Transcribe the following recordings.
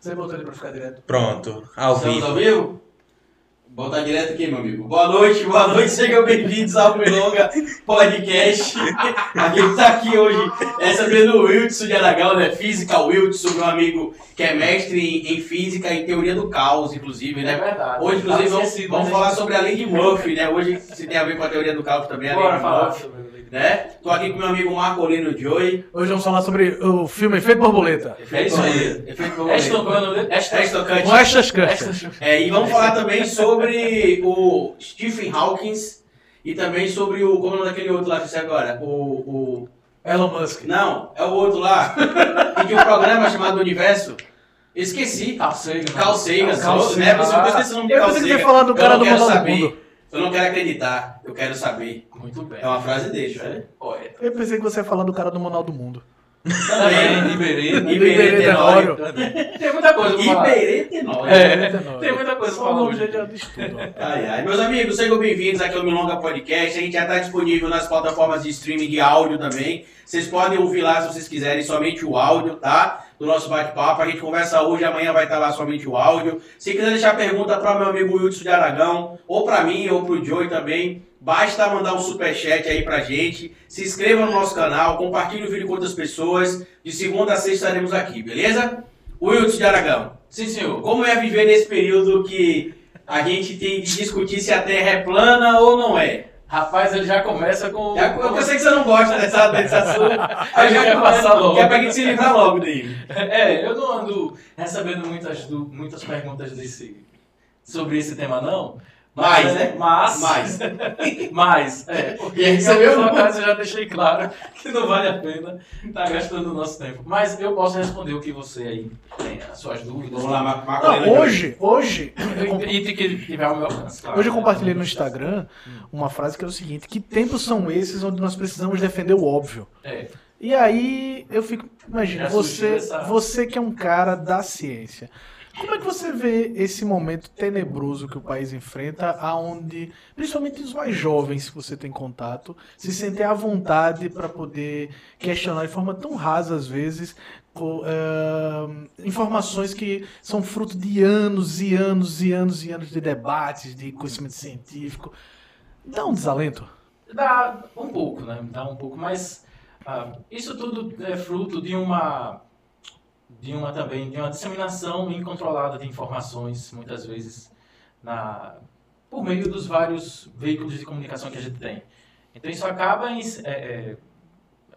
Você botou ele pra ficar direto. Pronto, ao Estamos vivo. ao vivo? Botar direto aqui, meu amigo. Boa noite, boa noite, sejam bem-vindos ao Milonga Podcast. A gente tá aqui hoje é sabendo o Wilson de Aragão, né? Física, o Wilson, meu amigo que é mestre em, em física e teoria do caos, inclusive, né? É verdade. Hoje, Tava inclusive, vamos, Tá esquecido, né? vamos mas falar gente- sobre a lei de Murphy, né? Hoje se tem a ver com a teoria do caos também, a lei Bora de falar Murphy. sobre a lei de- Né? Tô aqui com meu amigo Marco Olino Joy. Hoje vamos falar sobre o filme Efeito Borboleta. É isso aí. Efeito borboleta. Estocante, o nome dele? É estocante. Com estas cartas. É, e vamos falar também sobre o Stephen Hawkins e também sobre o. Como é o nome daquele outro lá que eu sei agora? O, o. Elon Musk. Não, é o outro lá. Que tinha um programa chamado Universo. Esqueci. Calcega. Carl Sagan, Carl só- Sagan. né? Por isso que Eu esqueci o nome de Eu Carl pensei que Sagan. ia falar do Eu cara não do quero Manual do saber. Mundo. Eu não quero acreditar, eu quero saber. Muito bem. É uma frase dele, olha. Poeta. Eu pensei que você ia falar do cara do Manual do Mundo. Também, Liberê. Do Iberê Tenório. É. Tem muita coisa pra falar. Iberê Tenório. Tem muita coisa pra Só falar um hoje. jeito de estudo. ó. Ai, ai. Meus amigos, sejam bem-vindos aqui ao Milonga Podcast. A gente já está disponível nas plataformas de streaming de áudio também. Vocês podem ouvir lá se vocês quiserem somente o áudio, tá? Do nosso bate-papo. A gente conversa hoje, amanhã vai estar lá somente o áudio. Se quiser deixar pergunta para o meu amigo Wilson de Aragão, ou para mim, ou para o Joey também, basta mandar um superchat aí pra gente. Se inscreva no nosso canal, compartilhe o vídeo com outras pessoas. De segunda a sexta estaremos aqui, beleza? Wilson de Aragão. Sim, senhor. Como é viver nesse período que a gente tem de discutir se a Terra é plana ou não é? Rapaz, ele já começa com. Já- eu sei é que você não gosta dessa, desse assunto. A gente quer passar logo. Que é pra gente se livrar logo daí. É, eu não ando recebendo muitas, du- muitas perguntas desse... sobre esse tema, não. Mais, né? Mas. Mas, Mas, é, porque recebeu uma coisa eu já deixei claro que não vale a pena estar gastando o nosso tempo. Mas eu posso responder o que você aí tem, as suas dúvidas. vamos lá, Marco. Marco Não, Aurélio. hoje, hoje, eu comp- E tem que tiver ao meu alcance, claro. Hoje eu compartilhei no Instagram uma frase que é o seguinte: que tempos são esses onde nós precisamos defender o óbvio? É. E aí eu fico, imagina, Já você, surgiu essa- você que é um cara da ciência, como é que você vê esse momento tenebroso que o país enfrenta, aonde principalmente os mais jovens que você tem contato se sentem à vontade para poder questionar de forma tão rasa às vezes co- ahn, informações que são fruto de anos e anos e anos e anos de debates, de conhecimento científico. Dá um desalento. Dá um pouco, né? Dá um pouco, mas ah, isso tudo é fruto de uma de uma também de uma disseminação incontrolada de informações, muitas vezes na por meio dos vários veículos de comunicação que a gente tem. Então isso acaba em- é, é,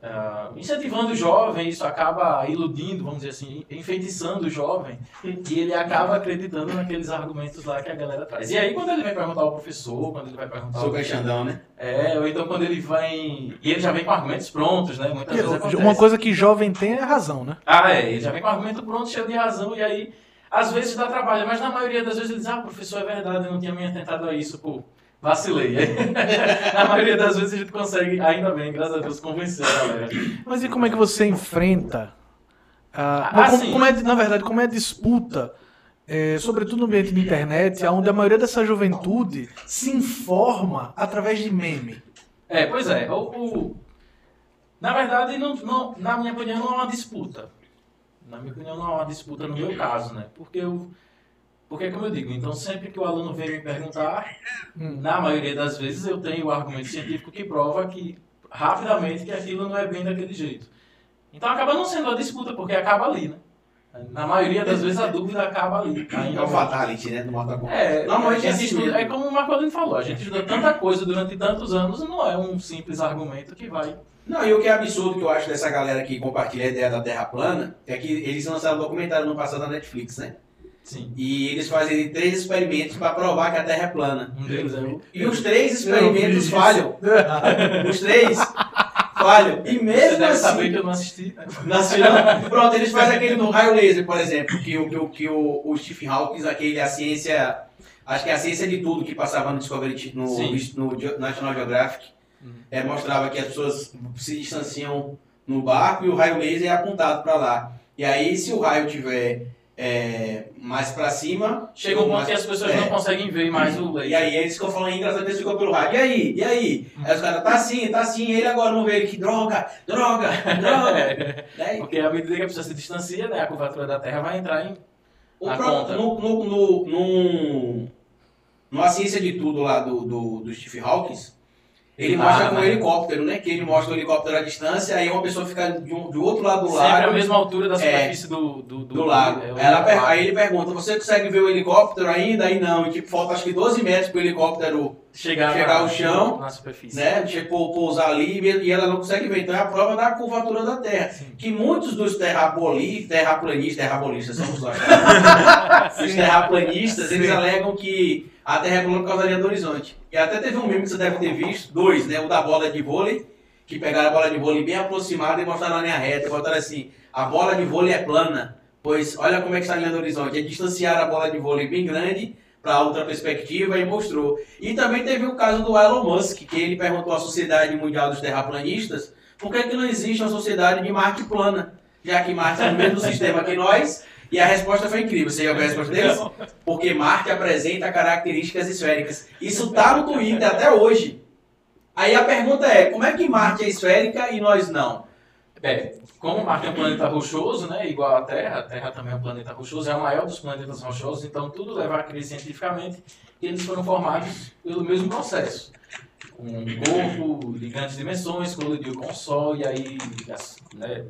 ah, incentivando o jovem, isso acaba iludindo, vamos dizer assim, enfeitiçando o jovem, e ele acaba acreditando naqueles argumentos lá que a galera traz. E aí quando ele vai perguntar ao professor, quando ele vai perguntar ao Sou Caixandão, né? é, ou então quando ele vem. E ele já vem com argumentos prontos, né? Muitas vezes acontece. Uma coisa que jovem tem é razão, né? Ah, é, ele já vem com argumento pronto, cheio de razão, e aí às vezes dá trabalho, mas na maioria das vezes ele diz: ah, professor, é verdade, eu não tinha me atentado a isso, pô, vacilei. na maioria das vezes a gente consegue, ainda bem, graças a Deus, convencer a galera. Mas e como é que você enfrenta? ah, Ah, como- sim. como é, na verdade, como é a disputa, eh, sobretudo no ambiente de internet, onde a maioria dessa juventude se informa através de meme? É, pois é. O, o- Na verdade, não, não- na minha opinião, não há uma disputa. Na minha opinião, não há uma disputa no meu caso, né? Porque eu. Porque, como eu digo, então sempre que o aluno vem me perguntar, Hum. na maioria das vezes eu tenho o argumento científico que prova que, rapidamente, que aquilo não é bem daquele jeito. Então acaba não sendo uma disputa, porque acaba ali, né? Na maioria das vezes a dúvida acaba ali. É Ainda o Fatality, né? Do Mortal Kombat. é, Normalmente a gente é assim estuda- mesmo. é como o Marco Aurélio falou, a gente estuda tanta coisa durante tantos anos, não é um simples argumento que vai. Não, e o que é absurdo que eu acho dessa galera que compartilha a ideia da Terra plana é que eles lançaram um documentário no passado na Netflix, né? Sim. E eles fazem três experimentos para provar que a Terra é plana. Um deles é o. E os três Eu vi experimentos isso. falham. Os três falham. E Você mesmo deve assim, saber que eu não assisti. né? Nasce não. Pronto, eles fazem aquele do raio laser, por exemplo, que, o- que, o- que o, o Stephen Hawking, aquele a ciência, acho que é a ciência de tudo que passava no Discovery Channel- Sim. no, no, Ge- National Geographic, Hum. é, mostrava que as pessoas se distanciam no barco e o raio laser é apontado para lá. E aí, se o raio tiver é, mais para cima, Chega um ponto mais- que as pessoas é. não conseguem ver mais o leite. e aí eles ficam falando engraçado, eles ficam pelo rádio. E aí? E aí? Aí os caras, tá sim, tá sim. Ele agora não vê ele, que droga, droga, droga. É, Daí, Porque à medida que a pessoa se distancia, né, a curvatura da Terra vai entrar em O a pro- conta. No, no, no, num- numa ciência de tudo lá do, do, do Steve Hawkins, ele Ah, mostra com um né? helicóptero, né? Que ele mostra o helicóptero à distância, aí uma pessoa fica de um- do outro lado do Sempre à lago. mesma altura da É. superfície do, do, Do lago. é, o- Ela per- Aí ele pergunta, você consegue ver o helicóptero ainda? Aí não, e tipo, falta acho que 12 metros pro helicóptero chegar, chegar na- ao chão, na superfície. né? Tipo, pousar ali e ela não consegue ver. Então é a prova da curvatura da Terra. Sim. Que muitos dos terrapoli, terraplanistas, terrabolistas, somos nós. Os terraplanistas, eles Sim. alegam que a Terra é plana por causa da linha do horizonte. E até teve um meme que você deve ter visto, dois, né? O da bola de vôlei, que pegaram a bola de vôlei bem aproximada e mostraram a linha reta, e botaram assim, a bola de vôlei é plana, pois olha como é que está a linha do horizonte. E distanciaram a bola de vôlei bem grande para outra perspectiva e mostrou. E também teve o caso do Elon Musk, que ele perguntou à Sociedade Mundial dos Terraplanistas por que, que não existe uma sociedade de Marte plana, já que Marte é no mesmo sistema que nós, e a resposta foi incrível. Você já viu a resposta deles? Não. Porque Marte apresenta características esféricas. Isso tá no Twitter até hoje. Aí a pergunta é, como é que Marte é esférica e nós não? É, como Marte é um planeta rochoso, né, igual à Terra, a Terra também é um planeta rochoso, é o maior dos planetas rochosos, então tudo leva a crer cientificamente que eles foram formados pelo mesmo processo. Com um corpo de grandes dimensões, colidiu com o Sol, e aí as- né,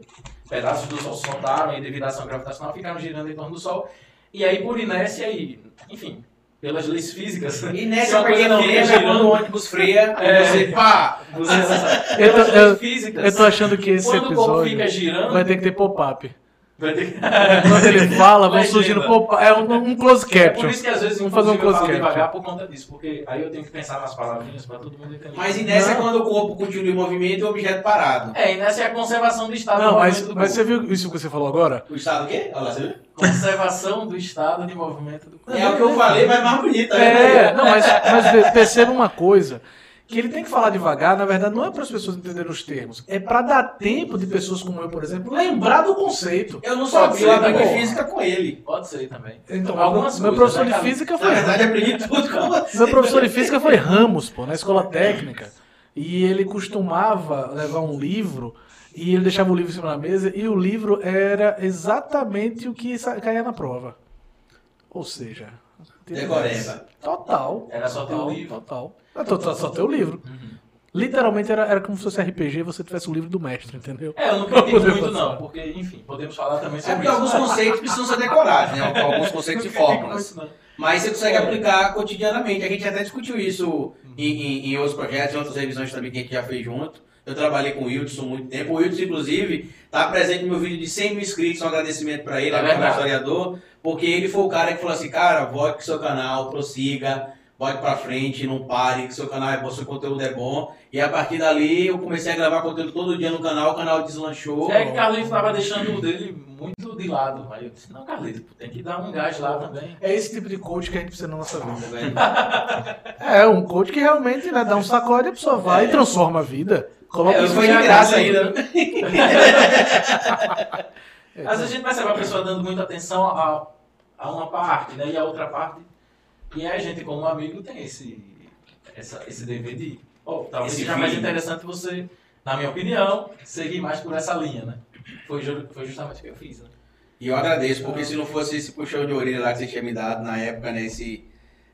pedaços do Sol soltaram, e devido à ação gravitacional ficaram girando em torno do Sol, e aí por inércia e, enfim, pelas leis físicas, E Se nessa é uma coisa pequena não lembra gira, quando o ônibus freia, É. e você pá! você sabe, Eu tô- pelas eu- leis físicas, Eu tô achando que esse quando o é corpo episódio fica girando, vai ter que ter pop-up. vai ter que... Quando ele fala, vão Legenda. surgindo pop-up. É um, um close É caption. por isso que às vezes Vamos fazer um inclusive, eu falo close devagar por conta disso, porque aí eu tenho que pensar nas palavrinhas pra todo mundo entender. Mas e nessa é Não. quando o corpo continua em movimento e o objeto parado. É, e nessa é a conservação do estado Não, de mas, movimento do mas você corpo. viu isso que você falou agora? O estado o quê? Olha lá, você viu? Conservação do estado de movimento do corpo. É o que eu falei, mas mais bonito. tá vendo aí? É, não, mas, mas ve- perceba uma coisa. Que ele tem que falar devagar, na verdade, não é para as pessoas entenderem os termos. É para dar tempo de pessoas como eu, por exemplo, lembrar do conceito. Eu não só Pode vi ser, lá tá de bom. física com ele. Pode ser também. Então, Algumas meu coisas, professor né, de cara? física Na foi verdade, aprendi tudo com você. Meu professor de física foi Ramos, pô, na escola técnica. E ele costumava levar um livro e ele deixava o livro em cima da mesa e o livro era exatamente o que sa- caía na prova. Ou seja, Decoreba. total. Era só ter o total, livro. Uhum. Total. Era to- to- Só ter o livro. Literalmente era, era como se fosse RPG e você tivesse o livro do mestre, entendeu? É, eu não entendo Poder muito passar. não, porque, enfim, podemos falar também É sobre porque alguns isso. né? conceitos precisam ser decorados, né? Alguns conceitos e fórmulas. Muito, não. Mas você consegue aplicar cotidianamente. A gente até discutiu isso Uhum. em, em- em outros projetos, em outras revisões também que a gente já fez junto. Eu trabalhei com o Wilson há muito tempo. O Wilson, inclusive, está presente no meu vídeo de 100 mil inscritos. Um agradecimento para ele, É é meu verdade. historiador, porque ele foi o cara que falou assim: cara, volte pro seu canal, prossiga, bote para frente, não pare, que seu canal é bom, seu conteúdo é bom. E a partir dali, eu comecei a gravar conteúdo todo dia no canal, o canal deslanchou. É que o Carlito tava deixando o dele muito de lado. Aí eu disse, não, Carlito, tem que dar um gás lá também. É esse tipo de coach que a gente precisa na nossa vida. Tá vendo? É, um coach que realmente né, dá um sacode, a pessoa vai e transforma a vida. Coloca É, E isso foi na de já graça acabei. ainda. É, né? Às vezes a gente percebe a pessoa dando muita atenção a, a uma parte, né? E a outra parte. E a gente, como amigo, tem esse, essa- esse dever de. Oh, talvez Esse seja mais feeling. interessante você, na minha opinião, seguir mais por essa linha, né? Foi, ju- foi justamente o que eu fiz, né? E eu agradeço, porque se não fosse esse puxão de orelha lá que você tinha me dado na época, né? Esse,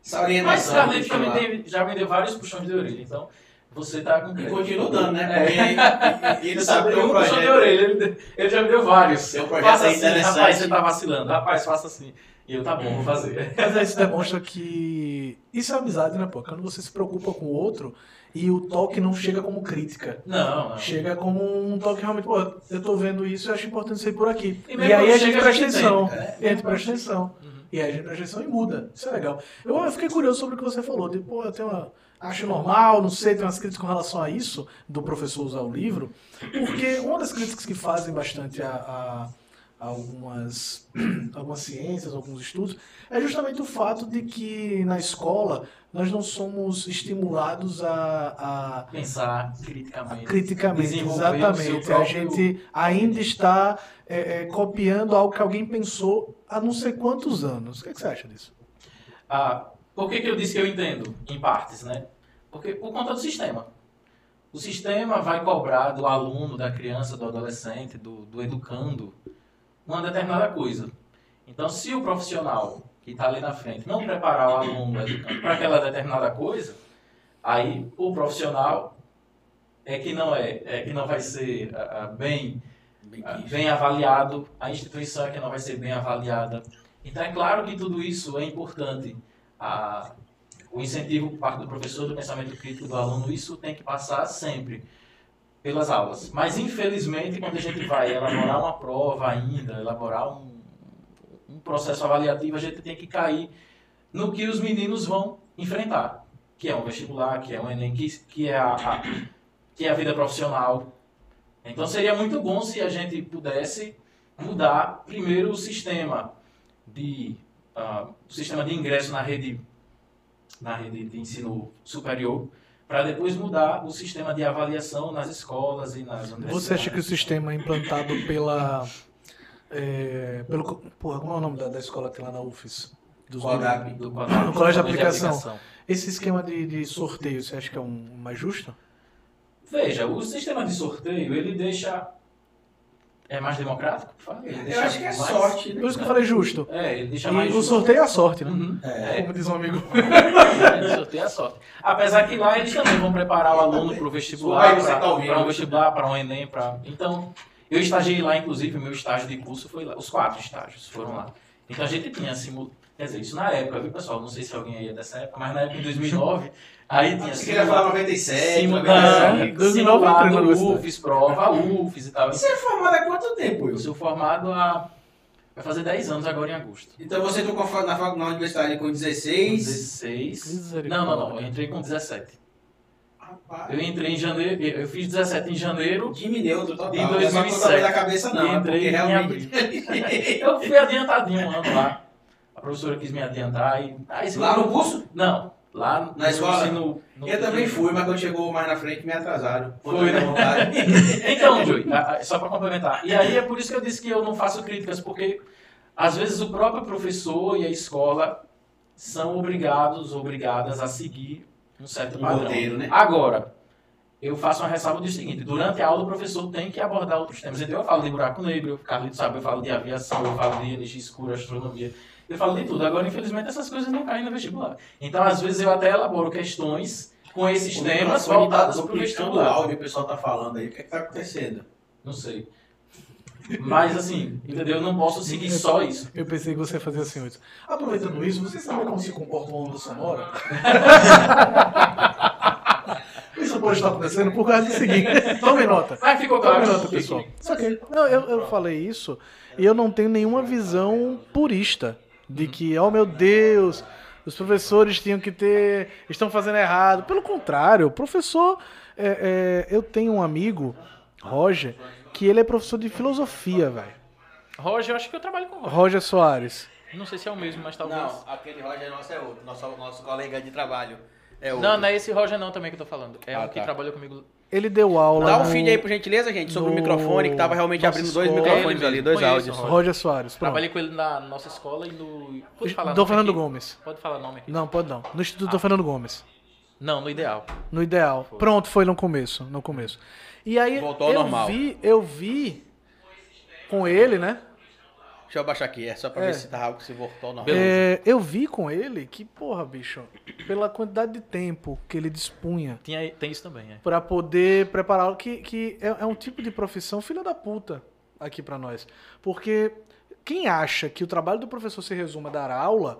essa Mas orientação. Carlinhos que eu também tinha teve- já me deu vários puxões de orelha, então você tá com. lá. E crédito. continua dando, né? É. Porque ele sabe que é um um puxão de projeto. orelha, ele, ele já me deu vários. Seu projeto faça é assim, interessante. rapaz, você tá vacilando. Rapaz, faça assim. E eu, tá bom, vou fazer. Mas aí isso demonstra que. Isso é amizade, né, pô? Quando você se preocupa com o outro e o toque não chega como crítica. Não, não. Chega como um toque realmente, pô, eu tô vendo isso e acho importante sair por aqui. E E, aí mesmo quando a gente chega, presta a gente atenção. entende, né? E a gente presta atenção. Uhum. E aí a gente presta atenção e muda. Isso é legal. Eu, eu fiquei curioso sobre o que você falou. De, pô, eu tenho uma. Acho normal, não sei, tem umas críticas com relação a isso, do professor usar o livro, porque uma das críticas que fazem bastante a- a, a algumas, algumas ciências, alguns estudos, é justamente o fato de que na escola nós não somos estimulados a, pensar a- a criticamente. criticamente, Desenvolver o seu exatamente. A próprio- gente ainda está é, é, copiando algo que alguém pensou há não sei quantos anos. O que, é que você acha disso? Ah, por que, que eu disse que eu entendo em partes, né? Porque por conta do sistema. O sistema vai cobrar do aluno, da criança, do adolescente, do, do educando uma determinada coisa. Então, se o profissional que está ali na frente não preparar o aluno para aquela determinada coisa, aí o profissional é que não é, é que não vai ser ah, ah, bem, ah, bem avaliado, a instituição é que não vai ser bem avaliada. Então, é claro que tudo isso é importante. A, o incentivo por parte do professor, do pensamento crítico do aluno, isso tem que passar sempre pelas aulas. Mas, infelizmente, quando a gente vai elaborar uma prova ainda, elaborar um, um processo avaliativo, a gente tem que cair no que os meninos vão enfrentar, que é um vestibular, que é um Enem, que, que, é, a, a- que é a vida profissional. Então, seria muito bom se a gente pudesse mudar, primeiro, o sistema de, ah, o sistema de ingresso na rede, na rede de ensino superior, para depois mudar o sistema de avaliação nas escolas e nas universidades. Você acha que o sistema implantado pela. é, pelo, co- porra, como é o nome da, da escola que tem lá na UFES? Dos Codab. do No colégio de aplicação. Esse esquema de, de sorteio, você acha que é um mais justo? Veja, o sistema de sorteio, ele deixa... É mais democrático? que fala? Ele Eu deixa acho que é mais- sorte, né? Por isso que eu falei justo. É, ele deixa E mais... o sorteio é a sorte, né? Uhum. É, Como diz um amigo. o sorteio é a sorte. Apesar que lá eles também vão preparar o aluno para o Vai, vestibular, você tá ouvindo. para um vestibular, para um Enem, para... Então, eu estagiei lá, inclusive, meu estágio de curso foi lá. Os quatro estágios foram lá. Então a gente tinha simu... Quer dizer, isso na época, viu, pessoal? Não sei se alguém aí é dessa época, mas na época, em 2009, aí tinha Você queria falar 97, Simulado, 97. Não. 2009 eu entrei na simulado, universidade. É, UFES, prova, UFES e tal. Você é formado há quanto tempo, Eu Wilson? sou formado há. Vai fazer 10 anos agora em agosto. Então você tocou fa- na, fa- na universidade com Com 16. 16. Não, não, não. Eu entrei com 17. Eu Rapaz, entrei em janeiro. Eu fiz 17 em janeiro. time neutro total. Em Não é só 2007. conta pela cabeça, não. E é porque entrei em realmente. Eu fui adiantadinho um ano lá. A professora quis me adiantar e. Aí, Lá no curso? Não. Lá no- Na escola? ensino- no- Eu também fui, mas quando chegou mais na frente me atrasaram. Foi, né? na vontade. Então, Joey, a- a- só para complementar. E aí é por isso que eu disse que eu não faço críticas, porque às vezes o próprio professor e a escola são obrigados, obrigadas a seguir um certo Um padrão. roteiro, né? Agora, eu faço uma ressalva do seguinte: durante a aula o professor tem que abordar outros temas. Então eu falo de buraco negro, o Carlito sabe, eu falo de aviação, eu falo de energia escura, astronomia. Eu falo de tudo. Agora, infelizmente, essas coisas não caem no vestibular. Então, às vezes, eu até elaboro questões com esses O temas microfone voltadas tá para o duplicando o vestibular. áudio, o pessoal tá falando aí. O que é que tá acontecendo? Não sei. Mas assim, entendeu? Eu não posso seguir só isso. Eu pensei que você ia fazer assim hoje. Aproveitando isso, você sabe como se comporta uma onda sonora? isso pode estar acontecendo por causa do seguinte. Tá, Tome nota. Mas ficou claro. Tome nota, pessoal. Não, eu, eu falei isso e eu não tenho nenhuma visão purista de que, oh meu Deus, os professores tinham que ter. estão fazendo errado. Pelo contrário, o professor. é, é, eu tenho um amigo, Roger, que ele é professor de filosofia, velho. Roger, eu acho que eu trabalho com o Roger. Roger Soares. Não sei se é o mesmo, mas talvez. Não, aquele Roger nosso é outro. Nosso, nosso colega de trabalho é outro. Não, não é esse Roger não também que eu tô falando. É Ah, o que tá. trabalha comigo. Ele deu aula. Dá um no- feed aí, por gentileza, gente, sobre o no- microfone, que tava realmente nossa abrindo dois escola. É ele microfones mesmo, ali, dois conheço, áudios. Roger. Roger Soares. Pronto. Trabalhei com ele na nossa escola e no. Pode falar Dom nome Fernando aqui? Gomes. Pode falar nome aqui. Não, pode não. No Instituto Dom Fernando Gomes. Não, no ideal. No ideal. Pronto, foi no começo, no começo. E aí Voltou ao eu normal. vi, eu vi com ele, né? Deixa eu baixar aqui, é só pra É. ver se tá se voltou normal. Beleza. É, eu vi com ele que, porra, bicho, pela quantidade de tempo que ele dispunha Tinha, tem isso também, é. pra poder preparar, que, que é, é um tipo de profissão filha da puta aqui pra nós. Porque quem acha que o trabalho do professor se resume a dar aula,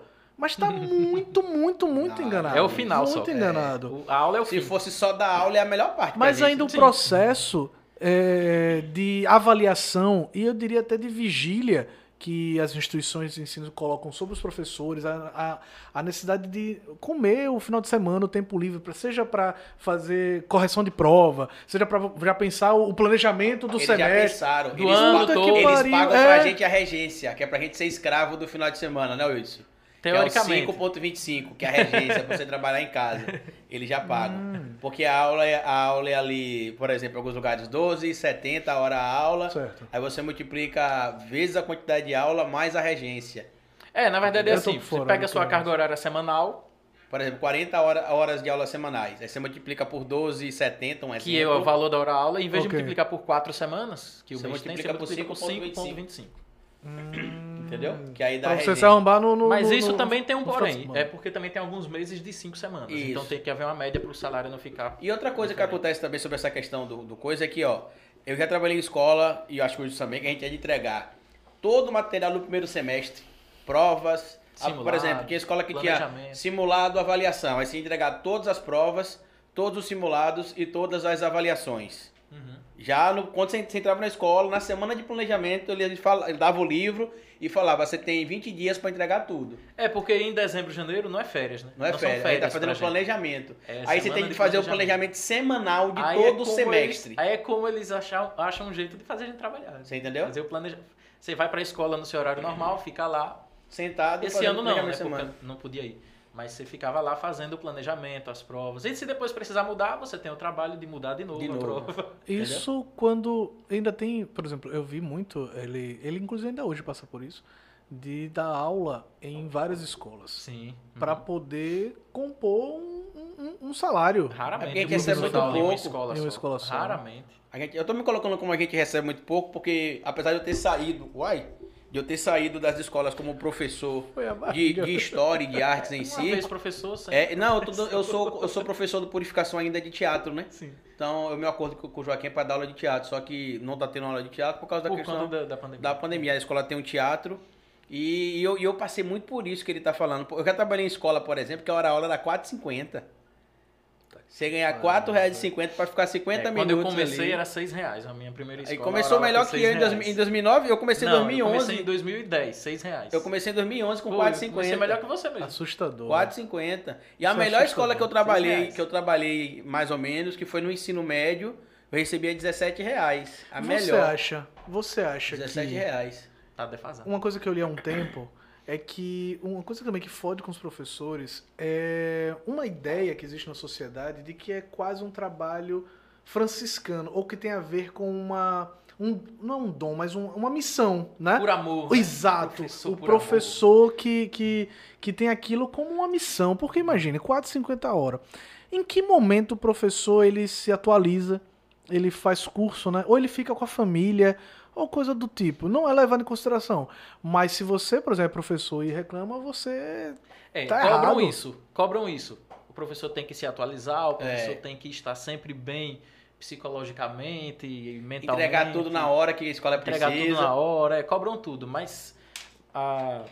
mas tá muito, muito, muito Não, enganado. É o final muito só. enganado. É, o- a aula é o Se fim. fosse só da aula, é a melhor parte. pra Mas gente. ainda o sim. processo é, de avaliação e eu diria até de vigília que as instituições de ensino colocam sobre os professores, a, a- a necessidade de comer o final de semana, o tempo livre, pra- seja para fazer correção de prova, seja para já pensar o o planejamento do Eles já semestre. pensaram. do eles ano pagam, todo. eles Puta que pagam pariu, pra é. gente a regência, que é pra gente ser escravo do final de semana, né, Wilson? Que Teoricamente. É o 5.25, que é a regência, pra você trabalhar em casa. Eles já pagam. Hum. Porque a aula, é, a aula é ali, por exemplo, em alguns lugares 12, 70 hora a aula. Certo. Aí você multiplica vezes a quantidade de aula mais a regência. É, na verdade é Eu tô assim. por fora, você pega não a sua tô carga horária semanal, Por exemplo, 40 hora- horas de aula semanais. Aí você multiplica por 12, 70, um exemplo. que é o valor da hora aula, em vez de Ok. multiplicar por quatro semanas, que o Você mês tem, você multiplica por multiplica por 5.25. 5.25. Entendeu? Que aí dá Hum. Pra você se resenha. arrombar no. no- Mas no- isso no- também tem no um final de porém. semana. É porque também tem alguns meses de cinco semanas. Isso. Então tem que haver uma média pro salário não ficar. E outra coisa que acontece também sobre essa questão do, do coisa é que, ó, eu já trabalhei em escola e eu acho que hoje também que a gente é de entregar todo o material do primeiro semestre, provas, a- por Simulado, exemplo, tinha escola que tinha planejamento. simulado, avaliação, aí se entregar todas as provas, todos os simulados e todas as avaliações. Uhum. Já no, quando você você entrava na escola, na semana de planejamento, ele, ele, fala- ele dava o livro e falava, você tem 20 dias para entregar tudo. É porque em dezembro, janeiro não é férias, né? Não é são férias, aí tá férias fazendo pra um gente. planejamento. É aí você semana tem que de fazer o planejamento semanal de Aí é todo o como semestre. eles- aí é como eles acham, acham um jeito de fazer a gente trabalhar. assim. Você entendeu? Fazer o planeja... Você vai pra escola no seu horário normal, fica lá. Sentado. Esse Tá fazendo ano não, né? planejamento semanal. Porque não podia ir. Mas você ficava lá fazendo o planejamento, as provas. E se depois precisar mudar, você tem o trabalho de mudar de novo, De novo. a prova. Isso quando ainda tem, por exemplo, eu vi muito, ele, ele inclusive ainda hoje passa por isso, de dar aula em várias escolas Sim. Pra poder compor um, um- um salário. Raramente. É porque eu recebe fiz muito aula em uma pouco. escola, Em uma só. escola só, né? Raramente. A gente- eu tô me colocando como a gente recebe muito pouco, porque apesar de eu ter saído, uai, de eu ter saído das escolas como professor Foi a de, barriga. de história e de artes em Uma si. vez professor, sempre. É, não, eu, tô- eu sou, eu sou professor do Purificação ainda de teatro, né? Sim. Então eu me acordo com, com o Joaquim para dar aula de teatro, só que não tá tendo aula de teatro por causa da Por questão conta da, da pandemia. da pandemia. A escola tem um teatro e, e eu, e eu passei muito por isso que ele tá falando. Eu já trabalhei em escola, por exemplo, que a hora-aula era 4,50. Você ganhar R$ 4,50 para ficar 50 Ah, É, minutos Quando eu comecei ali. era 6 reais a minha primeira Aí escola. começou a hora melhor foi que seis eu em, dois- reais. em 2009. Eu comecei em Não, 2011. Eu comecei em 2010, 6 reais. Eu comecei em 2011 com Pô, eu comecei 4,50. melhor que você mesmo. Assustador. 4,50. E a Isso é melhor escola que eu assustador. trabalhei, Reais. que eu trabalhei mais ou menos, que foi no ensino médio, eu recebia 17 reais. A Você melhor, acha, você acha 17 que reais. Tá defasado. uma coisa que eu li há um tempo é que uma coisa também que fode com os professores é uma ideia que existe na sociedade de que é quase um trabalho franciscano ou que tem a ver com uma um, não é um dom, mas um- uma missão, é? né? Por amor. Exato. Professor o por professor que, que, que tem aquilo como uma missão. Porque imagine, 4,50 horas. Em que momento o professor ele se atualiza, ele faz curso, né? Ou ele fica com a família, ou coisa do tipo. Não é levado em consideração. Mas se você, por exemplo, é professor e reclama, você. É, Tá cobram errado. isso. Cobram isso. O professor tem que se atualizar, o professor É. tem que estar sempre bem psicologicamente e mentalmente. Entregar tudo na hora que a escola precisa. Entregar tudo na hora, é, cobram tudo, mas a-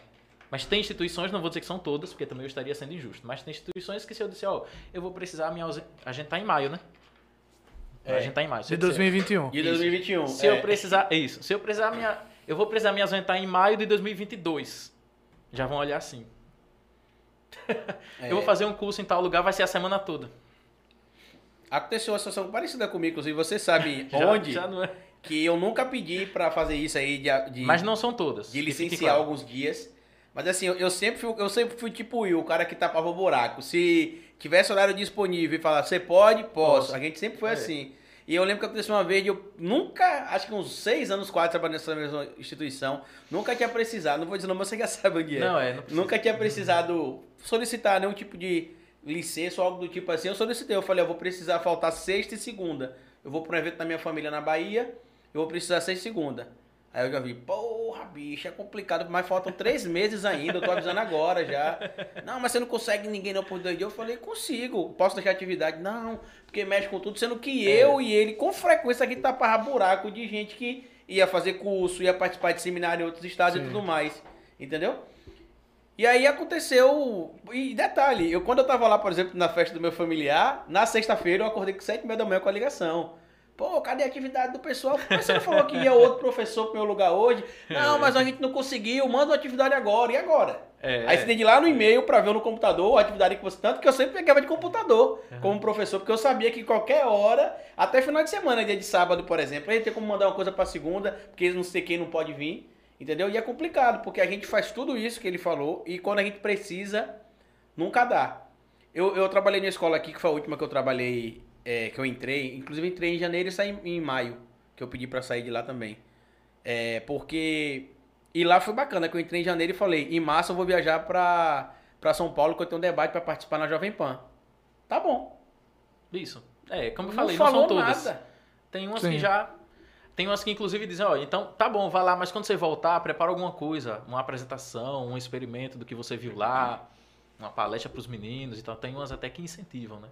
mas tem instituições, não vou dizer que são todas, porque também eu estaria sendo injusto, mas tem instituições que se eu disser, ó, eu vou precisar me ausentar, a gente tá em maio, né? A É. gente tá em maio. Se De eu disser, 2021. E 2021. Se é. eu precisar. é Isso. Se eu precisar minha. Eu vou precisar me ausentar em maio de 2022. Já vão olhar assim. É. Eu vou fazer um curso em tal lugar, vai ser a semana toda. Aconteceu uma situação parecida comigo, inclusive você sabe Já- onde já não é. que eu nunca pedi pra fazer isso aí de, de, Mas não são todas. de que fique licenciar claro. alguns dias. Mas assim, eu, eu sempre fui, eu sempre fui tipo eu, o cara que tapava o buraco. Se tivesse horário disponível e falar, você pode, posso. Posso. A gente sempre foi É. assim. E eu lembro que aconteceu uma vez, de eu nunca, acho que uns seis anos, quatro, trabalhando nessa mesma instituição, nunca tinha precisado, não vou dizer não, mas você já sabe onde é. Não, é. Não precisa. Nunca tinha precisado solicitar nenhum tipo de licença ou algo do tipo assim. Eu solicitei, eu falei, eu vou precisar faltar sexta e segunda. Eu vou para um evento da minha família na Bahia, eu vou precisar sexta e segunda. Aí eu já vi, porra, bicho, é complicado, mas faltam três meses ainda, eu tô avisando agora já. Não, mas você não consegue ninguém não por dois dias. Eu falei, consigo, posso deixar atividade? Não, porque mexe com tudo, sendo que É. eu e ele, com frequência, aqui tapava buraco de gente que ia fazer curso, ia participar de seminário em outros estados e Sim. tudo mais. Entendeu? E aí aconteceu. E detalhe, eu quando eu tava lá, por exemplo, na festa do meu familiar, na sexta-feira eu acordei com 7 e meia da manhã com a ligação. Pô, cadê a atividade do pessoal? Mas você não falou que ia outro professor pro meu lugar hoje? Não, mas a gente não conseguiu, manda uma atividade agora. E agora? É, Aí você tem de ir lá no e-mail pra ver no computador a atividade que você. Tanto que eu sempre pegava de computador como professor, porque eu sabia que qualquer hora, até final de semana, dia de sábado, por exemplo, aí tem como mandar uma coisa pra segunda, porque eles não sei quem não pode vir. Entendeu? E é complicado, porque a gente faz tudo isso que ele falou e quando a gente precisa, nunca dá. Eu, eu trabalhei na escola aqui, que foi a última que eu trabalhei, é, que eu entrei. Inclusive, entrei em janeiro e saí em maio, que eu pedi pra sair de lá também. É, porque. E lá foi bacana, que eu entrei em janeiro e falei: em março eu vou viajar pra, pra São Paulo, que eu tenho um debate pra participar na Jovem Pan. Tá bom. Isso. É, como eu Não falei, não, falou são todas. nada. Tem umas Sim. que já. Tem umas que inclusive dizem, ó, então tá bom, vai lá, mas quando você voltar, prepara alguma coisa, uma apresentação, um experimento do que você viu lá, uma palestra para os meninos, então tem umas até que incentivam, né?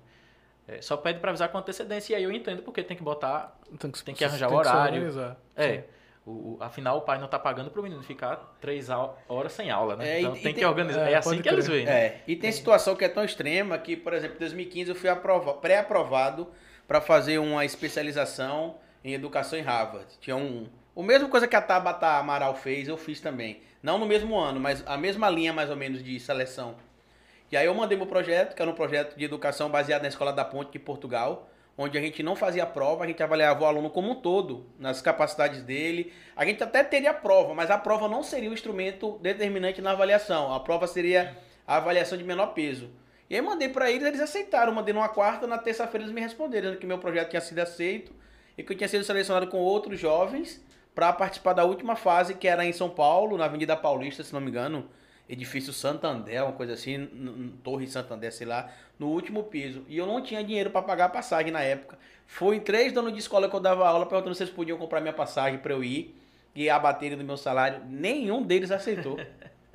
É, só pede para avisar com antecedência e aí eu entendo porque tem que botar, Tem que, se- tem que arranjar o se horário. organizar. É. O, o- afinal, o pai não tá pagando pro menino ficar três au- horas sem aula, né? É, e- então e tem tem- que organizar. é, É, assim pode que eles crer. veem. né? É, e tem situação que é tão extrema que, por exemplo, em 2015 eu fui aprova- pré-aprovado para fazer uma especialização em educação em Harvard. Tinha um. O mesmo coisa que a Tabata Amaral fez, eu fiz também. Não no mesmo ano, mas a mesma linha mais ou menos de seleção. E aí eu mandei meu projeto, que era um projeto de educação baseado na Escola da Ponte de Portugal, onde a gente não fazia prova, a gente avaliava o aluno como um todo, nas capacidades dele. A gente até teria prova, mas a prova não seria o instrumento determinante na avaliação. A prova seria a avaliação de menor peso. E aí mandei para eles, eles aceitaram. Mandei numa quarta, na terça-feira eles me responderam dizendo que meu projeto tinha sido aceito e que eu tinha sido selecionado com outros jovens para participar da última fase, que era em São Paulo, na Avenida Paulista, se não me engano, edifício Santander, uma coisa assim, n- n- Torre Santander, sei lá, no último piso. E eu não tinha dinheiro para pagar a passagem na época. Fui em três donos de escola que eu dava aula perguntando se eles podiam comprar minha passagem para eu ir e abaterem do meu salário. Nenhum deles aceitou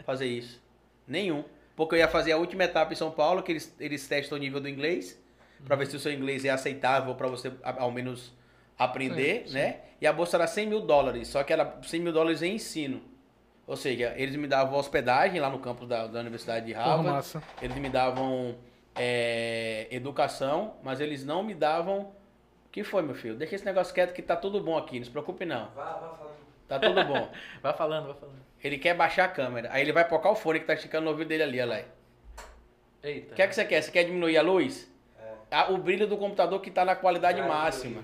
fazer isso. Nenhum. Porque eu ia fazer a última etapa em São Paulo, que eles, eles testam o nível do inglês, para ver se o seu inglês é aceitável para você a- ao menos aprender, né? E a bolsa era 100 mil dólares, só que era 100 mil dólares em ensino. Ou seja, eles me davam hospedagem lá no campus da, da Universidade de Porra, Harvard, massa. eles me davam é, educação, mas eles não me davam. O que foi, meu filho? Deixa esse negócio quieto que tá tudo bom aqui, não se preocupe não. Vá, vá falando. Tá tudo bom. Vai falando, vai falando. Ele quer baixar a câmera. Aí ele vai focar o fone que tá esticando no ouvido dele ali, olha lá. Eita. O que é que você quer? Você quer diminuir a luz? É. Ah, o brilho do computador que tá na qualidade máxima.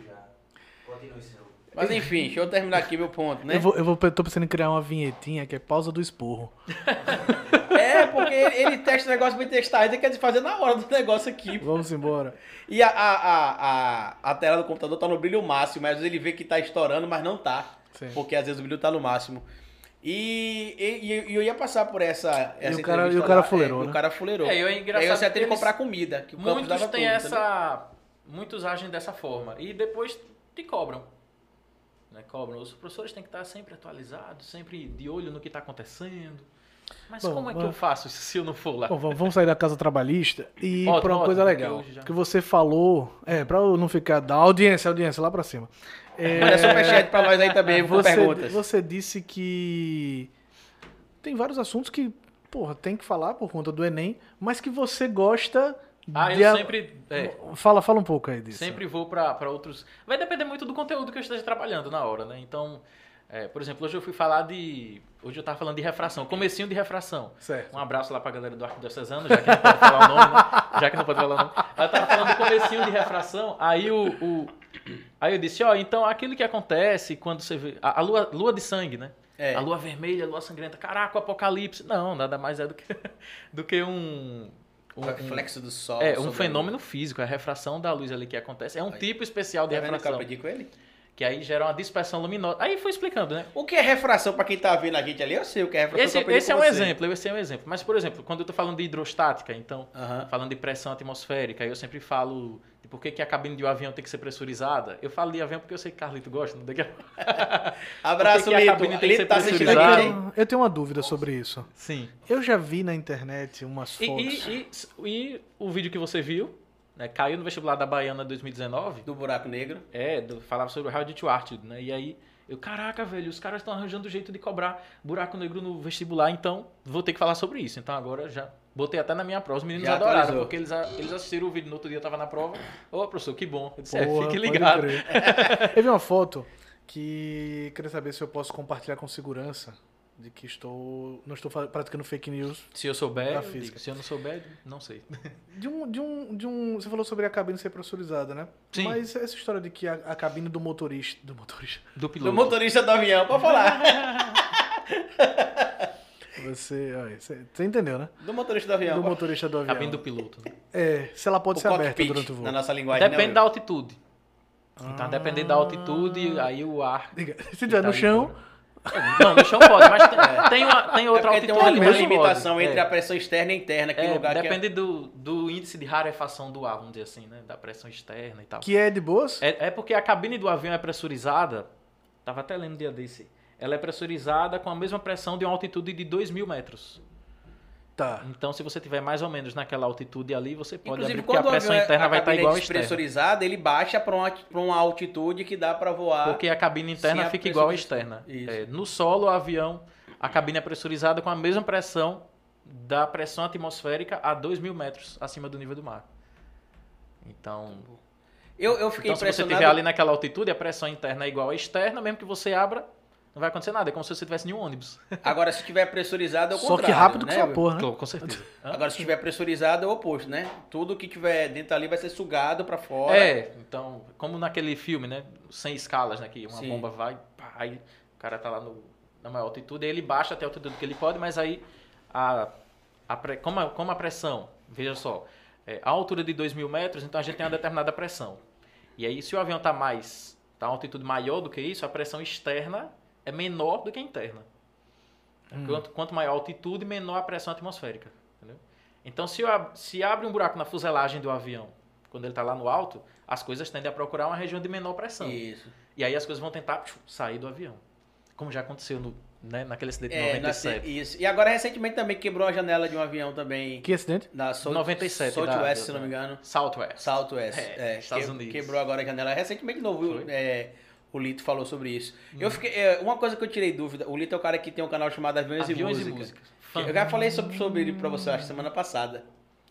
Continue, senhor. Mas enfim, deixa eu terminar aqui meu ponto, né? Eu, vou, eu vou, tô pensando em criar uma vinhetinha que é pausa do esporro. É, porque ele, ele testa o negócio pra testar, ele quer desfazer na hora do negócio aqui. Vamos embora. E a, a, a, a, a tela do computador tá no brilho máximo, mas às vezes ele vê que tá estourando, mas não tá. É. Sim. Porque às vezes o brilho tá no máximo. E, e- e eu ia passar por essa. essa o cara- entrevista e o cara lá, fuleirou, é, né? O cara fuleirou. É, eu- é Aí engraçado você ia ter que porque comprar comida. Que o campus Muitos dava têm tudo, entendeu? essa. Muitos agem dessa forma. E depois te cobram. Né? Cobram. Os professores têm que estar sempre atualizados, sempre de olho no que está acontecendo. Mas Bom, como é que mas- eu faço isso se eu não for lá? Bom, vamos vamos sair da casa trabalhista e ir Volta, pra uma volta, coisa porque legal. hoje já- Que você falou, é, pra eu não ficar da audiência, audiência lá pra cima. É, Manda superchat pra nós aí também, com você, perguntas. você disse que tem vários assuntos que, porra, tem que falar por conta do Enem, mas que você gosta Ah, de eu a- sempre. é, Fala, fala um pouco aí disso. sempre vou para outros. Vai depender muito do conteúdo que eu esteja trabalhando na hora, né? Então, é, por exemplo, hoje eu fui falar de. Hoje eu estava falando de refração, comecinho de refração. Certo. Um abraço lá pra galera do Arquidiocesano, já que não pode falar o nome, né? Já que não pode falar o nome. Ela tava falando do comecinho de refração, aí o... o- aí eu disse, ó, então aquilo que acontece quando você vê... A, a lua, lua de sangue, né? É. A lua vermelha, a lua sangrenta. Caraca, o apocalipse. Não, nada mais é do que, do que um... O um- reflexo do sol. é, um sobre- fenômeno físico, é a refração da luz ali que acontece. É um Aí. tipo especial de Tá vendo o que eu refração, aprendi com ele? que aí gera uma dispersão luminosa. Aí foi explicando, né? O que é refração pra quem tá vendo a gente ali? Eu sei o que é refração. Esse, eu aprendi esse é com um você. exemplo, esse é um exemplo. Mas, por exemplo, quando eu tô falando de hidrostática, então... Aham. falando de pressão atmosférica, eu sempre falo de por que, que a cabine de um avião tem que ser pressurizada. Eu falo de avião porque eu sei que Carlito gosta. Né? Daqui a- Abraço, Por que que a Lito. cabine tem que Lito ser tá assistindo É Eu, pressurizada? aqui, hein? tenho, eu tenho uma dúvida sobre isso. Sim. Eu já vi na internet umas E, fotos. e, e- e o vídeo que você viu, né, caiu no vestibular da Baiana 2019, Do buraco negro. é, do- falava sobre o How to Art, né? E aí, eu, caraca, velho, os caras estão arranjando jeito de cobrar buraco negro no vestibular, então vou ter que falar sobre isso. Então agora já botei até na minha prova. Os meninos Já adoraram, atualizou. porque eles, a- eles assistiram o vídeo no outro dia, eu tava na prova. Ô, professor, que bom. Eu disse, Porra, é, pode fique ligado. crer. Eu vi uma foto que queria saber se eu posso compartilhar com segurança de que estou não estou fa- praticando fake news. Se eu souber, Da eu digo. física. se eu não souber, não sei. De um, de um, de um, você falou sobre a cabine ser pressurizada, né? Sim. Mas essa história de que a, a cabine do motorista, do motorista, Do Do piloto. motorista do avião, pode falar. você, olha, você, você entendeu, né? Do motorista do avião. Do motorista do avião. Cabine do piloto. né? É, se ela pode O ser aberta cockpit, durante o voo. na nossa linguagem. Depende né, da Will? altitude. Então, dependendo da altitude, aí o ar. Diga, Se tá tiver no chão, É, Não, no chão pode, mas tem, tem, uma- tem outra É porque tem altitude uma, que uma não limitação pode. entre É. a pressão externa e interna. Que É, lugar que é- depende do, do índice de rarefação do ar, vamos dizer assim, né? Da pressão externa e tal. que é de boas, É, é porque a cabine do avião é pressurizada Tava até lendo um dia desse. Ela é pressurizada com a mesma pressão de uma altitude de 2 mil metros. Tá. Então, se você tiver mais ou menos naquela altitude ali, você pode Inclusive, abrir, porque a quando o pressão avião é- interna a vai estar cabine é igual à externa. despressurizada, ele baixa para uma, pra uma altitude que dá para voar. Porque a cabine interna Sim, a fica igual à pressurização. externa. Isso. É, no solo, o avião, a cabine é pressurizada com a mesma pressão da pressão atmosférica a 2 mil metros acima do nível do mar. Então, Eu, eu fiquei então se você impressionado. estiver ali naquela altitude, a pressão interna é igual à externa, mesmo que você abra, não vai acontecer nada. É como se você tivesse em um ônibus. Agora, se tiver pressurizado, é o Só contrário. que rápido que né, essa Will? porra, né? Claro, Com certeza. Hã? Agora, se tiver pressurizado, é o oposto, né? Tudo que tiver dentro ali vai ser sugado para fora. É, então, como naquele filme, né? Sem escalas, né? Que uma Sim. bomba vai, pá, aí o cara tá lá no, na maior altitude, aí ele baixa até a altitude que ele pode, mas aí, a, a pre- como, a, como a pressão, veja só, é, a altura de 2 mil metros, então a gente tem uma determinada pressão. E aí, se o avião tá mais, tá a altitude maior do que isso, a pressão externa é menor do que a interna. Hum. Quanto, quanto maior a altitude, menor a pressão atmosférica. entendeu? Então, se, ab- se abre um buraco na fuselagem do avião, quando ele está lá no alto, as coisas tendem a procurar uma região de menor pressão. E, Isso. aí as coisas vão tentar puf, sair do avião. Como já aconteceu no, né, naquele acidente de É, nasce- 97. isso. E agora, recentemente, também quebrou a janela de um avião também. Que acidente? Na South, 97 da- Southwest, se não me engano. Southwest. Southwest. É, É, Estados que- Unidos. Quebrou agora a janela. Recentemente, de novo, Foi? Uhum. é, o Lito falou sobre isso. Eu fiquei, é, uma coisa que eu tirei dúvida: o Lito é o cara que tem um canal chamado Aviões, Aviões e e Música. música. Que- Eu já falei sobre, sobre ele pra você, acho, semana passada.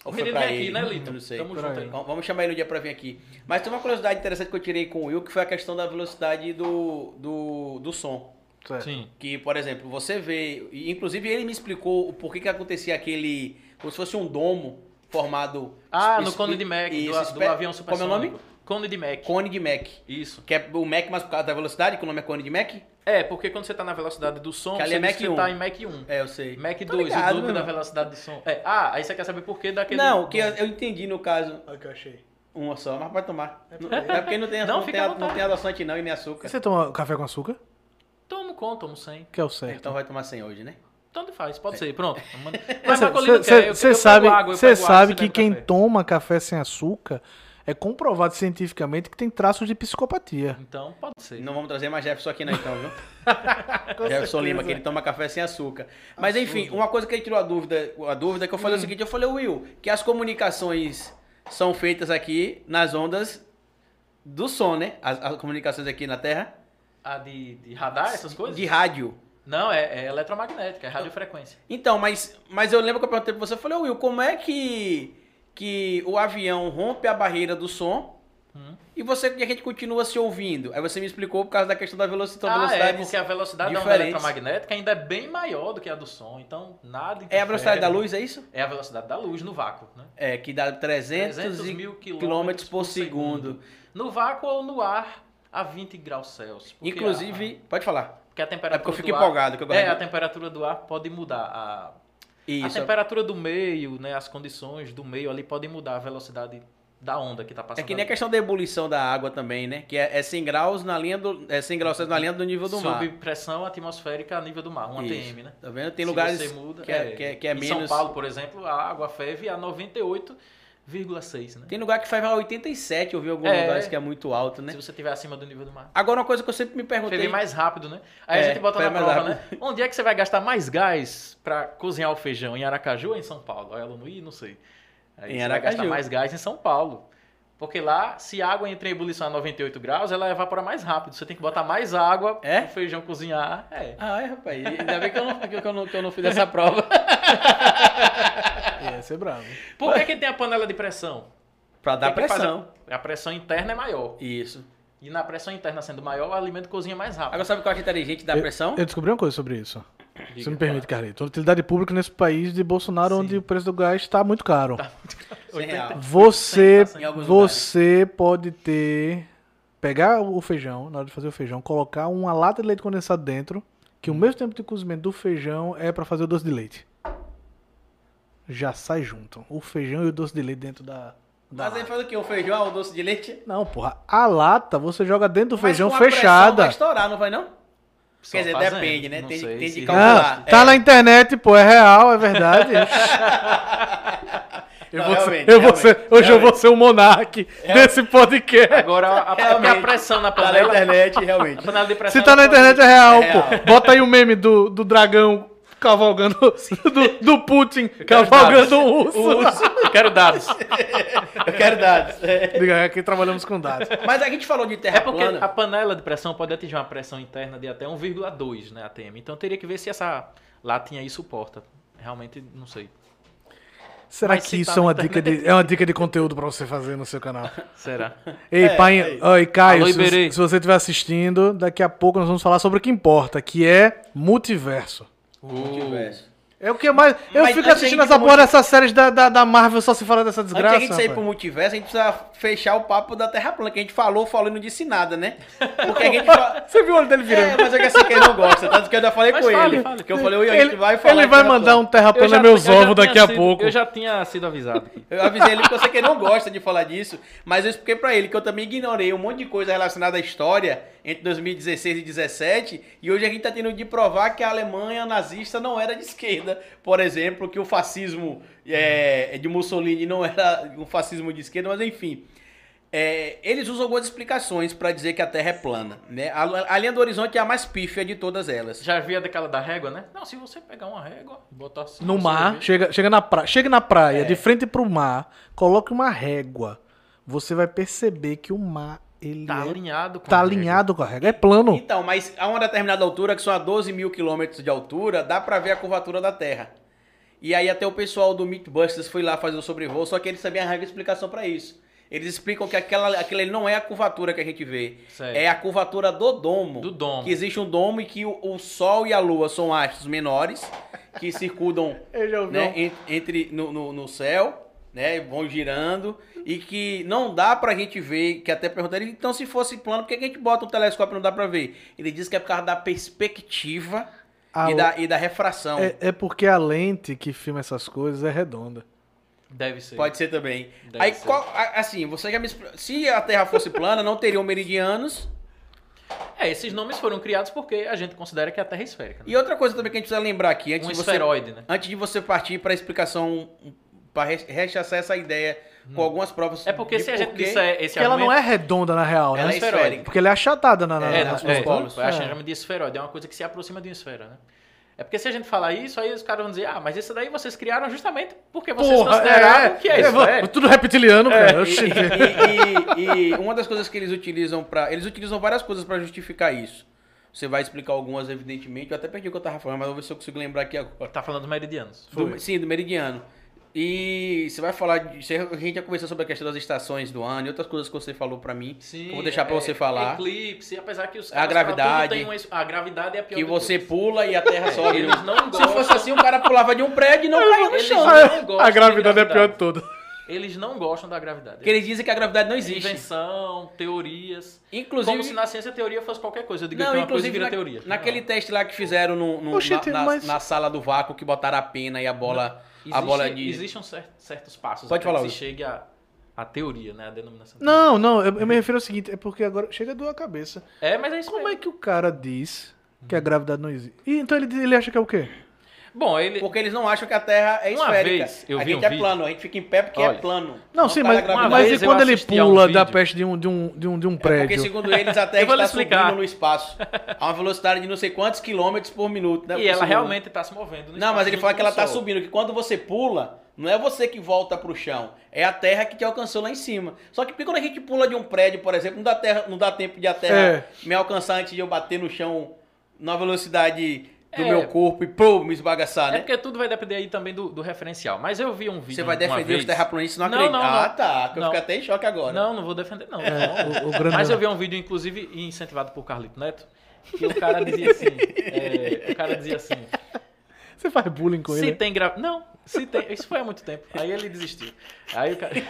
O Ou foi menino pra vem aqui, ele, né, Lito? eu Não sei. Tamo Pra junto ele. aí. Vamos vamos chamar ele um dia pra vir aqui. Mas tem uma curiosidade interessante que eu tirei com o Will, que foi a questão da velocidade do, do, do som. Certo. Sim. Que, por exemplo, você vê. e, Inclusive, ele me explicou o porquê que acontecia aquele. Como se fosse um domo formado. Ah, es- no Cone de Mac, do, isso, do espe- avião Como é o supersônico. nome? Cone de Mac. Cone de Mac. Isso. Que é o Mac, mas por causa da velocidade, que o nome é Cone de Mac? É, porque quando você tá na velocidade do som, Que ali você é diz Mac que 1. tá em Mac 1. É, eu sei. Mac Tô 2, ligado, o dobro meu da irmão. velocidade de som. É, ah, aí você quer saber por que daquele. Não, que é- eu, eu entendi no caso. Olha o que eu achei. Uma só, mas pode tomar. Não- É porque não tem, Não, não, fica tem, à não vontade. tem adoçante não e nem açúcar. Você toma café com açúcar? Tomo com, tomo sem. Que é o certo. Então vai tomar sem hoje, né? Tanto faz, pode ser. Pronto. Manda- É, Mas pra Colina quer, eu- eu Você pego sabe, água, eu cê pego água, sabe você que bebe quem café. toma café sem açúcar é comprovado cientificamente que tem traços de psicopatia. Então, pode ser. Não vamos trazer mais Jefferson aqui não, então, viu? Jefferson Lima, que ele toma café sem açúcar. Mas enfim, uma coisa que ele tirou a dúvida, a dúvida que eu falei é o seguinte, eu falei, Will, que as comunicações são feitas aqui nas ondas do som, né? As, as comunicações aqui na Terra. Ah, de, de radar, essas coisas? De rádio. Não, é, é eletromagnética, é radiofrequência. Então, mas, mas eu lembro que eu perguntei pra você, eu falei, Will, como é que, que o avião rompe a barreira do som Hum. e você e a gente continua se ouvindo? Aí você me explicou por causa da questão da veloci- da Ah, é, velocidade. porque a velocidade da onda diferentes. eletromagnética ainda é bem maior do que a do som, então nada É a velocidade interfere. da luz, é isso? É a velocidade da luz no vácuo, né? É, que dá 300, 300 e- mil quilômetros por segundo. No vácuo ou no ar a 20 graus Celsius. porque Inclusive, pode falar. a- porque É a temperatura porque eu fico do ar- empolgado. Que eu gosto É, a de- temperatura do ar pode mudar. A, a Isso. temperatura do meio, né, as condições do meio ali podem mudar a velocidade da onda que está É passando. que nem a ali. questão da ebulição da água também, né? Que é, é 100 graus na linha do. É 100 graus na linha do nível do mar. Sob pressão atmosférica a nível do mar, um Isso. ATM, né? Tá vendo? Tem Se lugares você muda, que é- que é- que é em menos- São Paulo, por exemplo, a água ferve a 98,6, né? Tem lugar que faz a 87, eu vi em alguns É. lugares que é muito alto, né? Se você estiver acima do nível do mar. Agora, uma coisa que eu sempre me perguntei. Ferver mais rápido, né? Aí É, a gente bota ferve na mais prova, né? Onde é que você vai gastar mais gás para cozinhar o feijão? Em Aracaju ou em São Paulo? Aí ela não ia, não sei. Aí Em você vai Aracaju. gastar mais gás em São Paulo. Porque lá, se a água entra em ebulição a 98 graus, ela evapora mais rápido. Você tem que botar mais água É? pro feijão cozinhar. É. Ah, é, rapaz. Ainda bem que eu não, que eu não, que eu não fiz essa prova. Ia ser É, bravo. Por que, que tem a panela de pressão? pra dar Tem que fazer- pressão. A pressão interna é maior. Isso. E na pressão interna sendo maior, o alimento cozinha mais rápido. Agora, sabe o que eu acho inteligente da pressão? Eu descobri uma coisa sobre isso. Diga, É Se me permite, Carlito. Utilidade pública nesse país de Bolsonaro, Sim. onde o preço do gás está muito caro. Sem real. Você, Em alguns você pode ter. Pegar o feijão, na hora de fazer o feijão, colocar uma lata de leite condensado dentro, que o Hum. mesmo tempo de cozimento do feijão é pra fazer o doce de leite. Já sai junto. O feijão e o doce de leite dentro da. da- Mas aí faz o quê? Um feijão, um doce de leite? Não, porra. A lata você joga dentro do Mas feijão com a pressão Vai fechada. estourar, não vai não? Só Quer dizer, fazendo, depende, né? não Tem de- sei tem de Ah, se- tá, é calcular. Não, É. calcular. tá É. na internet, pô, é real, é verdade. Eu Não, vou ser- realmente, eu vou realmente, ser- hoje eu realmente. É. vou ser o monarque desse podcast. Agora, a, é porque a Realmente. pressão na Tá na panela. é internet, A realmente. panela de pressão. Se tá na internet é real, É pô. real. Bota aí o meme do, do dragão cavalgando, do, do Putin cavalgando um urso. Eu quero dados. Eu quero dados. É. Diga, aqui trabalhamos com dados. Mas a gente falou de terra É porque a plana. panela de pressão pode atingir uma pressão interna de até 1,2, né, ATM. Então teria que ver se essa latinha aí suporta. Realmente não sei. Será Mas que se isso tá é, uma na dica de, é uma dica de conteúdo pra você fazer no seu canal? Será? Ei, É, pai, é isso. oi, Caio, Alô, se, você- Iberê. se você estiver assistindo, daqui a pouco nós vamos falar sobre o que importa, que é multiverso. Multiverso. É o que mais. Eu Mas antes fico da assistindo gente essa porra multi- dessas séries da, da, da Marvel só se fala dessa Antes desgraça. da gente sair pro rapaz. multiverso, a gente precisa fechar o papo da terra plana, que a gente falou, falou e não disse nada, né? Porque a gente fala... Você viu o olho dele virando? É, mas é que assim que ele não gosta, tanto que eu já falei Mas com fale, ele. fale. Que eu falei, oi, a gente Ele, vai falar. ele de vai terra mandar um plana. terra Eu já plana ti- meus eu já ovos tinha daqui a sido- pouco. Eu já tinha sido avisado. Eu avisei ele que eu sei que ele não gosta de falar disso, mas eu expliquei pra ele que eu também ignorei um monte de coisa relacionada à história entre 2016 e 2017, e hoje a gente tá tendo de provar que a Alemanha nazista não era de esquerda. Por exemplo, que o fascismo é, de Mussolini não era um fascismo de esquerda, mas enfim. É, eles usam algumas explicações pra dizer que a Terra é plana. Né? A, a linha do horizonte é a mais pífia de todas elas. Já havia daquela da régua, né? Não, se você pegar uma régua, botar assim, No você mar, vê. chega, chega, na pra, chega na praia, de frente pro mar, coloque uma régua. Você vai perceber que o mar, ele tá é- alinhado com tá a alinhado com a régua. É plano. Então, mas a uma determinada altura, que são a 12 mil quilômetros de altura, dá pra ver a curvatura da Terra. E aí até o pessoal do Mythbusters foi lá fazer o sobrevoo, só que eles também arrancam explicação pra isso. Eles explicam que aquela, aquela ali não é a curvatura que a gente vê, Certo. é a curvatura do domo. Do domo. Que existe um domo e que o, o Sol e a Lua são astros menores, que circundam Eu já né, en- entre no, no, no céu, né, vão girando e que não dá pra gente ver, que até perguntaram, então se fosse plano, por que que a gente bota um telescópio e não dá pra ver? Ele diz que é por causa da perspectiva Ah, e, da, e da refração. É, é porque a lente que filma essas coisas é redonda. Deve ser. Pode ser também. Deve Aí, ser. qual- a- assim, você já me expl- se a Terra fosse plana, não teriam meridianos. É, esses nomes foram criados porque a gente considera que a Terra é esférica. Né? E outra coisa também que a gente precisa lembrar aqui, antes Um de você esferoide, né? antes de você partir pra explicação para rechaçar essa ideia com algumas provas. É porque de se a gente porquê disser esse Porque ela não argumento- é redonda na real, ela é né? esférica. Porque ela é achatada na, na, É, na- não, nos é, polos. é, a gente É. chama de esferoide, é uma coisa que se aproxima de uma esfera, né? É porque se a gente falar isso, aí os caras vão dizer, ah, mas isso daí vocês criaram justamente porque vocês consideraram que é esférico. Tudo reptiliano, cara. Oxi. E, e- e- e uma das coisas que eles utilizam para Eles utilizam várias coisas para justificar isso. Você vai explicar algumas, evidentemente. Eu até perdi o que eu tava falando, mas vou ver se eu consigo lembrar aqui agora. Tá falando dos meridianos. Do- sim, do meridiano. E você vai falar. de- você- a gente já conversou sobre a questão das estações do ano e outras coisas que você falou para mim. Sim, Eu vou deixar pra é- você falar. Eclipse, apesar que os A falam, gravidade. tudo tem uma es- a gravidade é a pior que de você todas. pula e a terra sobe. É, Eles não Se gostam. fosse assim, o cara pulava de um prédio e não caía no Eles chão. não gostam a de gravidade é a pior de todas. Eles não gostam da gravidade. Porque eles dizem que a gravidade não existe. Invenção, teorias. Inclusive. Como se na ciência a teoria fosse qualquer coisa. Eu digo Não, que uma coisa inclusive vira na, teoria. naquele Não. teste lá que fizeram no, no- Oxe, na, tem na- mais- na sala do vácuo que botaram a pena e a bola. a Existe- bola de. Existem cer- certos passos Pode até falar, que Will. se chegue à à teoria, né? A denominação. Não, não, eu, eu me refiro ao seguinte, é porque agora chega a doer a cabeça. É, mas é isso Como mesmo. é que o cara diz que a gravidade não existe? E então ele, diz- ele acha que é o quê? Bom, ele. Porque eles não acham que a Terra é Uma esférica. vez eu a vi gente um é vídeo- plano, a gente fica em pé porque é Olha. plano. Não, sim, tá na mas, gravidade. mas vez e eu quando ele assisti a um pula vídeo. É da peste de um, de um, de um, de um Porque prédio? segundo eles a Terra Eu vou lhe está explicar. subindo no espaço a uma velocidade de não sei quantos quilômetros por minuto. Né, E por ela segundo. realmente está se movendo. no Não, mas espaço ele junto fala com que ela o tá Sol. subindo, que quando você pula, não é você que volta pro chão, é a terra que te alcançou lá em cima. Só que porque quando a gente pula de um prédio, por exemplo, não dá, terra, não dá tempo de a É. terra me alcançar antes de eu bater no chão na velocidade do É. meu corpo e pô, me esbagaçar, É né? porque tudo vai depender aí também do, do referencial. Mas eu vi um vídeo. Você vai uma defender vez... os terraplanistas, não Não, acredita. não, não. Ah, tá, que eu Não. fico até em choque agora. Não, não vou defender, não. não. É, o, o grande... Mas eu vi um vídeo, inclusive, incentivado por Carlito Neto, que o cara dizia assim. é, o cara dizia assim. Você faz bullying com Se ele? tem grava. Não, se tem. Isso foi há muito tempo. Aí ele desistiu. Aí o cara.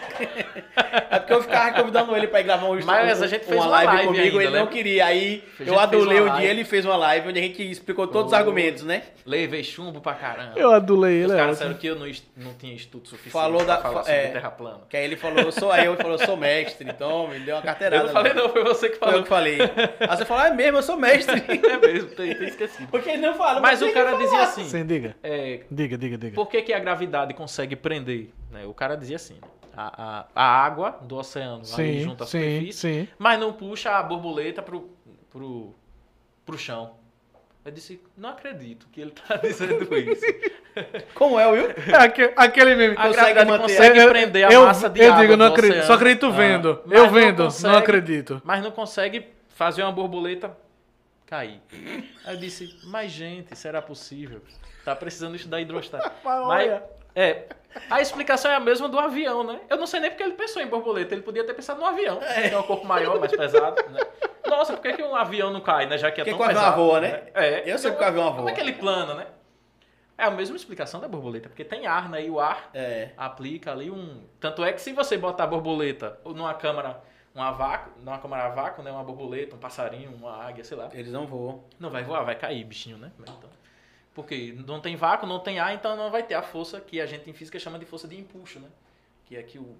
É porque eu ficava convidando ele pra ir gravar um Mas um- a gente uma fez uma live, live comigo, ainda, ele não lembra? queria. Aí A gente eu adulei fez uma o dia, live. ele fez uma live onde a gente explicou todos os Oh. argumentos, né? Levei chumbo pra caramba. Eu adulei Os ele. caras é disseram que eu não, est- não tinha estudo suficiente Falou da- pra falar fa- sobre é. terra plana. Que aí ele falou, eu sou aí, eu falou, eu sou mestre, então me deu uma carteirada. Eu não falei né? não, foi você que Foi eu falou. que falei. Aí você falou, ah, é mesmo, eu sou mestre. É mesmo, tem, tem esquecido. Porque ele não fala. Mas ele tá o cara fala. dizia ótimo. assim, Sim, diga. é, Diga, diga, diga. por que, que a gravidade consegue prender, né? O cara dizia assim, né? a, a, a água do oceano ali Sim, junto à sim, superfície, sim. mas não puxa a borboleta pro, pro, pro chão. Eu disse, não acredito que ele tá dizendo isso. Como é, Will? É aque- aquele meme. A Consegue gravidade manter- consegue prender a eu, massa de eu água digo, não do acredito, oceano. só acredito Ah, vendo. mas eu vendo, não, consegue- acredito. Mas não consegue fazer uma borboleta cair. Aí eu disse, mas gente, será possível? Tá precisando estudar hidrostática. Mas, é, a explicação é a mesma do avião, né? Eu não sei nem porque ele pensou em borboleta. Ele podia ter pensado no avião, que é um corpo maior, mais pesado, né? Nossa, por que, que um avião não cai, né? Já que é Porque tão com o avião pesado. voa, né? É. Eu sei porque o avião Como voa. é que ele plana, né? É a mesma explicação da borboleta, porque tem ar, né? E o ar É. aplica ali um. Tanto é que se você botar a borboleta numa câmara, uma vácuo, numa câmara a vácuo, né? Uma borboleta, um passarinho, uma águia, sei lá. Eles não voam. Não vai voar, vai cair, bichinho, né? Então, porque não tem vácuo, não tem ar, então não vai ter a força que a gente em física chama de força de empuxo, né? Que é que o.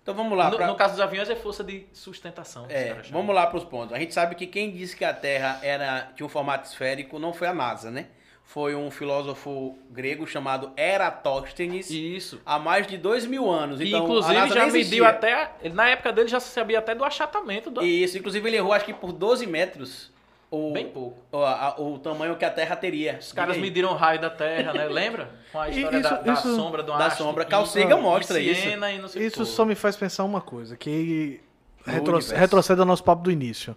Então vamos lá. no, pra- no caso dos aviões é força de sustentação. que os É, caras chamam. vamos lá para os pontos. A gente sabe que quem disse que a Terra era tinha um formato esférico não foi a NASA, né? Foi um filósofo grego chamado Eratóstenes, Isso. há mais de dois mil anos. E, Então, a inclusive NASA já nem mediu existia. até. a- Ele, na época dele já se sabia até do achatamento do Isso, inclusive ele errou acho que por 12 metros o, Bem pouco. o, a- o tamanho que a Terra teria. Os caras Diga aí. mediram o raio da Terra, né? Lembra? Com a E história da, isso- da isso- sombra do da astro, sombra. em- Carl Sagan em mostra isso. Siena E não sei o Isso que. só me faz pensar uma coisa, que No retro- universo. retrocede ao nosso papo do início.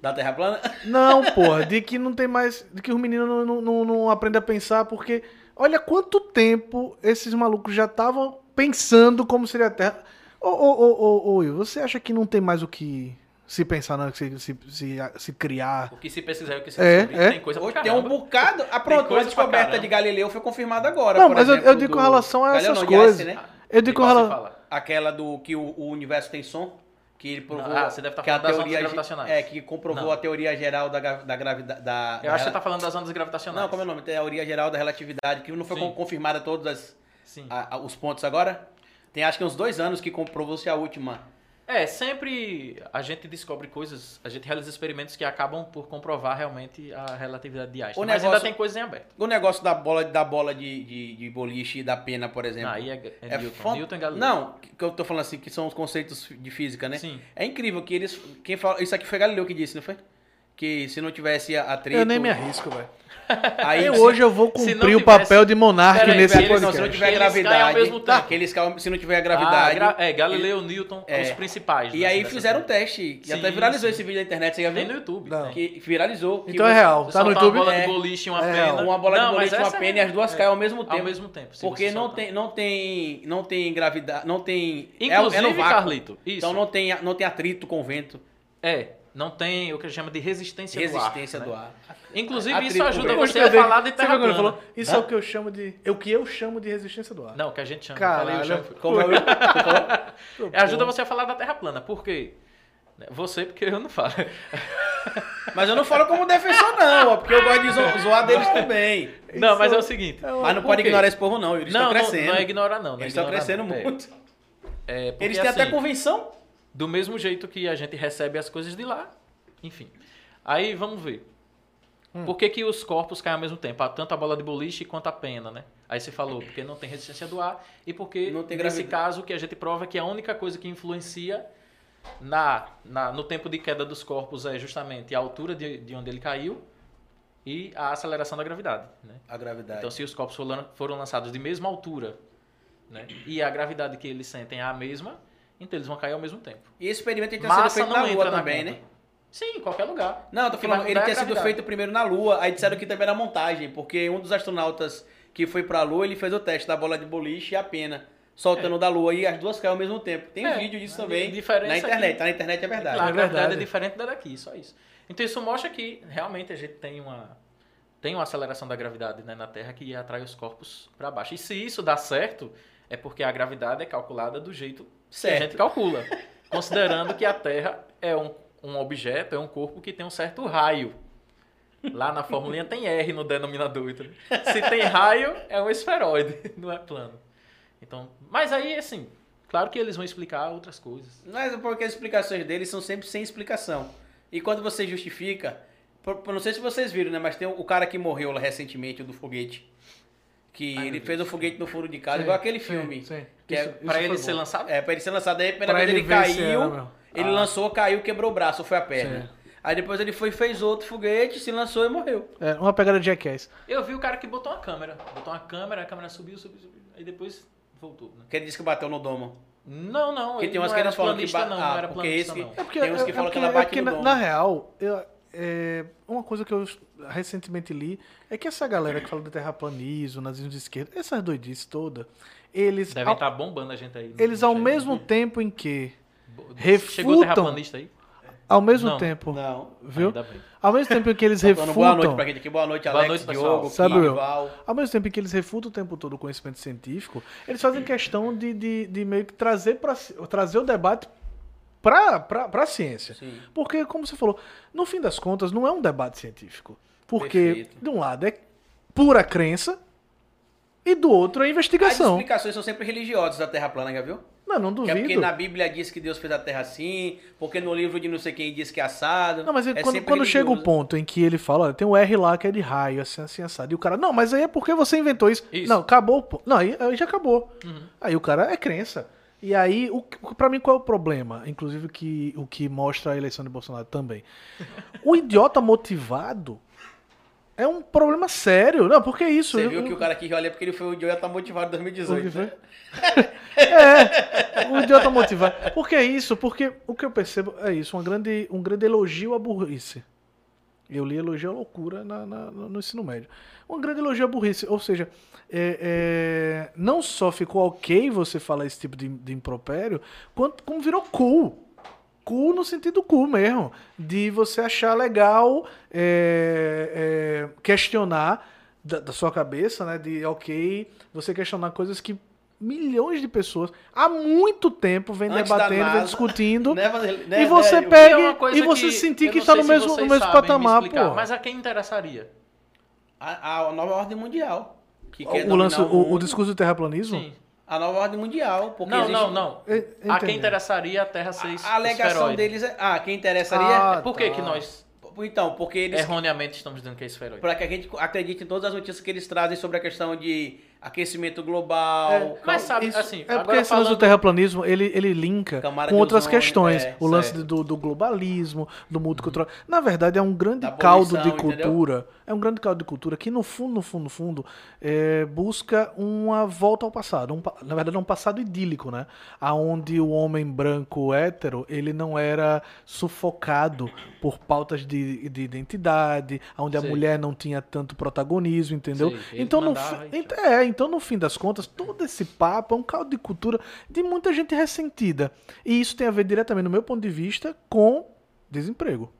Da Terra plana. Não, porra, de que não tem mais. De que os meninos não, não, não, não aprendem a pensar, porque. Olha quanto tempo esses malucos já estavam pensando como seria a Terra. Ô, ô, ô, ô, ô, Will, você acha que não tem mais o que se pensar, não? Se, se, se, se criar. O que se pesquisar e o que se É, descobrir, é. tem coisa pra Hoje tem um caramba. bocado. Ah, pronto, a coisa pra descoberta caramba. de Galileu foi confirmada agora. Não, por mas eu- eu exemplo, digo do- com relação a Galileu essas não, de Einstein, coisas. né? Eu digo com Igual se relação. fala. Aquela do que o, o universo tem som, que ele provou. Ah, você deve estar que a falando das ondas teoria ge- gravitacionais. É, que comprovou Não. a teoria geral da, gra- da gravidade. Da, Eu acho que você tá falando das ondas gravitacionais. Não, como é o nome? Teoria geral da relatividade, que não foi Sim. con- confirmada todos as- Sim. a- a- os pontos agora. Tem acho que uns dois anos que comprovou-se a última. É, sempre a gente descobre coisas, a gente realiza experimentos que acabam por comprovar realmente a relatividade de Einstein. O Mas ainda negócio- tem coisas em aberto. O negócio da bola, da bola de, de, de boliche e da pena, por exemplo. Aí é, é, Newton. fan- Newton e Galileu. Não, que eu tô falando assim, que são os conceitos de física, né? Sim. É incrível que eles. Quem fala, isso aqui foi Galileu que disse, não foi? Que se não tivesse a- atrito. Eu nem me arrisco, velho. Aí Eu se- hoje eu vou se não cumprir o tivesse- papel de monarca Peraí, nesse peraí, Eles, não, podcast. se não podcast. tiver Eles caem ao gravidade. tá, mesmo tempo. que eles caem- se não tiver Ah, gravidade. gra- é, Galileu, Newton, É. os principais. e né, aí dessa fizeram um coisa. teste. E Sim, até viralizou sim. esse vídeo na internet, você já Tem no viu? YouTube. Não. tem. Que viralizou. que Então é real, tá Soltar no Uma YouTube. bola É. de boliche e uma É, pena. Uma bola Não, de mas boliche, uma essa pena é- e as duas é, caem ao mesmo Ao tempo. mesmo tempo. se porque você não soltar. tem, não tem. Não tem gravidade. Não tem. é- é, no Inclusive, vácuo. Carlito, isso. Então não tem, não tem atrito com o vento. É, não tem o que a gente chama de resistência, Resistência é do do ar. ar. né? Inclusive, Atrito isso com ajuda vento. você a falar de terra plana. Isso é o que eu chamo de. É o que eu chamo de resistência do ar. Não, que a gente chama. Caralho. falei, eu chamo. Como é o- Pô, É, Ajuda você a falar da terra plana. Por quê? Você, porque eu não falo. Mas eu não falo como defensor, não, ó, porque eu gosto de zo- zoar deles também. Não, mas Isso- é o seguinte. Mas Ah, não Ah. Por pode quê? ignorar esse povo, não. Eles Não, estão não, crescendo. não é ignorar, não. não é Eles estão ignorar, crescendo não. É, muito. é, porque, Eles têm até assim, convenção. Do mesmo jeito que a gente recebe as coisas de lá. Enfim. Aí vamos ver. Hum. Por que, que os corpos caem ao mesmo tempo? Ah, Tanto a bola de boliche quanto a pena, né? Aí você falou, porque não tem resistência do ar e porque Não tem nesse gravidade. caso que a gente prova é que a única coisa que influencia na, na- no tempo de queda dos corpos é justamente a altura de, de onde ele caiu e a aceleração da gravidade, né? A gravidade. Então, se os corpos foram- foram lançados de mesma altura né, e a gravidade que eles sentem é a mesma, então eles vão cair ao mesmo tempo. e esse experimento ele tinha sido Massa feito não na entra Lua na também, conta. né? Sim, em qualquer lugar. Não, eu tô O que vai falando, ele mudar é tinha a sido gravidade. feito primeiro na Lua, aí disseram que também era montagem, porque um dos astronautas que foi pra Lua, ele fez o teste da bola de boliche e a pena, soltando da Lua, e as duas caem ao mesmo tempo. Tem um É, vídeo disso a também diferença na é que- internet, tá na internet é verdade. Claro, a gravidade é verdade. diferente da daqui, só isso. Então, isso mostra que realmente a gente tem uma, tem uma aceleração da gravidade né, na Terra que atrai os corpos para baixo. E se isso dá certo, é porque a gravidade é calculada do jeito que a gente Certo. calcula, considerando que a Terra é um, um objeto, é um corpo que tem um certo raio. Lá na formulinha tem R no denominador. Então, se tem raio, é um esferoide, não é plano. Então, mas aí, assim, claro que eles vão explicar outras coisas. Mas é porque as explicações deles são sempre sem explicação. E quando você justifica, por- por- não sei se vocês viram, né? Mas tem o cara que morreu lá recentemente, o do foguete. Que ele fez o foguete no furo de casa, igual É, aquele filme. Sim. Que é Isso- Pra isso ele foi ser bom. lançado? É, pra ele ser lançado aí, a primeira Pra vez ele, ver se era Ah. caiu, mesmo. ele lançou, caiu, quebrou o braço, foi a perna. Aí depois ele foi, fez outro foguete, se lançou e morreu. É, uma pegada de Jackass. Eu vi o cara que botou uma câmera. Botou uma câmera, a câmera subiu, subiu, subiu. Aí depois voltou, né? Que ele disse que bateu no domo. Não, não. Porque ele tem umas não que era eles falam que planista, ba- não, ah, não era porque planista, esse- não. É porque, Tem uns é- que é falam que porque- ela bate é porque no na, domo. na real, eu- é, uma coisa que eu recentemente li é que essa galera que fala de terraplanismo, nazismo de esquerda, essas doidices todas, eles, Devem ao, tá estar bombando a gente aí. no eles ao chat. né? mesmo tempo em que. Bo- Chegou refutam- o terraplanista aí? Ao mesmo Não. tempo. Não. Viu? Ainda bem. Ao mesmo tempo em que eles Tá falando boa refutam. noite pra gente aqui. Boa noite, Boa Alex, noite, pessoal. Diogo, Sabe, Kim, Will? Val. Ao mesmo tempo em que eles refutam o tempo todo o conhecimento científico, eles fazem questão de, de, de meio que trazer, pra, ci- trazer o debate para a ciência. Sim. Porque, como você falou, no fim das contas, não é um debate científico. Porque, Perfeito. de um lado, é pura crença e do outro é As investigação. explicações são sempre religiosas da Terra plana, já viu? Não, não Que é porque duvido. na Bíblia diz que Deus fez a Terra assim, porque no livro de não sei quem diz que é assado. Não, mas é ele- quando, sempre quando chega o religioso. ponto em que ele fala, olha, tem um R lá que é de raio, assim, assim, assado. E o cara, não, mas aí é porque você inventou isso. Isso. Não, acabou. o ponto. Não, aí, aí já acabou. Uhum. Aí o cara é crença. E aí, o, que- pra mim, qual é o problema? Inclusive, o que, o que mostra a eleição de Bolsonaro também. O idiota motivado é um problema sério. Não, porque é isso. Você eu- viu que o cara que olha porque ele foi o Diogo tá motivado em o que 2018. foi? né? É, o idiota motivado. Por que isso? Porque o que eu percebo é isso, uma grande, um grande elogio à burrice. Eu li elogio à loucura na- na- no ensino médio. Um grande elogio à burrice. Ou seja, é- é, não só ficou ok você falar esse tipo de, de impropério, quanto como virou cool. Cool no sentido cool mesmo. De você achar legal é, é, questionar da, da sua cabeça, né? De ok, você questionar coisas que milhões de pessoas há muito tempo vem Antes da debatendo, vem NASA, discutindo. Né, Vane- né, e você né, Will? pega E é e, você sentir eu que não está sei no se mesmo, no vocês mesmo sabem me patamar, explicar, pô. Mas a quem interessaria? A, a nova ordem mundial. Que quer o, dominar lance, o, o mundo. discurso do terraplanismo? É, Sim. A nova ordem mundial. Porque não, existe- não, não. Eu- eu A quem entendi. interessaria um é a Terra ser A, a alegação esferoide? deles é. Ah, quem interessaria. Ah, Por que tá. que nós Então, porque eles erroneamente estamos dizendo que é esferoide? Pra que a gente acredite em todas as notícias que eles trazem sobre a questão de aquecimento global. É, Mas sabe, Isso- é assim, porque agora esse lance do falando... terraplanismo, ele, ele linka Camada com de outras ozônio, questões. é, o lance certo. do, do globalismo, do mundo cultural. Na verdade, é um grande Da caldo poluição, de cultura. É um grande caldo de cultura que, no fundo, no fundo, no fundo, é, busca uma volta ao passado. Um pa- na verdade, é um passado idílico, né? Aonde o homem branco hétero, ele não era sufocado por pautas de, de identidade, onde a Sei. mulher não tinha tanto protagonismo, entendeu? Sei, ele então, no, mandava fi- e tchau. é, então, no fim das contas, todo esse papo é um caldo de cultura de muita gente ressentida. E isso tem a ver diretamente, no meu ponto de vista, com desemprego.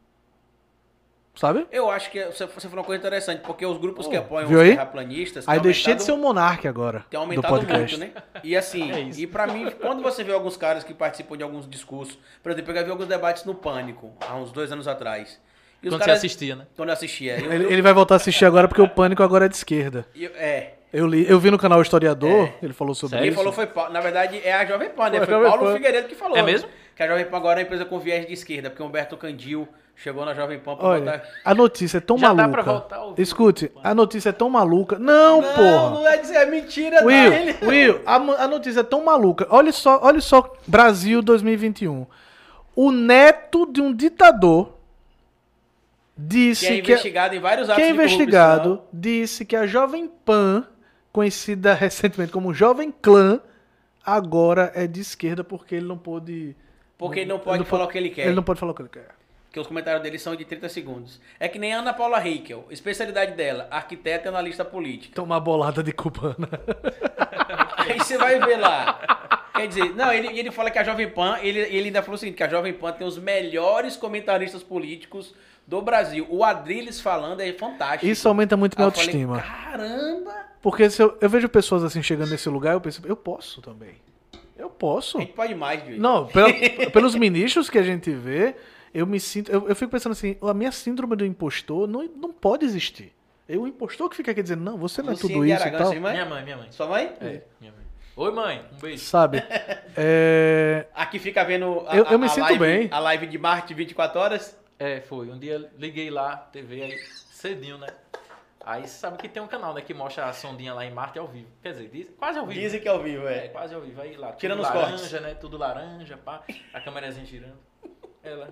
Sabe? Eu acho que você você falou uma coisa interessante, porque os grupos que apoiam Oh, viu os aí? terraplanistas. Aí têm eu deixei de aumentado- ser o monarca agora. Tem do aumentado podcast. muito, né? E assim, É isso. e pra mim, quando você vê alguns caras que participam de alguns discursos, por exemplo, eu já vi alguns debates no Pânico, há uns dois anos atrás. E os Quando você caras. assistia, né? Quando eu assistia. eu- Ele, ele vai voltar a assistir agora porque o pânico agora é de esquerda. eu- é. Eu, li, eu vi no canal Historiador, ele falou sobre É. Sério? Quem isso. falou foi. Pa- Na verdade, é a Jovem Pan, né? Foi a Foi Jovem Paulo Pan. Figueiredo que falou. É né? mesmo? Que a Jovem Pan agora é uma empresa com viés de esquerda, porque Humberto Candil chegou na Jovem Pan pra Olha, botar. a notícia é tão Já dá maluca. pra voltar a ouvir Escute, a notícia é tão maluca. Não, Não, porra. não é dizer, é mentira Will, dele. Will, a, mo- a notícia é tão maluca. Olha só, olha só Brasil 2021. O neto de um ditador Que disse é que, investigado em vários atos que é de corrupção. investigado disse que a Jovem Pan, conhecida recentemente como Jovem Clã, agora é de esquerda porque ele não pôde Porque ele não pode Ele não falar pode- o que ele quer. ele não pode falar o que ele quer. Porque os comentários dele são de 30 segundos. É que nem a Ana Paula Hickel. Especialidade dela, arquiteta e analista política. Tomar bolada de cubana. né? Aí você vai ver lá. Quer dizer, não, ele, ele fala que a Jovem Pan, ele, ele ainda falou o seguinte, que a Jovem Pan tem os melhores comentaristas políticos do Brasil. O Adriles falando é fantástico. Isso aumenta muito Aí minha eu falei, autoestima. Caramba! Porque se eu, eu vejo pessoas assim chegando nesse lugar, eu penso, eu posso também. Eu posso. A gente pode mais, Juiz. Não, pela- pelos ministros que a gente vê, eu me sinto. Eu, eu fico pensando assim, a minha síndrome do impostor não, não pode existir. É o impostor que fica aqui dizendo, não, você não é Lucinha tudo de isso e Aragão, tal. sua mãe? Minha mãe, minha mãe. Sua mãe? É, minha mãe. Oi, mãe. Um beijo. Sabe? É, Aqui fica vendo a, Eu- eu me a sinto live, bem. a live de Marte 24 horas. É, foi. Um dia liguei lá, TV aí, cedinho, né? Aí você sabe que tem um canal, né, que mostra a sondinha lá em Marte ao vivo. Quer dizer, diz- quase ao vivo. Dizem que é ao vivo, É, é. quase ao vivo. Aí lá, tudo Tirando os laranja, cortes. né? Tudo laranja, pá. A câmerazinha girando. Ela.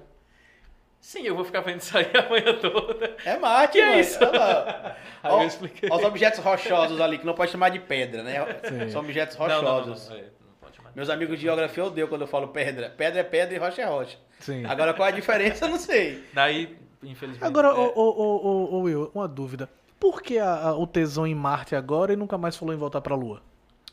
Sim, eu vou ficar vendo isso aí a manhã toda. É Marte, Que é mano. isso? Olha lá. Aí Ó, eu expliquei. ó, os objetos rochosos ali, que não pode chamar de pedra, né? São objetos Não, rochosos. não, não, não, é, não pode mais. Meus amigos de geografia odeiam quando eu falo pedra. Pedra é pedra e rocha é rocha. Sim. Agora qual é a diferença, eu não sei. Daí, infelizmente. Agora, é, ô, ô, ô, ô, ô, Will, uma dúvida. Por que a- a- o tesão em Marte agora e nunca mais falou em voltar pra Lua?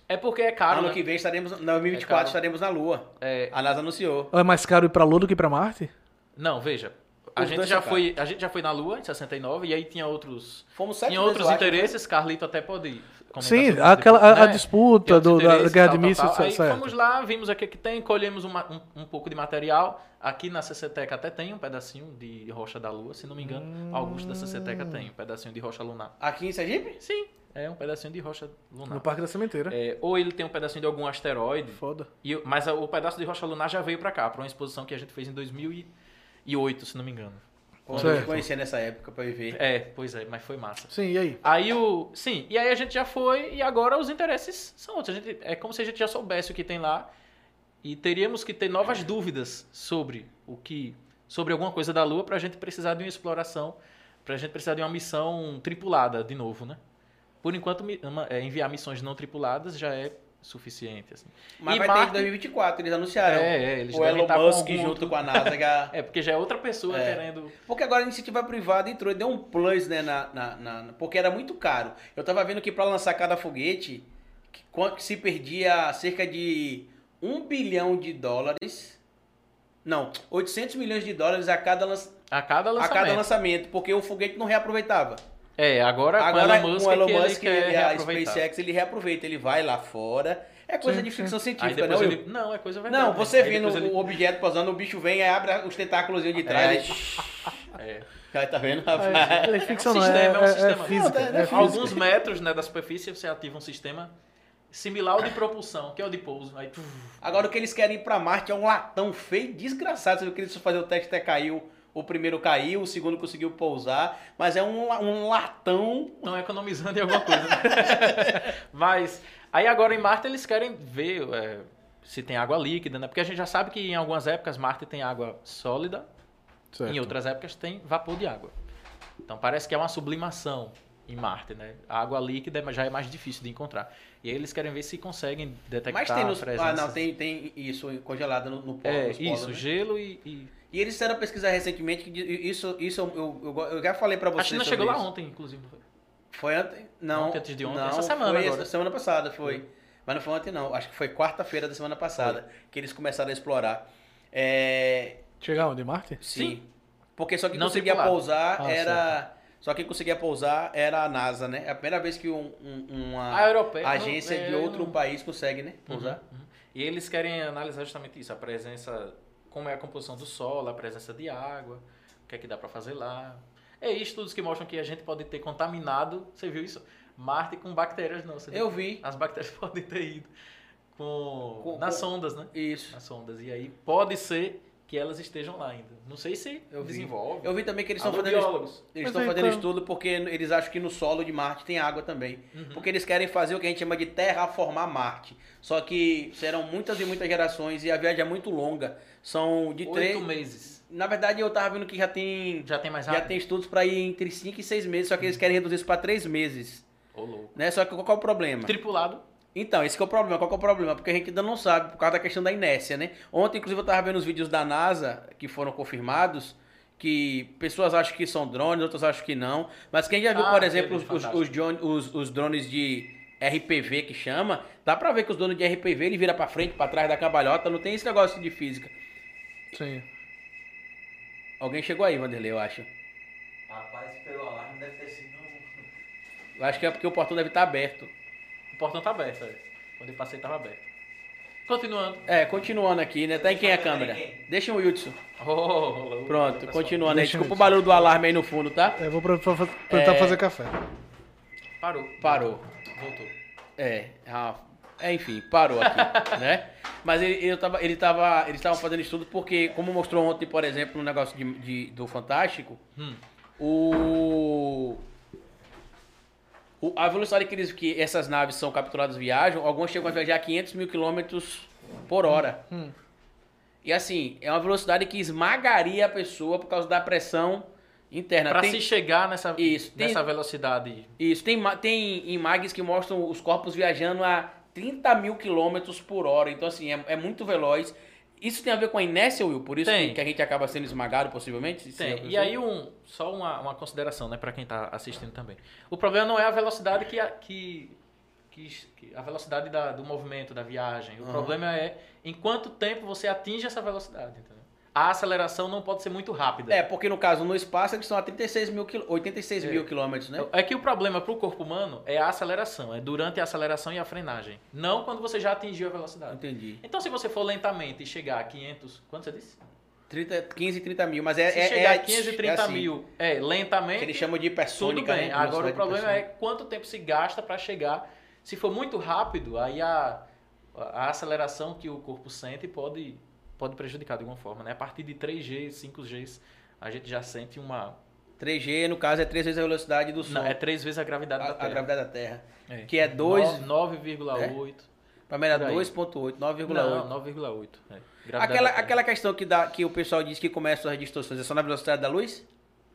é porque é caro. ano né? que vem estaremos, em 2024 É, tá. estaremos na Lua. É, A NASA anunciou. É mais caro ir pra Lua do que pra Marte? não, veja. A Os gente, dois já são foi, a gente já foi na Lua em 69 e aí tinha outros. Fomos sete tinha vezes outros lá, interesses, Carlito até pode comentar sobre Sim, isso aquela, depois, a, a né? disputa Tem do, outros da interesses, guerra tal, de tal, mísseis, tá tal. Aí certo. fomos lá, vimos o que que tem, colhemos uma- um, um pouco de material. Aqui na CCTEC até tem um pedacinho de rocha da lua, se não me engano. Hum. Augusto da CCTEC tem um pedacinho de rocha lunar. Aqui em Sergipe? Sim, é um pedacinho de rocha lunar. No Parque da Sementeira. É, ou ele tem um pedacinho de algum asteroide, Foda. e, o- mas a- o pedaço de rocha lunar já veio pra cá, pra uma exposição que a gente fez em 2008, se não me engano. Pô, eu Certo. te conhecia nessa época pra viver. É, pois é, mas foi massa. Sim, e aí? Aí o. Sim, e aí a gente já foi e agora os interesses são outros. A gente, é como se a gente já soubesse o que tem lá e teríamos que ter novas dúvidas sobre o que. sobre alguma coisa da Lua pra gente precisar de uma exploração, pra gente precisar de uma missão tripulada de novo, né? Por enquanto, mi- uma- é, enviar missões não tripuladas já é suficiente. Assim. Mas E vai ter Marte- em 2024, eles anunciaram. É, é, eles o devem Elon estar com Musk algum junto outro- com a NASA. que a- É, porque já é outra pessoa É. querendo. Porque agora a iniciativa privada entrou e deu um plus, né? Na, na- na- porque era muito caro. Eu tava vendo que pra lançar cada foguete, que, quan- que se perdia cerca de 1 bilhão de dólares. Não, 800 milhões de dólares a cada, lança- A cada a lançamento. cada lançamento, porque o foguete não reaproveitava. É, agora, Agora com o Elon Musk, com o Elon é que ele Musk quer e a reaproveitar. SpaceX, ele reaproveita, ele vai lá fora. É coisa Sim, de sim. ficção Aí científica, depois não? ele... Não, é coisa verdade. Não, né? você Aí vendo depois ele- o objeto posando, o bicho vem, aí abre os tentáculos de trás. É. É. Aí tá vendo, rapaz? É, é ficção, É um não, sistema, é um é, é, sistema. física. Não, é é- física. Alguns metros né, da superfície você ativa um sistema similar ao de propulsão, que é o de pouso. Aí, tuf, Agora o que eles querem ir pra Marte é um latão feio, e desgraçado. Você viu que eles fazer o teste até caiu. O primeiro caiu, o segundo conseguiu pousar, mas é um, la- um latão. estão economizando em alguma coisa. né? Mas aí agora em Marte eles querem ver é, se tem água líquida, né? Porque a gente já sabe que em algumas épocas Marte tem água sólida, em outras épocas tem vapor de água. Então parece que é uma sublimação em Marte, né? A água líquida é- já é mais difícil de encontrar. E aí eles querem ver se conseguem detectar Mas tem a nos. tá presença. Ah, não, tem, tem isso congelado no, no polo. É, nos polos, isso, né? gelo e- e E eles fizeram pesquisar recentemente que di- isso, isso eu, eu- eu go- eu já falei pra vocês. A China sobre chegou lá isso. ontem, inclusive. não foi? Foi ontem? Não. Ontem, antes de ontem, não, essa semana foi agora. Hum. essa semana passada foi. Mas não foi ontem não, acho que foi quarta-feira da semana passada que eles começaram a explorar. É, Chegar onde? Marte? Sim. Porque só quem Não conseguia tripulado. pousar Ah, era. Só quem conseguia pousar era a NASA, né? É a primeira vez que um- um- A Ah, uma europeia. agência não, é, de outro não- país consegue, né? Pousar. Uhum, uhum. E eles querem analisar justamente isso, a presença, como é a composição do solo, a presença de água, o que é que dá pra fazer lá. É estudos que mostram que a gente pode ter contaminado, você viu isso? Marte com bactérias né? não, você viu? Eu vi. As bactérias podem ter ido com, Com- nas com- sondas, né? Isso. Nas sondas. E aí pode ser que elas estejam lá ainda. Não sei se Eu vi. desenvolve. Eu vi também que Ah, eles estão Alô, fazendo. biólogos. Eles Mas estão aí, fazendo qual- estudo porque eles acham que no solo de Marte tem água também. Uhum. Porque eles querem fazer o que a gente chama de terraformar Marte. Só que serão muitas e muitas gerações e a viagem é muito longa. São de Oito três. meses. Na verdade, eu tava vendo que já tem. Já tem mais Já rápido? tem estudos para ir entre 5 e 6 meses, só que eles querem reduzir isso para 3 meses. Ô, louco. Né? Só que qual que é o problema? Tripulado. Então, esse que é o problema. Qual que é o problema? Porque a gente ainda não sabe, por causa da questão da inércia, né? Ontem, inclusive, eu tava vendo os vídeos da NASA que foram confirmados, que pessoas acham que são drones, outras acham que não. Mas quem já viu, Ah, por exemplo, os, aquele os, fantástico. os drone- os- os drones de RPV que chama, dá pra ver que os donos de RPV ele vira pra frente, pra trás da cambalhota, não tem esse negócio de física. Sim. Alguém chegou aí, Vanderlei, eu acho. Rapaz, pelo alarme deve ter sido um. Eu acho que é porque o portão deve estar aberto. O portão tá aberto, é. Quando eu passei tava aberto. Continuando. É, continuando aqui, né? Tá em quem a câmera? Quem? Deixa o Wilson. Oh, Pronto, pessoal. continuando aí. Deixa o Desculpa Hudson. o barulho do alarme aí no fundo, tá? É, vou pra, pra- pra tentar fazer café. Parou. Parou. Voltou. É, ah, é, enfim, parou aqui, né? Mas ele, eu tava, ele tava, eles estavam fazendo estudo porque, como mostrou ontem, por exemplo, um no negócio de, de- do Fantástico, Hum. o o- a velocidade que, eles, que essas naves são capturadas viajam, algumas chegam a viajar a 500 mil quilômetros por hora. Hum. E assim, é uma velocidade que esmagaria a pessoa por causa da pressão interna. Pra Tem- se chegar nessa, Isso, tem- nessa velocidade. Isso, tem, ma- tem imagens que mostram os corpos viajando a 30 mil quilômetros por hora. Então, assim, é, é muito veloz. Isso tem a ver com a inércia, Will? Por isso Tem. que- que a gente acaba sendo esmagado, possivelmente? é Se Tem. eu- E aí, um, só uma, uma consideração, né, para quem tá assistindo também. O problema não é a velocidade que. A, que, que, que- a velocidade da- do movimento, da viagem. O Aham. problema é em quanto tempo você atinge essa velocidade, entendeu? A aceleração não pode ser muito rápida. É, porque no caso, no espaço, eles estão a 36 mil, quil- 86 É. mil quilômetros, né? É que o problema para o corpo humano é a aceleração, é durante a aceleração e a frenagem. Não quando você já atingiu a velocidade. Entendi. Então, se você for lentamente e chegar a 500. Quanto você disse? 30, 15, 30 mil, mas é... se é, chegar é, a 530 é assim, mil é, Que lentamente, eles chamam de tudo hipersônica, bem. né? Agora o problema é quanto tempo se gasta para chegar. Se for muito rápido, aí a, a aceleração que o corpo sente pode, pode prejudicar de alguma forma. Né? A partir de 3G, 5G, a gente já sente uma. 3G, no caso, é três vezes a velocidade do som. Não, é três vezes a gravidade a, da a Terra. gravidade da Terra. É. Que é 2... No- 9,8. Pra mim era Por aí. 2.8, 9,8. Não, 9,8. é. Gravidade É? Aquela, da Terra. aquela questão que, dá, que o pessoal diz que começam as distorções é só na velocidade da luz?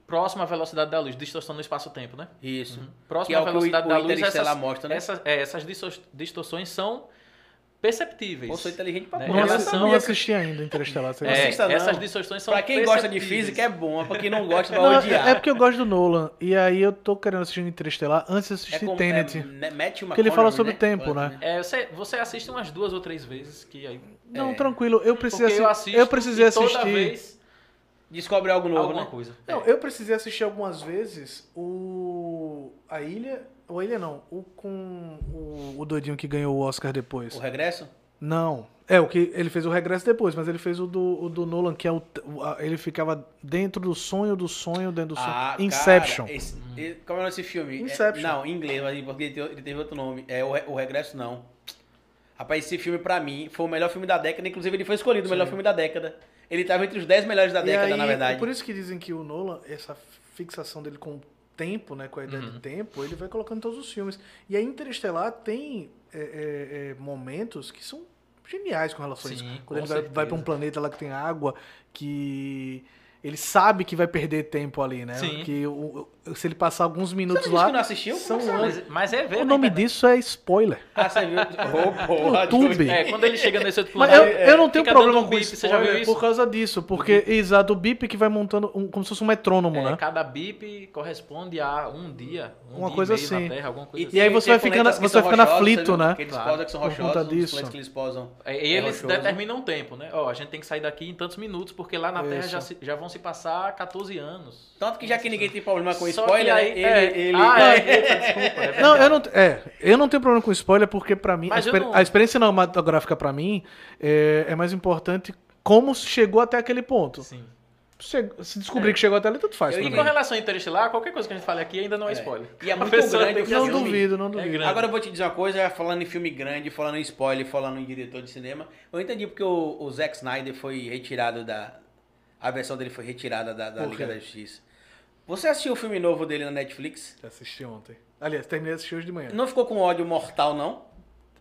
Próxima à velocidade da luz, distorção no espaço-tempo, né? Isso. Que Próxima é à o que o, velocidade da o luz, Interestelar essas, mostra, né? essas, é, essas distor- distorções são perceptíveis. Pô, sou inteligente pra Né? porra. Não, eu assi- sabia não que- assisti ainda Interestelar. sei lá. É, assista, não. Essas distorções são Pra quem gosta de perceptíveis. física é bom, mas pra quem não gosta vai Não, é- odiar. é porque eu gosto do Nolan. E aí eu tô querendo assistir um Interestelar antes de É assistir como- Tenet. é, né, Matthew Porque ele fala McConaughey, sobre né? tempo, Fala, né? É, você, você assiste umas duas ou três vezes que aí. Não, tranquilo. Eu precisei, é, Porque eu assi- assisto eu precisei e toda assistir. vez Descobre algo novo, alguma né? coisa. Não, É. eu precisei assistir algumas vezes o. A Ilha. Ou a Ilha não. O com. O, o doidinho que ganhou o Oscar depois. O regresso? Não. É, o que ele fez o regresso depois, mas ele fez o do, o do Nolan, que é o. o- a- Ele ficava dentro do sonho do sonho, dentro do sonho. Ah, cara, Inception. esse- e- como é o nome desse filme? É- Inception. não, em inglês, mas em português ele teve- ele teve outro nome. É o, Re- o Regresso, não. Rapaz, esse filme pra mim foi o melhor filme da década. Inclusive, ele foi escolhido o melhor filme da década. Ele tava entre os 10 melhores é da E década, aí, é na verdade. Por isso que dizem que o Nolan, essa fixação dele com o tempo, né, com a ideia Uhum. do tempo, ele vai colocando em todos os filmes. E aí Interestelar tem é, é, é, momentos que são geniais com relação a Sim, isso. com Quando ele vai, certeza. vai para um planeta lá que tem água, que ele sabe que vai perder tempo ali, né? Sim. Que o- o- se ele passar alguns Você minutos não disse que não lá... assistiu? Como são é que você- Mas, mas é ver. O na nome internet. disso é spoiler. Ah, você viu? Ô, porra, YouTube. doido. É, quando ele chega nesse outro Mas planeta. eu, eu não tenho fica problema dando um com bip, isso. Você já viu isso? Uhum. Por causa disso. Porque, exato, o bip que vai montando um- como se fosse um metrônomo, É, né? cada bip corresponde a um dia, um Uma dia coisa e meio assim. na Terra, alguma coisa E, assim. E aí você vai tem ficando- planetas que você são vai ficando rochosos, aflito, sabe? né? Que eles Claro. posam que são Por conta rochosos, os disso. planetas que eles posam. É, E eles rochoso. determinam um tempo, né? Ó, a gente tem que sair daqui em tantos minutos, porque lá na Terra Isso. já, se- já vão se passar 14 anos. Tanto que já que ninguém tem problema com Só spoiler, né? que aí- ele... é. ele... Ah, é, eita, desculpa. é Não, verdade. eu não, é, eu não tenho problema com spoiler, porque pra mim, a, Mas eu exper- não- a experiência cinematográfica pra mim é, é mais importante como se chegou até aquele ponto. Sim. Se, se É. descobrir que chegou até ali, tudo faz. Eu pra E mim. com relação a Interestelar, qualquer coisa que a gente fale aqui ainda não é, É. spoiler. E é A muito pessoa grande tem o que filme. Não assumir. duvido, não duvido. É grande. Agora eu vou te dizer uma coisa, falando em filme grande, falando em spoiler, falando em diretor de cinema. Eu entendi porque o, o Zack Snyder foi retirado da. A versão dele foi retirada da, da Por quê? Liga da Justiça. Você assistiu o filme novo dele na Netflix? Assisti ontem. Aliás, terminei de assistir hoje de manhã. Não ficou com ódio mortal, não?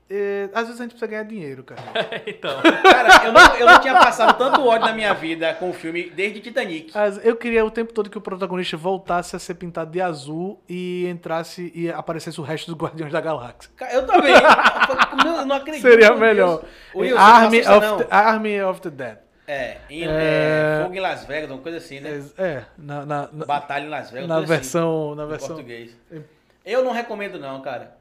É, às vezes a gente precisa ganhar dinheiro, cara. Então, Cara, eu não, eu não tinha passado tanto ódio na minha vida com o filme desde Titanic. As- eu queria o tempo todo que o protagonista voltasse a ser pintado de azul e entrasse e aparecesse o resto dos Guardiões da Galáxia. Cara, Eu também. Eu não, eu não acredito. Seria meu melhor. Deus. Will, você não É, Army, assista, of não. the, Army of the Dead. É, em, É. é, Fogo em Las Vegas, uma coisa assim, né? É, na, na- na- Batalha em Las Vegas. na uma coisa assim. versão. Na Em versão português. Eu não recomendo não, cara.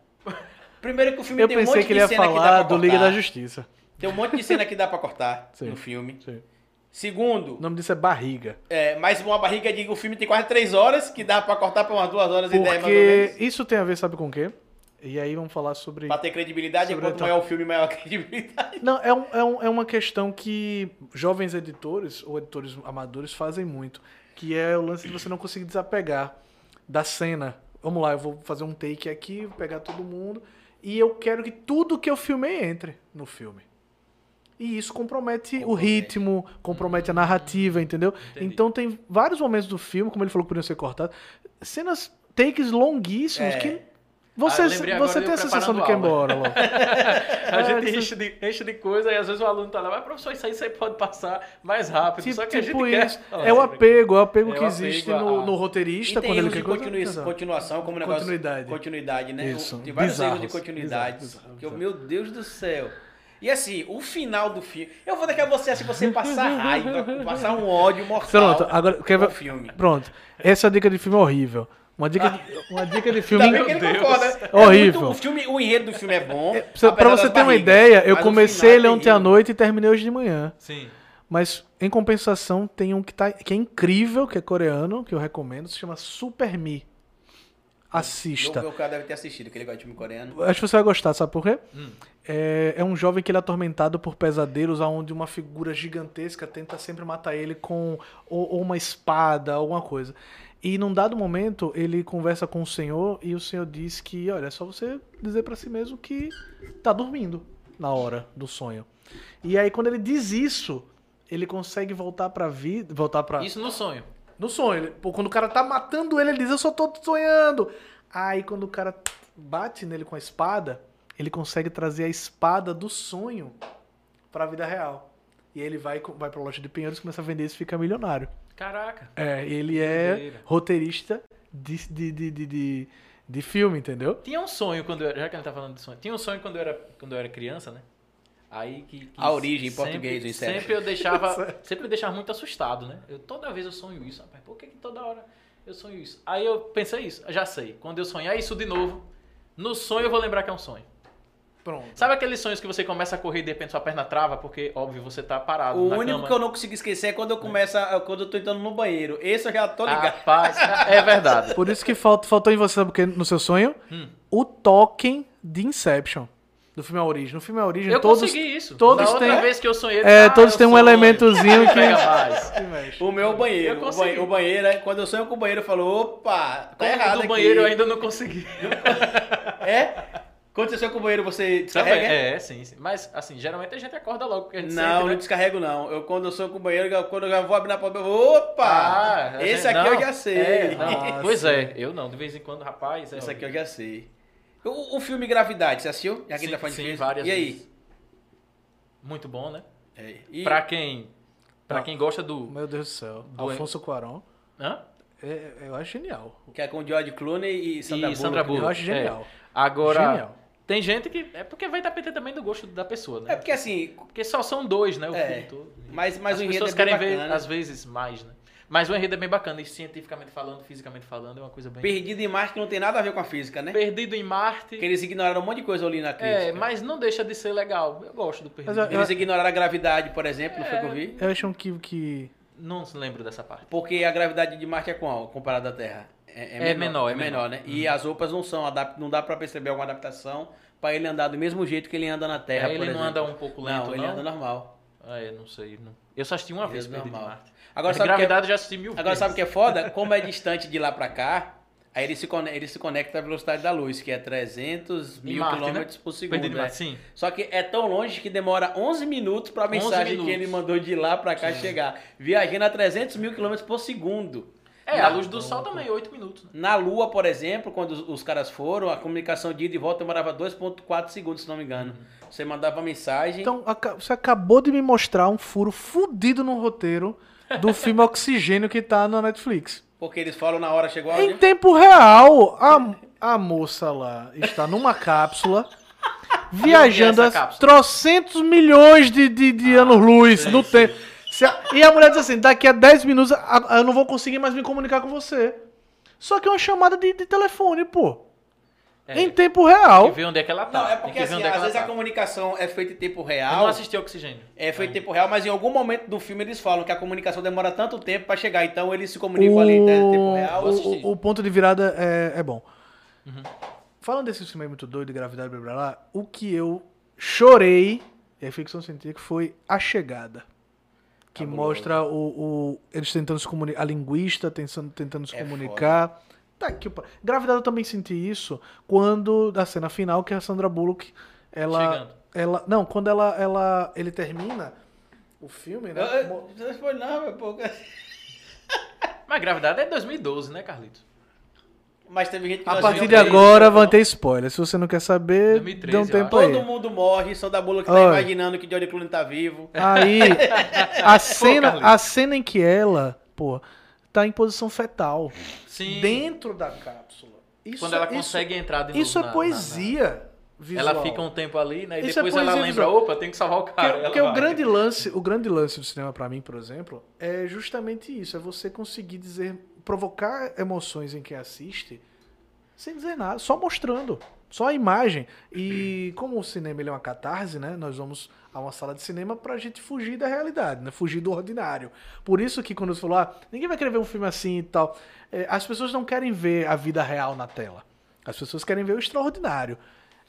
Primeiro que o filme Eu tem um monte pensei de que ele ia cena que falar dá pra do Liga cortar. da Justiça. Tem um monte de cena que dá pra cortar Sim. no filme. Sim. O Segundo, nome disso é Barriga. é, mais uma barriga de o filme tem quase três horas, que dá pra cortar pra umas duas horas e dez, é mais ou Porque menos. isso tem a ver, sabe com o quê? E aí vamos falar sobre. Pra ter credibilidade, Sobre quanto o- maior o filme, maior a credibilidade. Não, é, um- é um- é uma questão que jovens editores ou editores amadores fazem muito. Que é o lance de você não conseguir desapegar da cena. Vamos lá, eu vou fazer um take aqui, vou pegar todo mundo. E eu quero que tudo que eu filmei entre no filme. E isso compromete, o Compromete. ritmo, compromete a narrativa, entendeu? Uhum. Entendi. Então tem vários momentos do filme, como ele falou que podiam ser cortados, cenas, takes longuíssimos É. que Você, Ah, lembrei agora você de tem eu a sensação preparando de que é aula. embora, Lô. A gente isso- enche de, enche de coisa e às vezes o aluno tá lá, mas professor, isso aí você pode passar mais rápido. Tipo, só que a gente tipo quer. isso. É Ah, o né? lembra- apego, é o apego É o que existe apego no, a- no E roteirista tem quando ele erros quer de coisa. continui- continuação, como né, negócio... Continuidade. Continuidade, né? Isso. Tem vários Bizarros. erros de continuidade. Bizarro, bizarro, que eu- bizarro. meu Deus do céu. E assim, o final do filme... Eu vou daqui a você, se você passar raiva, passar um ódio mortal Pronto, agora quer no ver- filme. Pronto. Essa dica de filme é horrível. Uma dica, de- uma dica de filme. Ah. Ainda bem que ele concorda, né? É Horrível. muito- o, filme, o enredo do filme é bom. Pra- apesar Pra você das ter uma barrigas, ideia, eu mas o comecei ele final é ontem à terrível. noite e terminei hoje de manhã. Sim. Mas, em compensação, tem um que, tá, que é incrível, que é coreano, que eu recomendo, se chama Super Me. Assista. O, o cara deve ter assistido, aquele gosta de filme coreano. Acho que você vai gostar, sabe por quê? É, é um jovem que ele é atormentado por pesadelos onde uma figura gigantesca tenta sempre matar ele com ou, ou uma espada, alguma coisa. E num dado momento, ele conversa com o senhor e o senhor diz que, olha, é só você dizer pra si mesmo que tá dormindo na hora do sonho. E aí quando ele diz isso, ele consegue voltar pra vida, voltar para Isso no sonho. no sonho. Ele- pô, quando o cara tá matando ele, ele diz, eu só tô sonhando. Aí quando o cara bate nele com a espada, ele consegue trazer a espada do sonho pra vida real. E aí ele vai, co- vai pra loja de Pinheiros, começa a vender isso e fica milionário. Caraca. É, ele é Doideira. roteirista de, de, de, de, de, de filme, entendeu? Tinha um sonho quando eu era. Já que a gente tá falando de sonho. Tinha um sonho quando eu era, quando eu era criança, né? Aí que. que A origem, em sempre- português, o Inception. Sempre eu deixava. sempre eu deixava muito assustado, né? Eu, toda vez eu sonho isso, rapaz. Por que, que toda hora eu sonho isso? Aí eu pensei isso, já sei. Quando eu sonhar isso de novo, no sonho eu vou lembrar que é um sonho. Pronto. Sabe aqueles sonhos que você começa a correr e de repente sua perna trava, porque, óbvio, você tá parado. O na único cama. que eu não consigo esquecer é quando eu começo, a- quando eu tô entrando no banheiro. Esse eu já Tá tô ligado. Rapaz, é verdade. Por isso que falta, faltou em você, sabe o que no seu sonho? Hum. O token de Inception. Do filme A Origem. No filme A Origem, Eu todos... consegui isso. todos da outra têm- vez que eu sonhei. É, ah, todos eu têm um sonho. elementozinho Não que... pega mais. que mexe. O meu é o Eu banheiro. O consegui. banheiro, o banheiro, é- quando eu sonho com o banheiro, eu falo, opa, tá Como errado do aqui. Tá banheiro eu ainda não consegui. É? Quando você sonha com o banheiro, você descarrega? Também. É, sim, sim. Mas, assim, geralmente a gente acorda logo, porque a gente né? Não, sente, não né? descarrego não. Eu quando eu sonho com o banheiro, eu- quando eu já vou abrir na porta, eu vou, opa! Ah, esse é, aqui eu não. já sei. É, não. Ah, pois é, eu não. De vez em quando, rapaz... É Esse aqui eu já sei. O, o filme Gravidade, você assistiu? Já que ele Sim, tá falando de sim, filme? várias E aí? vezes. Muito bom, né? É, e- Pra quem... Pra Não. quem gosta do... Meu Deus do céu. Do- Alfonso Cuarón. Hã? É- eu acho genial. Que é com o George Clooney e Sandra e Bullock. né? Sandra Bullock. Eu acho genial. É. Agora, Genial. tem gente que... É porque vai depender também do gosto da pessoa, né? É porque assim, Porque só são dois, né? O É. filme todo. mas, mas As o enredo pessoas é bem querem bacana. ver, às vezes, mais, né? Mas o enredo é bem bacana. E cientificamente falando, fisicamente falando, é uma coisa bem... Perdido em Marte que não tem nada a ver com a física, né? Perdido em Marte... Porque eles ignoraram um monte de coisa ali na crítica. É, mas não deixa de ser legal. Eu gosto do Perdido. Mas eu- Eles ignoraram a gravidade, por exemplo, não foi o que eu vi? Eu acho um que, que. Não se lembro dessa parte. Porque a gravidade de Marte é qual, comparada à Terra? É, É menor, é menor. né? E as roupas não são, adap- não dá pra perceber alguma adaptação pra ele andar do mesmo jeito que ele anda na Terra, Aí por ele não exemplo. anda um pouco lento, não? Não, ele anda normal. Ah, eu não sei. não. Eu só assisti uma Ele vez anda Perdido em é normal. Marte. Agora Mas sabe, o que é, Gravidade eu já assisti mil agora vezes. sabe o que é foda? Como é distante de lá pra cá, aí ele se, conecta, ele se conecta à velocidade da luz, que é 300 Em mil Marte, quilômetros por segundo. Perdido em né? Marte, sim. Só que é tão longe que demora 11 minutos pra 11 mensagem minutos. que ele mandou de lá pra cá chegar. Viajando a 300 mil quilômetros por segundo. É, Na- a luz do sol também, 8 minutos. Né? Na Lua, por exemplo, quando os, os caras foram, a comunicação de ida e volta demorava 2.4 segundos, se não me engano. Você mandava mensagem... Então, aca- você acabou de me mostrar um furo fudido no roteiro do filme Oxigênio que tá na Netflix. Porque eles falam na hora, chegou a Em tempo real, a, a moça lá está numa cápsula. Viajando essa a cápsula. Ah, trocentos milhões de, de, de anos-luz no tempo. Se a- e a mulher diz assim: daqui a 10 minutos a- a- eu não vou conseguir mais me comunicar com você. Só que é uma chamada de, de telefone, pô. É. Em tempo Tem real. que ver onde é que ela tá. Então? Não, é Tem porque que ver assim, onde é que às ela vezes a tá. comunicação é feita em tempo Eu não real. assisti Oxigênio. É feita em Então, tempo real, mas em algum momento do filme eles falam que a comunicação demora tanto tempo pra chegar. Então eles se comunicam ali né, em tempo real. Uhum. o- o- o ponto de virada é, é bom. Falando desse filme aí muito doido, de Gravidade blá, blá, blá, o que eu chorei, é ficção científica, foi A Chegada. Que Tá mostra o, o- eles tentando se comunicar, a linguista tentando, tentando se É comunicar. Tá aqui, opa. Gravidade eu também senti isso quando, da cena final, que é a Sandra Bullock, ela... Chegando. ela não, quando ela, ela, ele termina o filme, né? Eu- eu- mo- Não foi não, meu pouco. Mas Gravidade é 2012, né, Carlito? Mas teve gente que A nós partir de vimos aí, agora então. vai ter spoiler. Se você não quer saber, 2013, dê um eu tempo Todo aí. mundo morre, só da bula que tá Olha. imaginando que George Clooney tá vivo. Aí, a cena, Carlinhos. a cena em que ela, pô, tá em posição fetal. Sim. Dentro da cápsula. Isso, é, quando ela isso- consegue entrar de novo Isso na- é na- poesia na- visual. Ela fica um tempo ali, né? E Isso é depois ela poesia lembra, visual. opa, tem que salvar o cara. Porque, Ela porque é o vai. grande lance, o grande lance do cinema pra mim, por exemplo, é justamente isso, é você conseguir dizer, provocar emoções em quem assiste sem dizer nada, só mostrando, só a imagem. E como o cinema ele é uma catarse, né? Nós vamos a uma sala de cinema pra gente fugir da realidade, né? Fugir do ordinário. Por isso que quando você falou, ah, ninguém vai querer ver um filme assim e tal, é, as pessoas não querem ver a vida real na tela. As pessoas querem ver o extraordinário.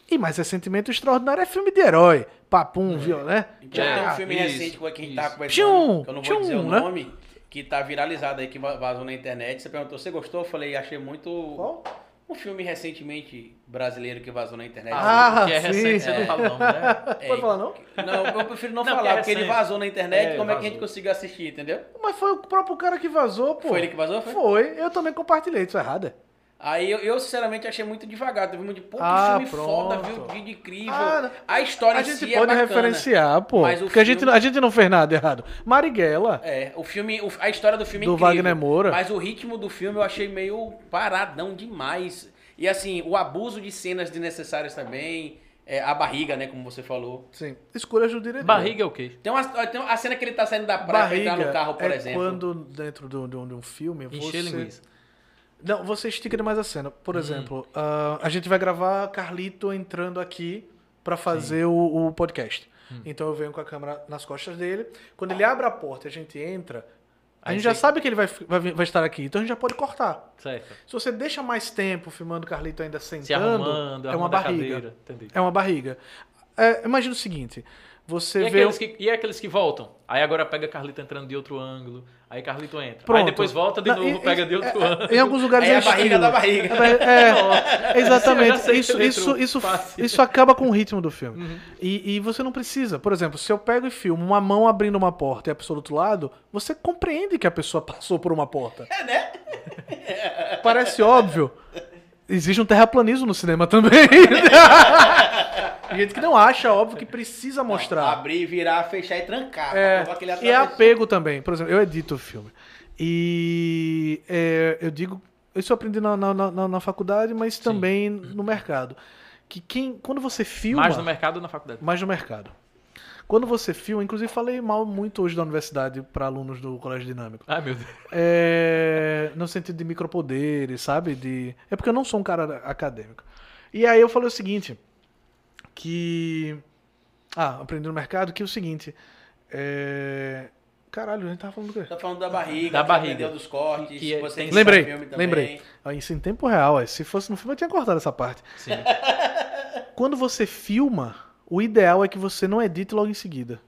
E mais recentemente, o extraordinário é filme de herói. Papum, viu, né? Já É, tem um filme isso, recente com quem tá isso. conversando, Tchum, que eu não vou tchum, dizer o né? nome, que tá viralizado aí, que va- vazou na internet. Você perguntou, você gostou? Eu falei, achei muito... Qual? Um filme recentemente brasileiro que vazou na internet. Ah, Ah, que é sim. recente, você não fala o nome, né? É, Pode falar, não? Não, eu prefiro não, Não, falar, porque porque é ele recente. vazou na internet, É, como é que a gente vazou. conseguiu assistir, entendeu? Mas foi o próprio cara que vazou, pô. Foi ele que vazou? Foi? Foi, eu também compartilhei, isso é errado. é? Aí eu, eu, sinceramente, achei muito devagar. Teve muito, pô, que Ah, filme foda, pronto. viu? Vídeo incrível. Ah, não. a história A em gente si é pode bacana. referenciar, pô. Mas o Porque a, gente, filme- a gente não fez nada errado. Marighella, É, o filme, o- a história do filme é Do incrível, Wagner Moura. Mas o ritmo do filme eu achei meio paradão demais. E assim, o abuso de cenas desnecessárias também, é, a barriga, né, como você falou. sim, escolha do diretor. Barriga é o quê? Tem, uma, tem uma- a cena que ele tá saindo da praia pra entrar no carro, por é exemplo. quando dentro de um, de um- de um filme você... Encher linguiça. Uhum. Não, você estica demais a cena. Por exemplo, ah, a gente vai gravar Carlito entrando aqui pra fazer o, o podcast. Hum. Então eu venho com a câmera nas costas dele. Quando ele abre a porta e a gente entra, a Aí gente já você- sabe que ele vai, vai, vir- vai estar aqui. Então a gente já pode cortar. Certo. Se você deixa mais tempo filmando o Carlito ainda Se sentando, arrumando, é uma arrumando a barriga. cadeira. Entendi. É uma barriga. É, imagina o seguinte: você E vê. aqueles, que, e aqueles que voltam? Aí agora pega Carlito entrando de outro ângulo. Aí Carlito entra. Pronto. Aí depois volta de Não, novo, e- pega e- de outro é, ângulo. Em alguns lugares Aí é a barriga estilo. da barriga. É, é, Eu já exatamente. sei Isso, que eu isso, entro isso, fácil. Uhum. isso acaba com o ritmo do filme. E, e você não precisa. Por exemplo, se eu pego e filmo uma mão abrindo uma porta e a pessoa do outro lado, você compreende que a pessoa passou por uma porta. É, né? Parece óbvio. Existe um terraplanismo no cinema também. Gente que não acha, óbvio, que precisa mostrar. Abrir, virar, fechar e trancar. Tá pra É, provar que ele e é atravessou. apego também. Por exemplo, eu edito o filme. E é, eu digo. Isso eu aprendi na, na, na, na faculdade, mas também no mercado. Que quem, quando você filma. Mais no mercado ou na faculdade? mais no mercado. Quando você filma, inclusive falei mal muito hoje da universidade para alunos do Colégio Dinâmico. Ai, meu Deus. É, no sentido de micropoderes, sabe? De, é porque eu não sou um cara acadêmico. E aí eu falei o seguinte, que... Ah, aprendi no mercado que é o seguinte... é, Caralho, a gente tava falando do quê? Tá falando da barriga, Da que barriga. aprendeu dos cortes, Que- que é- você tem- edita Lembrei, filme também. lembrei. Ah, Isso em tempo real, é. se fosse no filme eu tinha cortado essa parte. Sim. Quando você filma, o ideal é que você não edite logo em seguida.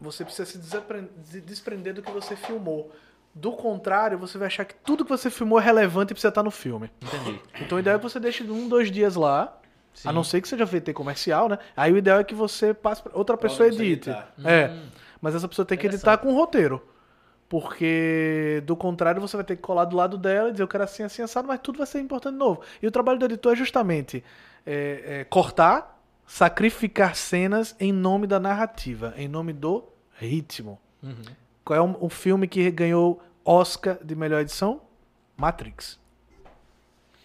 Você precisa se desapren- se desprender do que você filmou. Do contrário, você vai achar que tudo que você filmou é relevante e precisa estar no filme. Entendi. Então o ideal é que você deixe um, dois dias lá. Sim. A não ser que seja VT comercial, né? Aí o ideal é que você passe pra outra Outra pessoa pessoa edite. editar. É. Mas essa pessoa tem que editar Interessante. com o roteiro. Porque, do contrário, você vai ter que colar do lado dela e dizer eu quero assim, assim, assado, mas tudo vai ser importante de novo. E o trabalho do editor é justamente é, é, cortar, sacrificar cenas em nome da narrativa, em nome do ritmo. Uhum. Qual é o o filme que ganhou Oscar de melhor edição? Matrix.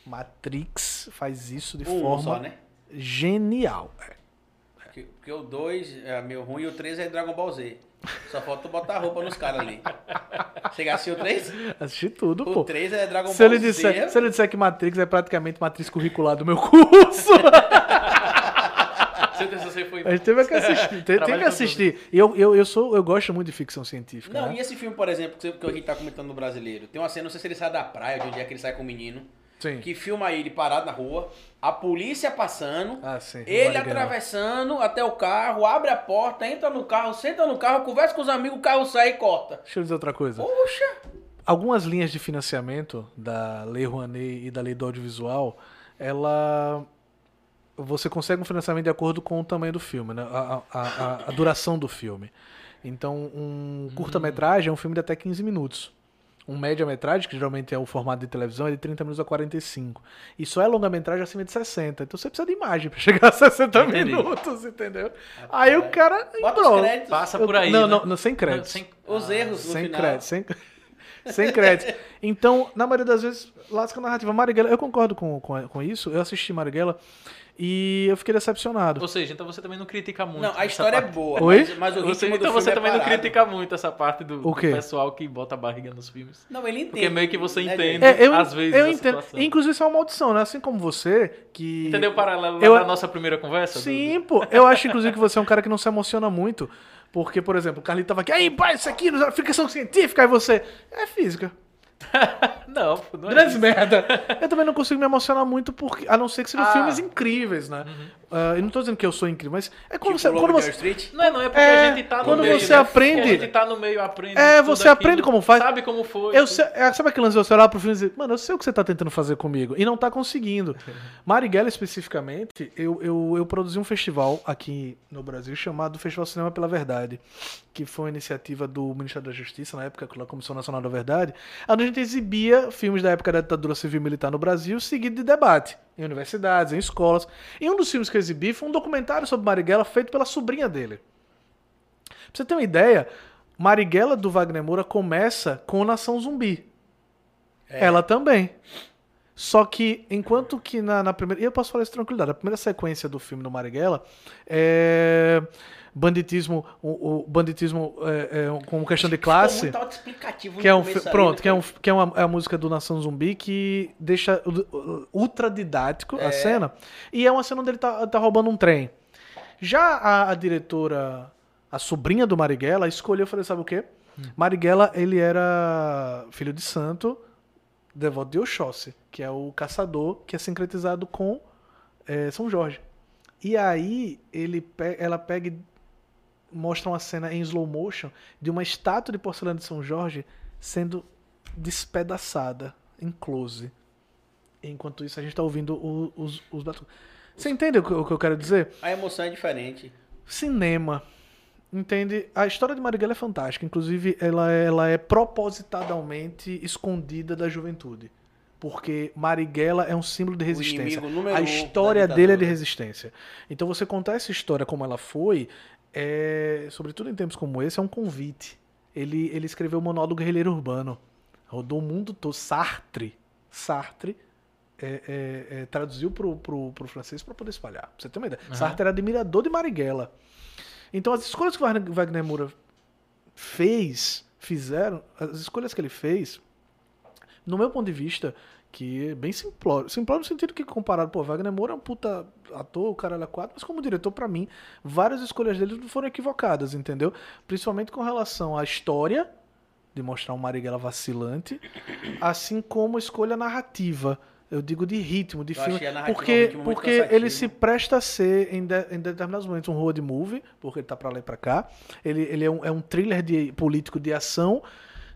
Matrix faz isso de Um forma só, né? genial. É. Porque, porque o 2 é meio ruim e o 3 é Dragon Ball Z. Só falta tu botar a roupa nos caras ali. Chegar assim o 3? Assisti tudo, O pô. 3 é Dragon Se Ball eu, lhe disser, se Z. eu lhe disser que Matrix é praticamente matriz curricular do meu curso, Seu TCC foi... a gente teve que assistir. Tem, tem Trabalho que com assistir. E Eu, eu, eu, sou, eu gosto muito de ficção científica. Não, né? e esse filme, por exemplo, que você- que a gente tá comentando no brasileiro? Tem uma cena, não sei se ele sai da praia, de onde é que ele sai com o menino, Sim. que filma ele parado na rua, a polícia passando, Ah, sim. ele Marighella. atravessando até o carro, abre a porta, entra no carro, senta no carro, conversa com os amigos, o carro sai e corta. Deixa eu dizer outra coisa. Poxa! Algumas linhas de financiamento da Lei Rouanet e da Lei do Audiovisual, ela. Você consegue um financiamento de acordo com o tamanho do filme, né? A, a- a- a duração do filme. Então, um curta-metragem é um filme de até 15 minutos. Um média-metragem, que geralmente é o formato de televisão, é de 30 minutos a 45. E só é longa-metragem acima de 60. Então você precisa de imagem pra chegar a 60 Entendi. minutos, entendeu? Aí o cara. É. Bota os embrolha. créditos, Passa Eu- por aí. Não, né? não, não, sem crédito. sem- os erros no Sem final. crédito, sem, sem crédito. Então, na maioria das vezes, lasca a narrativa. Marighella, eu concordo com, com, com isso, eu assisti Marighella e eu fiquei decepcionado. Ou seja, então você também não critica muito. Não, a essa história é parte. boa, Oi? mas, mas o ritmo Você- do então filme você é também não parado. critica muito essa parte do, do O quê? pessoal que bota a barriga nos filmes. Não, ele entende. Porque meio que você né, entende, É, eu, às vezes, eu a entendo. situação. Inclusive, isso é uma maldição, né? Assim como você, que. Entendeu o paralelo lá Eu- da nossa primeira conversa? Sim, pô. Eu acho, inclusive, que você é um cara que não se emociona muito. Porque, por exemplo, o Carlito tava aqui, aí, pai, isso aqui, não é ficção científica, aí você. É física. Dudu? Não, pô, não é Grandes isso. merda. Eu também não consigo me emocionar muito, porque, a não ser que sejam Ah. Uhum. filmes incríveis, né? Ah, eu não tô dizendo que eu sou incrível, mas é quando Tipo, você. Lobo Quando de você Wall Street. Não é, não, é porque É, a gente tá no quando meio. você né? aprende- Porque A gente tá no meio, aprende. É, tudo você aprende aquilo, como faz. Sabe como foi. eu tudo. sei, é, sabe aquele lance de você olhar pro filme e dizer, mano, eu sei o que você tá tentando fazer comigo. E não tá conseguindo. Marighella, especificamente, eu, eu, eu produzi um festival aqui no Brasil chamado Festival Cinema pela Verdade, que foi uma iniciativa do Ministério da Justiça, na época, pela Comissão Nacional da Verdade, onde a gente exibia filmes da época da ditadura civil e militar no Brasil, seguido de debate. Em universidades, em escolas. E um dos filmes que eu exibi foi um documentário sobre Marighella feito pela sobrinha dele. Pra você ter uma ideia, Marighella do Wagner Moura começa com Nação Zumbi. Ela também. Só que, enquanto que na, na primeira. E eu posso falar isso com tranquilidade. A primeira sequência do filme do Marighella é. Banditismo. O, o banditismo é, é, um- com questão de Ficou classe. muito autoexplicativo Que é no um. fi- começo ali, Pronto, né? que é, um, que é uma é a música do Nação Zumbi que deixa u- u- ultradidático a cena. E é uma cena onde ele tá, tá roubando um trem. Já a, a diretora, a sobrinha do Marighella, escolheu fazer, sabe o quê? Hum. Marighella, ele era filho de santo, devoto de Oxóssi, que é o caçador que é sincretizado com eh, São Jorge. E aí ele pe- ela pega e mostra uma cena em slow motion de uma estátua de porcelana de São Jorge sendo despedaçada em close. Enquanto isso, a gente tá ouvindo o- os, os batuques. Você entende o que- o que eu quero dizer? A emoção é diferente. cinema. Entende? A história de Marighella é fantástica. Inclusive, ela, ela é propositadamente escondida da juventude. Porque Marighella é um símbolo de resistência. inimigo número A um da história dele é de ditadura. resistência. Então, você contar essa história como ela foi, é, sobretudo em tempos como esse, é um convite. Ele, ele escreveu o Manual do Guerrilheiro Urbano. Rodou o mundo todo. Sartre. Sartre é, é, é, traduziu pro, pro, pro francês para poder espalhar. Pra você ter uma ideia. Aham. Sartre era admirador de Marighella. Então as escolhas que o Wagner- Wagner Moura fez, fizeram, as escolhas que ele fez, no meu ponto de vista, que é bem simplório. Simplório no sentido que comparado, pô, Wagner Moura é um puta ator, o caralho é quatro, mas como diretor, pra mim, várias escolhas dele foram equivocadas, entendeu? Principalmente com relação à história, de mostrar um Marighella vacilante, assim como a escolha narrativa. Eu digo de ritmo, de Eu filme. achei a narrativa Porque, muito porque cansativa. ele se presta a ser, em, de- em determinados momentos, um road movie, porque ele tá pra lá e pra cá. Ele, ele é, um, é um thriller de- político de ação,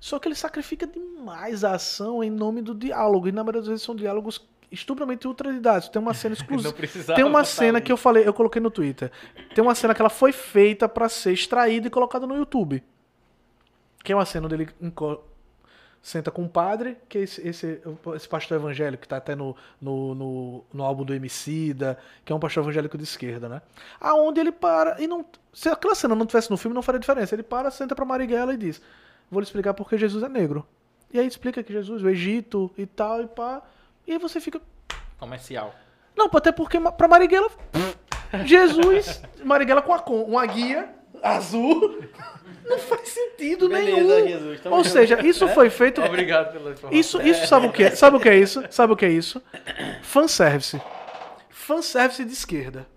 só que ele sacrifica demais a ação em nome do diálogo. E na maioria das vezes são diálogos estupidamente ultradidáticos. Tem uma cena exclusiva. Não precisava Tem uma botar cena ali. que eu falei, eu coloquei no Twitter. Tem uma cena que ela foi feita pra ser extraída e colocada no YouTube. Que é uma cena dele enco- senta com um padre, que é esse, esse, esse pastor evangélico que tá até no, no, no, no álbum do Emicida, que é um pastor evangélico de esquerda, né? Aonde ele para e não... Se aquela cena não tivesse no filme, não faria diferença. Ele para, senta pra Marighella e diz, vou lhe explicar porque Jesus é negro. E aí explica que Jesus, o Egito e tal, e pá... E aí você fica, Comercial. não, até porque ma- pra Marighella. pff, Jesus, Marighella com a con- uma guia azul. Não faz sentido Beleza, nenhum. Jesus. tamo Ou junto. seja, isso foi feito. Obrigado pela informação. Isso, isso sabe o que é? Sabe o que é isso? Sabe o que é isso? Fanservice. Fanservice de esquerda.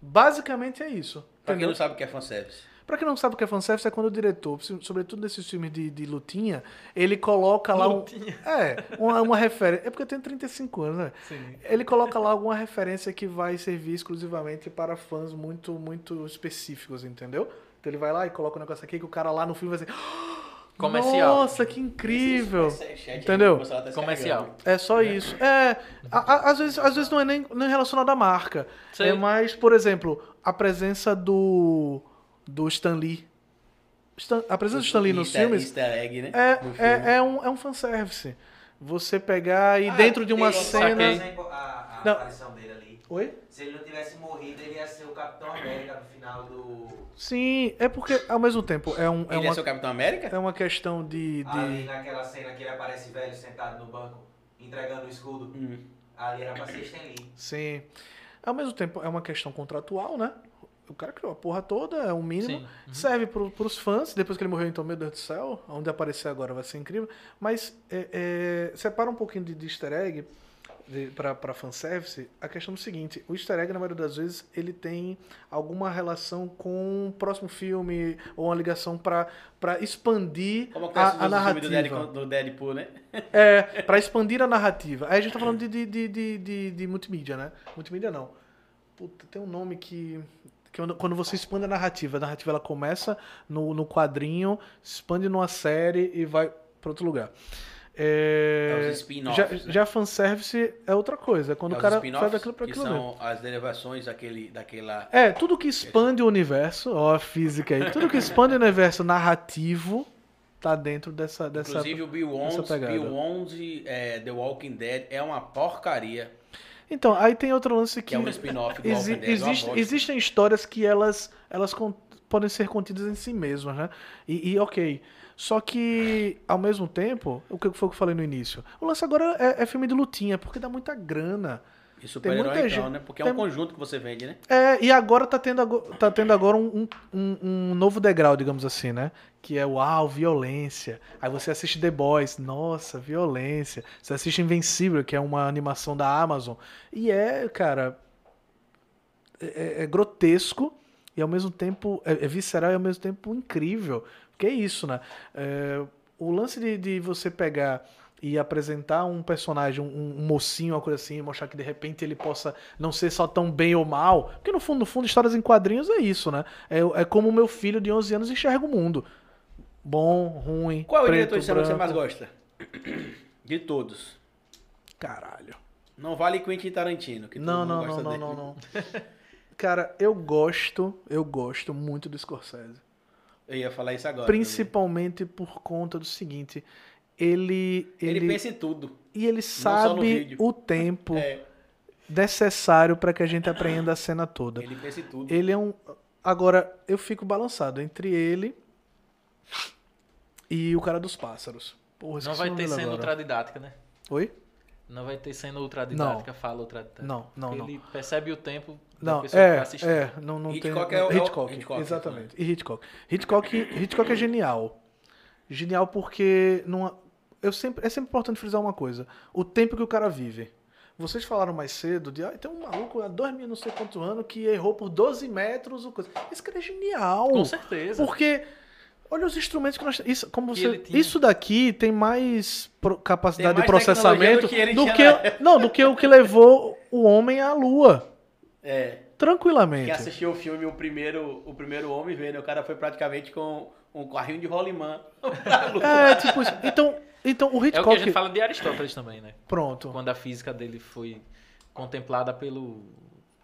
Basicamente é isso. Pra quem Entendeu? não sabe o que é fanservice. Pra quem não sabe o que é fanservice, é quando o diretor, sobretudo nesses filmes de, de lutinha, ele coloca lá um, é, uma, uma referência. É porque eu tenho 35 anos, né? Ele coloca lá alguma referência que vai servir exclusivamente para fãs muito, muito específicos, entendeu? Então ele vai lá e coloca um negócio aqui que o cara lá no filme vai dizer. "Ah, Comercial. Nossa, que incrível! Esse- é esse chat aí, Entendeu? o pessoal tá Comercial. É só Né? isso. É, a- a- às, vezes, às vezes não é nem, nem relacionado à marca. Sei. É mais, por exemplo, a presença do, do Stan Lee Stan- a presença do Stan Lee nos Easter- filmes Easter egg, né? é, No filme. é, é um, é um fanservice. Você pegar e Ah, dentro de uma tem- cena. saquei. A, a Não. aparição dele ali. Oi? Se ele não tivesse morrido, ele ia ser o Capitão América no final do. Sim, é porque ao mesmo tempo é, um, é, Ele é uma, seu Ah, é. Capitão América? é uma questão de. Ali de... naquela cena que ele aparece velho sentado no banco, entregando o escudo. Hum. Ali era pra ser Stan Lee. Sim. Ao mesmo tempo é uma questão contratual, né? O cara criou a porra toda, é um mínimo. Sim. Uhum. Serve pro, pros fãs, depois que ele morreu, então, meu Deus do céu, onde aparecer agora vai ser incrível. Mas é, é, separa um pouquinho de, de easter egg de, pra, pra fanservice, a questão é o seguinte, o easter egg, na maioria das vezes, ele tem alguma relação com o próximo filme, ou uma ligação pra, pra expandir Como acontece a, a no filme do narrativa. Deadpool, do Deadpool, né? É, pra expandir a narrativa. Aí a gente tá falando de, de, de, de, de- de multimídia, né? Multimídia não. Puta, tem um nome que. que quando- quando você expande a narrativa, a narrativa ela começa no, no quadrinho, expande numa série e vai pra outro lugar. É É, os spin-offs. já, né? já fanservice é outra coisa, é quando É o os cara spin-offs, faz aquilo pra que aquilo mesmo. são as derivações daquele, daquela... É, tudo que expande o universo, ó, a física aí, tudo que expande o universo narrativo tá dentro dessa. dessa Inclusive o Beyond, essa pegada. Beyond é, The Walking Dead é uma porcaria, Então, aí tem outro lance que. que é um spin-off do Exi- Walking Dead. é uma existe- bosta. existem histórias que elas, elas con- podem ser contidas em si mesmas, né? E, e ok. Só que, ao mesmo tempo, o que foi que eu falei no início? O lance agora é, é filme de lutinha, porque dá muita grana. E super-herói muita então, gente- né? Porque é um tem- conjunto que você vende, né? É, e agora tá tendo, ago- tá tendo agora um, um- um- um novo degrau, digamos assim, né? Que é, uau, violência. Aí você assiste The Boys, nossa, violência. Você assiste Invencível, que é uma animação da Amazon. E é, cara, é, é grotesco e ao mesmo tempo, é, é visceral e ao mesmo tempo incrível. Porque é isso, né? É, o lance de, de você pegar e apresentar um personagem, um, um mocinho, uma coisa assim, e mostrar que de repente ele possa não ser só tão bem ou mal. Porque no fundo, no fundo, histórias em quadrinhos é isso, né? É, é como o meu filho de 11 anos enxerga o mundo. Bom, ruim, Qual é o preto, diretor de cinema que você mais branco. gosta? De todos. Caralho. Não vale Quentin Tarantino, que todo Não, mundo não, gosta não, não, dele. não, não. Cara, eu gosto, eu gosto muito do Scorsese. Eu ia falar isso agora. Principalmente por conta do seguinte, ele também. ele, Ele pensa em tudo. e ele só no sabe vídeo. o tempo É, necessário para que a gente apreenda a cena toda. ele pensa em tudo. Ele é um agora eu fico balançado entre ele e o cara dos pássaros. Porra, Não esqueci é o vai nome ter dele sendo agora. ultradidática, né? Oi? Não vai ter sendo ultradidática, fala ultradidática. Não, não, não. Tá. Ele percebe o tempo da Não, pessoa que é, tá assistindo. é, não, não Hitchcock tem. é o- é o- Hitchcock, Hitchcock, exatamente. E Hitchcock. Hitchcock, Hitchcock é genial. Genial porque não, eu sempre, é sempre importante frisar uma coisa: o tempo que o cara vive. Vocês falaram mais cedo de ah, tem um maluco há dois mil não sei quanto ano que errou por 12 metros ou coisa. Esse cara é genial. Com certeza. Porque olha os instrumentos que nós temos. isso, como Que você- ele tinha. isso daqui tem mais pro- capacidade Tem de mais tecnologia processamento do que ele do tinha que, não, do que o que levou o homem à lua. É. Tranquilamente. Quem assistiu o filme O Primeiro, o primeiro Homem, vendo, o cara foi praticamente com um carrinho de rolimã. É, tipo isso. Então, então o É o que a Hitchcock. gente fala de Aristóteles também, né? Pronto. Quando a física dele foi contemplada pelo.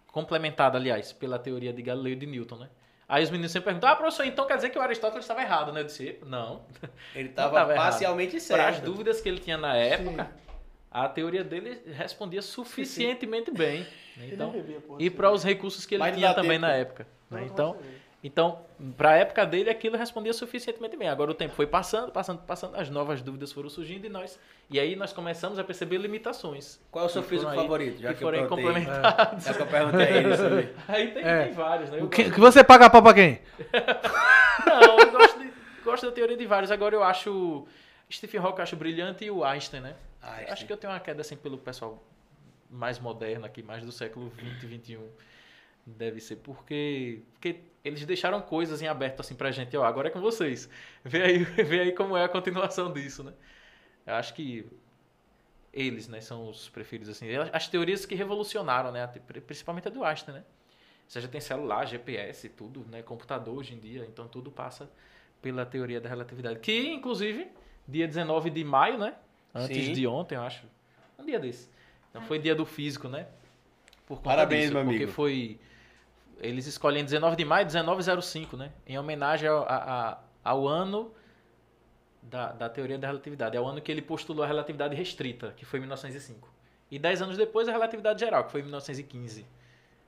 complementada, aliás, pela teoria de Galileu e de Newton, né? Aí os meninos sempre perguntam: ah, professor, então quer dizer que o Aristóteles estava errado, né? Eu disse: não. Ele Não tava tava errado. parcialmente Para as certo. dúvidas que ele tinha na época, a teoria dele respondia suficientemente bem. né? Então, e para os recursos que ele Mas não tinha dá também tempo. na época. né? Então, então para a época dele, aquilo respondia suficientemente bem. Agora o tempo foi passando, passando, passando, as novas dúvidas foram surgindo e nós. E aí nós começamos a perceber limitações. Qual é o seu que físico foram aí- favorito? Já que, que, eu forem perguntei. complementados. Já que eu perguntei a ele sobre. Aí tem, É. tem vários, né? Eu O que, que você paga pau pra quem? gosto- Não, eu gosto, de- gosto da teoria de vários. Agora eu acho. Stephen Hawking eu acho brilhante e o Einstein, né? Ah, Acho que eu tenho uma queda assim pelo pessoal mais moderno aqui, mais do século 20, 21. Deve ser porque, porque eles deixaram coisas em aberto assim pra gente, ó, agora é com vocês. Vê aí, vê aí como é a continuação disso, né? Eu acho que eles, né, são os preferidos assim. Elas- As teorias que revolucionaram, né, a te- pri- principalmente a do Einstein, né? Você já tem celular, GPS, tudo, né, computador hoje em dia, então tudo passa pela teoria da relatividade, que inclusive dia 19 de maio, né? Antes Sim. de ontem, eu acho. Um dia desse. Então foi dia do físico, né? Por conta Parabéns, disso, meu porque amigo. foi eles escolhem 19 de maio 1905, né? Em homenagem ao- a, a- ao ano da, da teoria da relatividade. É o ano que ele postulou a relatividade restrita, que foi em 1905. E 10 anos depois a relatividade geral, que foi em 1915.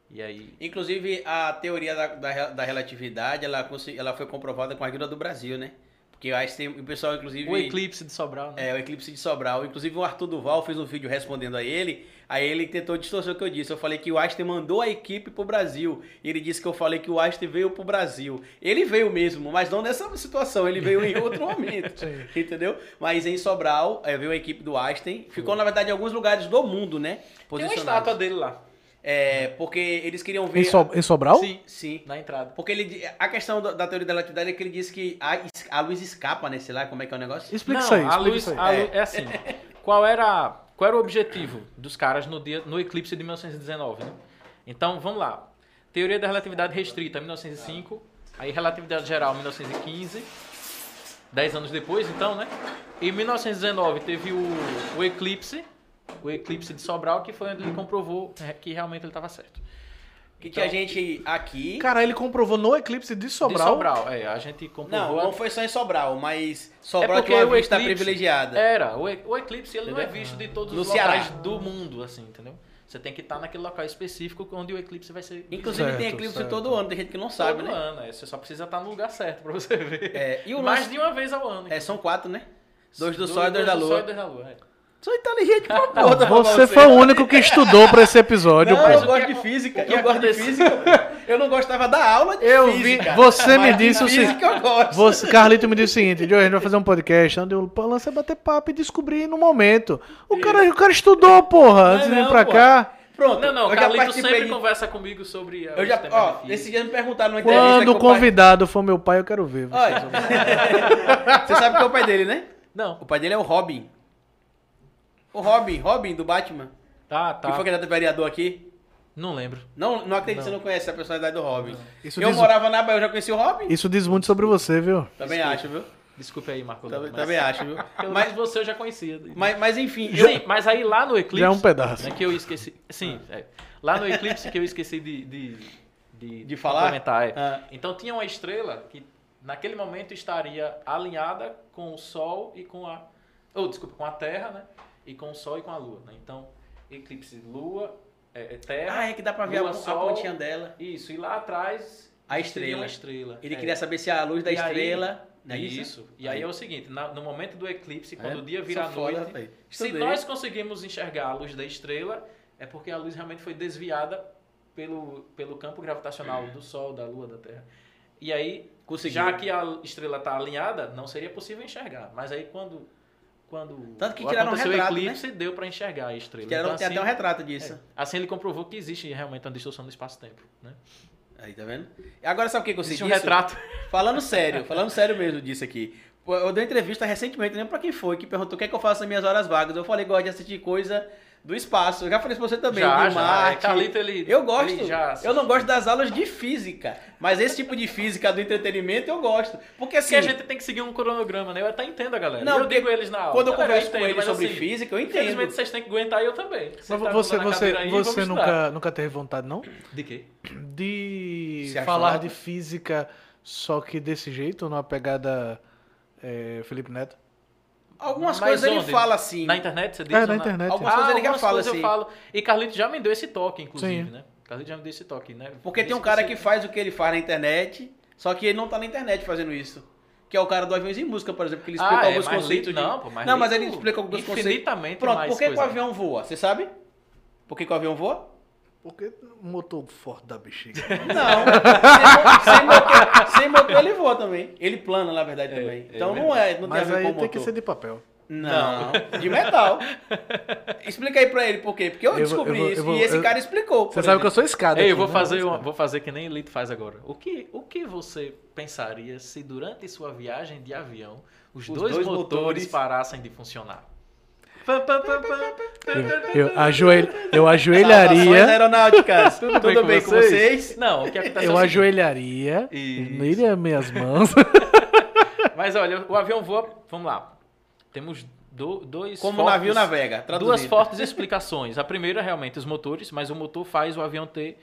E aí. Inclusive, a teoria da, da, da relatividade, ela, consegui- ela foi comprovada com a ajuda do Brasil, né? Porque o Einstein, o pessoal, inclusive... O eclipse de Sobral, né? É, o Eclipse de Sobral. Inclusive, o Arthur Duval fez um vídeo respondendo a ele. Aí ele tentou distorcer o que eu disse. Eu falei que o Einstein mandou a equipe pro Brasil. E ele disse que eu falei que o Einstein veio pro Brasil. Ele veio mesmo, mas não nessa situação. Ele veio em outro momento. entendeu? Mas em Sobral, é, veio a equipe do Einstein. Ficou, na verdade, em alguns lugares do mundo, né? Tem uma Posicionados. estátua dele lá. É, porque eles queriam ver... Em, So- em Sobral? Sim, Sim. na entrada. Porque ele, di- a questão da da teoria da relatividade é que ele disse que a, es- a luz escapa, né? Sei lá como é que é o negócio. Explica Não, isso aí. a explica luz, isso aí. a lu- é assim. Qual era, qual era o objetivo dos caras no dia no eclipse de 1919, né? Então, vamos lá. Teoria da relatividade restrita, 1905, aí relatividade geral, 1915. 10 anos depois, então, né? Em 1919 teve o, o eclipse, o eclipse de Sobral, que foi onde ele comprovou eh, que realmente ele estava certo. Que tinha Então. gente aqui... Cara, ele comprovou no eclipse de De Sobral. Sobral, é, a gente comprovou Não, a- não foi só em Sobral, mas É Sobral porque tinha uma o vista eclipse É, privilegiada. Era, o, e- o eclipse ele não é visto de todos No os Ceará. locais do mundo, assim, entendeu? Você tem que estar naquele local específico onde o eclipse vai ser. Inclusive tem Certo, eclipse certo. todo ano, tem gente que não visto sabe, todo né? ano, é, você só precisa estar no lugar certo pra você ver. É, e o Mais lance- de uma vez ao ano. É, são quatro, né? Dois do Do- Sol e dois da do Sol e Lua. dois da Lua, é. Sou inteligente pra porra, pra Você foi o único que estudou pra esse episódio, Não, pô. eu O que gosto de acon- física, o que eu gosto de aconteceu? física. Eu não gostava da aula de Eu vi. física. Você me mas de disse o seguinte. física eu gosto. Você, Carlito me disse o seguinte, Joe, a gente vai fazer um podcast onde o lance é bater papo e descobrir no momento. O cara, o cara estudou, porra, antes de vir não, pra pô. cá. Pronto. Não, não, eu o já Carlito participei sempre de- conversa comigo sobre. eh, Eu já, os temas ó, de física. esse dia me perguntaram numa entrevista Quando que o o pai- convidado for meu pai, eu quero ver. velho. é Olha, você sabe que é o pai dele, né? Não, O pai dele é o Robin. O Robin, Robin do Batman. tá, Que tá. foi candidato a vereador aqui. Não lembro. Não, não acredito que você não conhece a personalidade do Robin. Isso eu diz- morava na Bahia, eu já conheci o Robin? Isso diz muito sobre você, viu? Também acho, viu? Desculpe aí, Marco. Também, Lima, também mas, acho, viu? Pelo menos Mas, você eu já conhecia. mas, mas enfim, eu, Sim, mas aí lá no eclipse. Já é um pedaço. né, que eu esqueci. Sim, é. lá no eclipse que eu esqueci de. de, de, De falar? complementar, é. Ah. Então tinha uma estrela que naquele momento estaria alinhada com o Sol e com a. Ou, desculpa, com a Terra, né? E com o Sol e com a Lua. né? Então, eclipse Lua, é, é Terra. Ah, é que dá pra ver a, Lua, a Sol. pontinha dela. Isso, e lá atrás. A seria Ah, é. estrela. Uma estrela. Ele é. queria saber se a luz da E aí- estrela. não é isso? E aí é o seguinte, na- no momento do eclipse, quando É? o dia vira a Sou foda, noite, véi. se Estudei. nós conseguimos enxergar a luz da estrela, é porque a luz realmente foi desviada pelo, pelo campo gravitacional do Sol, da Lua, da Terra. E aí, É. Conseguiu. já que a estrela está alinhada, não seria possível enxergar. Mas aí quando, quando Tanto que tiraram um aconteceu retrato, o eclipse, deu para enxergar a estrela. Que era- Então, tem assim, até um retrato é, disso. assim ele comprovou que existe realmente uma distorção do espaço-tempo. Né? Aí, tá vendo? Agora sabe o que que eu sei Existe um disso? retrato. Falando sério, falando sério mesmo disso aqui. Pô, Eu dei uma entrevista recentemente, não lembro pra quem foi, que perguntou o que é que eu faço nas minhas horas vagas. Eu falei, gosto de assistir coisa do espaço. Eu já falei isso pra você também, já, de já. É, Marte. Carlito, ele, Eu gosto. ele já eu não gosto das aulas de física, mas esse tipo de física do entretenimento eu gosto. Porque assim, Porque a gente tem que seguir um cronograma, né? Eu até entendo a galera. Não, eu digo eles na aula. quando eu Galera, converso com né? entendo, eles mas, sobre assim, física, eu Infelizmente entendo. vocês têm que aguentar e eu também. Você Mas tá você, botando a você, cadeira aí, vamos você estudar. nunca, nunca teve vontade, não? De quê? De Se falar astronauta? de física, só que desse jeito, numa pegada é, Felipe Neto? Algumas Mas coisas ele onde? fala assim. Na internet, você diz? É, ou na internet, Algumas é. Ah, coisas ele já algumas fala coisas eu assim. falo. E Carlito já me deu esse toque, inclusive, Sim. né? Carlito já me deu esse toque, né? Porque tem Disse um cara você- que faz o que ele faz na internet, só que ele não tá na internet fazendo isso. Que é o cara do Aviões em Música, por exemplo, que ele explica Ah, é, alguns mas conceitos. li- de- não, pô, mas não, li mas ele tudo. explica alguns conceitos. Infinitamente Pronto, mais por que, que o coisa. avião voa? Você sabe? Por que, que o avião voa? Porque o motor forte da bexiga. Não. sem, motor, sem motor ele voa também. Ele plana, na verdade, também. é Então não é, não Mas tem a ver aí com tem o motor. que ser de papel. Não, de metal. Explica aí pra ele por quê. Porque eu, Eu vou- descobri eu vou- isso eu vou- e esse eu- cara explicou. Você sabe que eu sou escada. Ei, eu aqui, vou né? fazer, é. uma- vou fazer que nem Lito faz agora. O que, o que você pensaria se durante sua viagem de avião os, dois, dois motores, motores- parassem de funcionar? Eu, eu, ajoelho, eu Saudações ajoelharia. aeronáuticas. Tudo, bem bem, com com vocês? Não, o que acontece é Eu o seguinte, ajoelharia. Isso. Não iria minhas mãos. Mas olha, o avião voa. Vamos lá. Temos do- dois. Como o fortes- navio navega. Traduzido. Duas fortes explicações. A primeira é realmente os motores, mas o motor faz o avião ter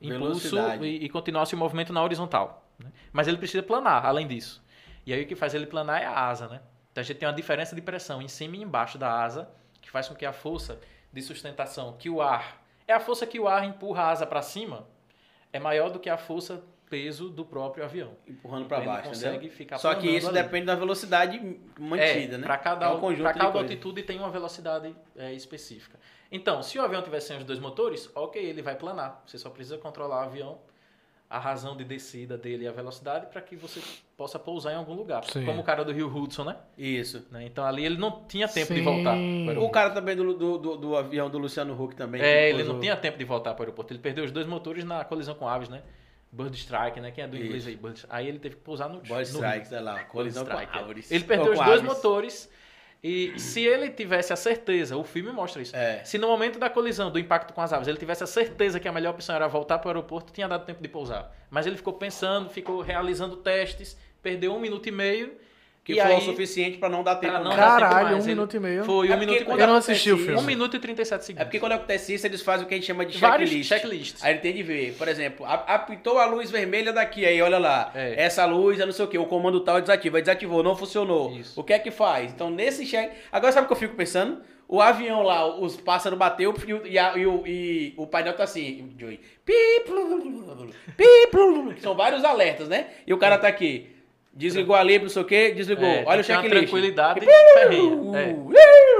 impulso Velocidade. e, e continuar seu movimento na horizontal. né? Mas ele precisa planar, além disso. E aí o que faz ele planar é a asa, né? Então a gente tem uma diferença de pressão em cima e embaixo da asa, que faz com que a força de sustentação que o ar. É a força que o ar empurra a asa para cima, é maior do que a força peso do próprio avião. Empurrando pra Ele não baixo, consegue entendeu? ficar Só que planando isso ali. depende da velocidade mantida, é, né? Para cada, É um conjunto pra de cada coisas. altitude tem uma velocidade é, específica. Então, se o avião tiver sem os dois motores, ok, ele vai planar. Você só precisa controlar o avião, a razão de descida dele e a velocidade para que você possa pousar em algum lugar. Sim. Como o cara do Rio Hudson, né? Isso. Né? Então ali ele não tinha tempo de Sim. voltar. pro O aeroporto. cara também do, do, do- do avião do Luciano Huck também. que É, ele não pousou. tinha tempo de voltar para o aeroporto. Ele perdeu os dois motores na colisão com aves, né? Bird Strike, né? Quem é do inglês Isso. aí? Bird... Aí ele teve que pousar no Boy no- Strike, sei lá, colisão com Strike, é. árvores. Ele perdeu Ou os com dois aves. motores. E se ele tivesse a certeza, o filme mostra isso. É. Se no momento da colisão, do impacto com as aves, ele tivesse a certeza que a melhor opção era voltar para o aeroporto, tinha dado tempo de pousar. Mas ele ficou pensando, ficou realizando testes, perdeu um minuto e meio. Que e foi aí, o suficiente pra não dar tempo. Pra não mais. dar tempo Caralho, mais, um ele- minuto e meio. Foi É um porque minuto e quando Eu não assisti o acontece filme. um isso- minuto e 37 segundos. É porque quando acontece isso, eles fazem o que a gente chama de Vários checklist. checklists. Aí ele tem de ver, por exemplo, a- apitou a luz vermelha daqui, aí olha lá, É. essa luz é não sei o que, o comando tal desativa, aí desativou, não funcionou. Isso. O que é que faz? Então nesse check... Agora sabe o que eu fico pensando? O avião lá, os pássaros bateu e, o- e a- e o, e o painel tá assim, Joey, pi, plulululu, pi, plulululu. são vários alertas, né? E o cara tá aqui, desligou a libre, não sei o que, desligou, É, olha o tem que ter uma checklist. tranquilidade Uh, ferrenha. É.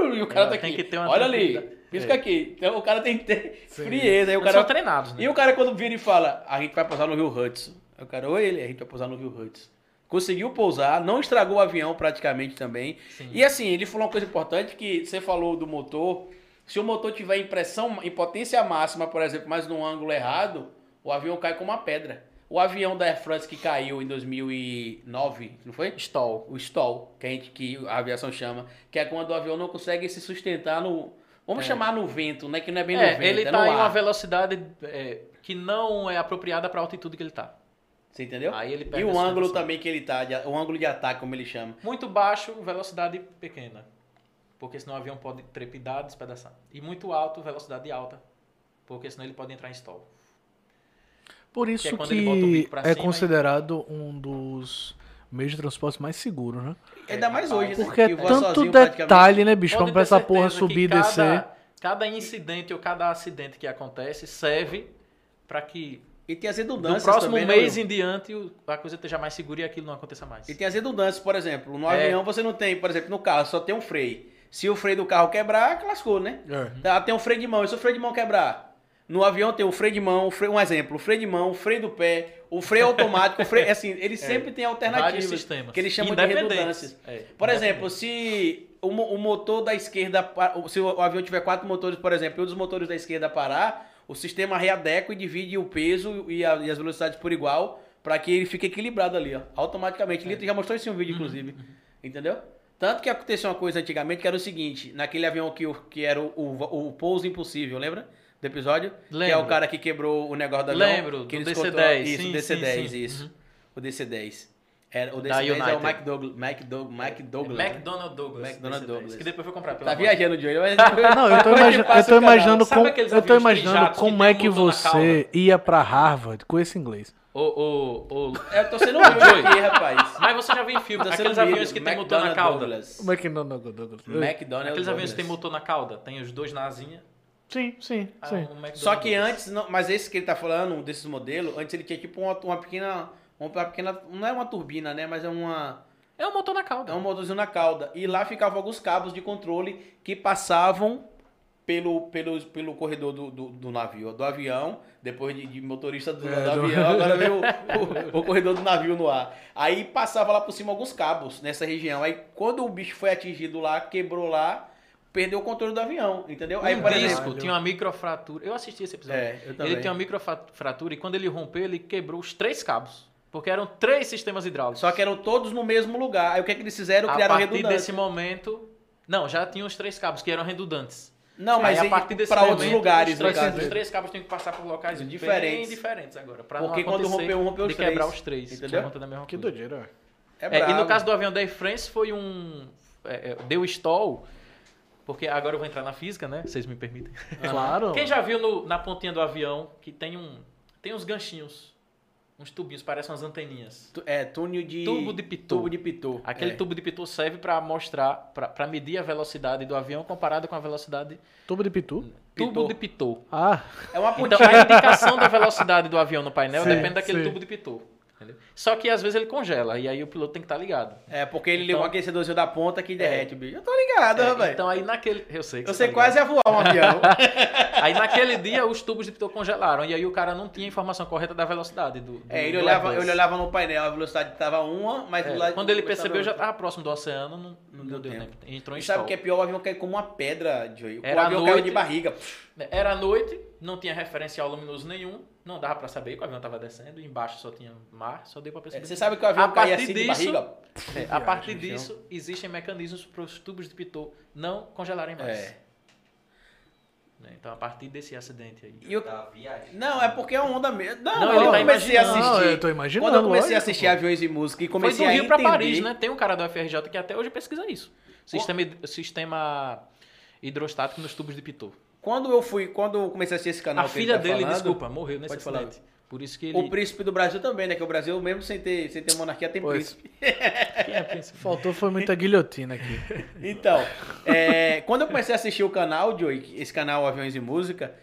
uh, E o cara Ela tá tem aqui. que ter uma Olha ali. tranquilidade. Pisca É. aqui. Então o cara tem que ter frieza. Aí o Eles são cara... treinados, né? E o cara quando vira e fala, a gente vai pousar no Rio Hudson. Aí O cara, ou ele, a gente vai pousar no Rio Hudson. Conseguiu pousar, não estragou o avião praticamente também. Sim. E assim, ele falou uma coisa importante que você falou do motor. Se o motor tiver em pressão, em potência máxima, por exemplo, mas num ângulo errado, o avião cai como uma pedra. O avião da Air France que caiu em 2009, não foi? Stall. o stall, que a, gente, que a aviação chama, que é quando o avião não consegue se sustentar no. Vamos chamar no vento, né? Que não é bem no É, vento. ele é tá no em ar. uma velocidade é, que não é apropriada para a altitude que ele tá. Você entendeu? Aí ele perde E a o sustentação. ângulo também que ele tá, de- o ângulo de ataque, como ele chama. Muito baixo, velocidade pequena. Porque senão o avião pode trepidar, despedaçar. E muito alto, velocidade alta. Porque senão ele pode entrar em stall. Por isso é quando ele bota o que bico pra é cima e- considerado um dos meios de transporte mais seguros, né? Ainda mais hoje, né? Porque é que voa tanto sozinho praticamente. detalhe, né, bicho? Pode Pra ter essa porra certeza que subir e cada- descer. Cada incidente ou cada acidente que acontece serve para que E tem as no redundâncias. próximo também, né, mês Will? em diante o- a coisa esteja mais segura e aquilo não aconteça mais. E tem as redundâncias, por exemplo. No É. avião você não tem, por exemplo, no carro só tem um freio. Se o freio do carro quebrar, lascou, né? É. Uhum. Tá, tem um freio de mão. E se o freio de mão quebrar? No avião tem o freio de mão, o freio- um exemplo, o freio de mão, o freio do pé, o freio automático, o freio. Assim, ele sempre tem É. Vários alternativas. sistemas. Que eles chamam de Independentes. redundâncias. É, Por independentes. exemplo, se o, mo- o motor da esquerda. pa- Se o avião tiver quatro motores, por exemplo, e um dos motores da esquerda parar, o sistema readequa e divide o peso e, a- e as velocidades por igual para que ele fique equilibrado ali, ó, automaticamente. Lito já mostrou isso em um Uhum. vídeo, inclusive. Entendeu? Tanto que aconteceu uma coisa antigamente que era o seguinte: naquele avião que, o- que era o, o, o pouso impossível, lembra? Do episódio? Que é o Lembro. cara que quebrou o negócio da avião. Lembro, que do ele escutou- DC-10, Isso, o sim, DC-10, sim, sim. isso. Uhum. O DC-10. Era, o Da DC-10 é o United. Mike Douglas. Mike, Doug, É, Mike Douglas. né? McDonald Douglas. McDonald desse Douglas. desse, Que depois foi comprar pela Tá Amazon. viajando de olho, mas. Não, eu tô, Depois imagi- te passa eu tô o canal. imaginando um, Sabe como, aqueles eu tô aviões imaginando trijatos que como tem é um que motor na você ia pra Harvard com esse inglês. Ô, ô, ô. Eu tô sendo humilde Joey. aqui, rapaz. Mas você já viu em filme, Tô Tá sendo aqueles humilde. aviões que tem motor na McDonnell cauda. Douglas. Como é que não, não, Douglas? McDonnell Aqueles aviões Douglas. que tem motor na cauda, tem os dois na asinha. Sim, sim, ah, sim. um McDonald Só que Douglas. antes, não, mas esse que ele tá falando, um desses modelos, antes ele tinha tipo uma, uma pequena. Uma pequena. Não é uma turbina, né? Mas é uma. É um motor na cauda. É um motorzinho na cauda. E lá ficavam alguns cabos de controle que passavam pelo, pelo, pelo corredor do, do, do navio, do avião, depois de, de motorista do, É, do avião, agora veio o, o- o corredor do navio no ar. Aí passava lá por cima alguns cabos nessa região. Aí quando o bicho foi atingido lá, quebrou lá, perdeu o controle do avião, entendeu? Aí, Um por disco exemplo, tinha uma microfratura. Eu assisti esse episódio. É, eu também. ele tinha uma microfratura e quando ele rompeu, ele quebrou os três cabos. Porque eram três sistemas hidráulicos. Só que eram todos no mesmo lugar. Aí o que, é que eles fizeram? a Criaram partir redundância. desse momento. Não, já tinha os três cabos que eram redundantes. Não, mas Aí, aí, a partir desse pra outros momento, lugares, os no três, caso. os três cabos têm que passar por locais Diferentes. diferentes, bem diferentes agora. Pra Porque não quando acontecer rompeu um, rompeu os de três. quebrar os três. Entendeu? Que é da mesma Que coisa. doideira. É, e brabo. no caso do avião da Air France foi um. é, é, deu stall, porque agora eu vou entrar na física, né? Vocês me permitem. Claro. Quem já viu no- na pontinha do avião que tem um. Tem uns ganchinhos. uns tubinhos, parecem umas anteninhas. Tu- É, túnel de. Tubo de pitô. Tubo de pitô. Aquele é. tubo de pitot serve para mostrar, para medir a velocidade do avião comparada com a velocidade Tubo de pitu? tubo Pitot. de pitot. Ah, É uma pontinha. Então, a indicação da velocidade do avião no painel Sim, depende daquele sim. tubo de pitot. entendeu? Só que às vezes ele congela e aí o piloto tem que estar ligado. É, porque ele Então- levou um aquecedorzinho da ponta que derrete o bicho. Eu tô ligado, É, rapaz. então aí naquele. Eu sei que eu você sei tá quase ia voar um avião. ligado. Aí naquele dia os tubos de pitot congelaram e aí o cara não tinha a informação correta da velocidade do. do- É, ele do olhava, Airbus. ele olhava no painel, a velocidade tava uma, mas... É, o lado- quando ele o percebeu, já estava- estava próximo do oceano, não, Não deu tempo. Entrou em E sabe o stall. que é pior? O avião caiu como uma pedra, Joey. O Era à avião caiu noite. de barriga. Né, Era noite, não tinha referencial luminoso nenhum, não dava pra saber que o avião estava descendo, embaixo só tinha mar, só deu pra perceber. Você sabe que o avião A caía partir assim de disso- barriga? É, a partir disso, existem mecanismos para os tubos de pitot não congelarem mais. É. Né, Então, a partir desse acidente aí. E o- Tá viagem. Não, é porque é uma onda mesmo. Não, Não, quando ele eu tá comecei a imaginando. assistir... eu tô imaginando, Quando eu comecei a lógico, assistir pô. aviões e música e Foi do comecei a Rio para entender- Paris, né? Tem um cara da UFRJ que até hoje pesquisa isso. Sistema, hid- sistema hidrostático nos tubos de pitot. Quando eu fui, quando eu comecei a assistir esse canal A que ele filha tá dele, falando, desculpa, morreu nesse Pode falar. acidente. Por isso que ele... O príncipe do Brasil também, né? Que o Brasil, mesmo sem ter, sem ter monarquia, tem Pois. príncipe. Quem é príncipe? faltou foi muita guilhotina aqui. Então, é, quando eu comecei a assistir o canal, Joey, esse canal Aviões e Música,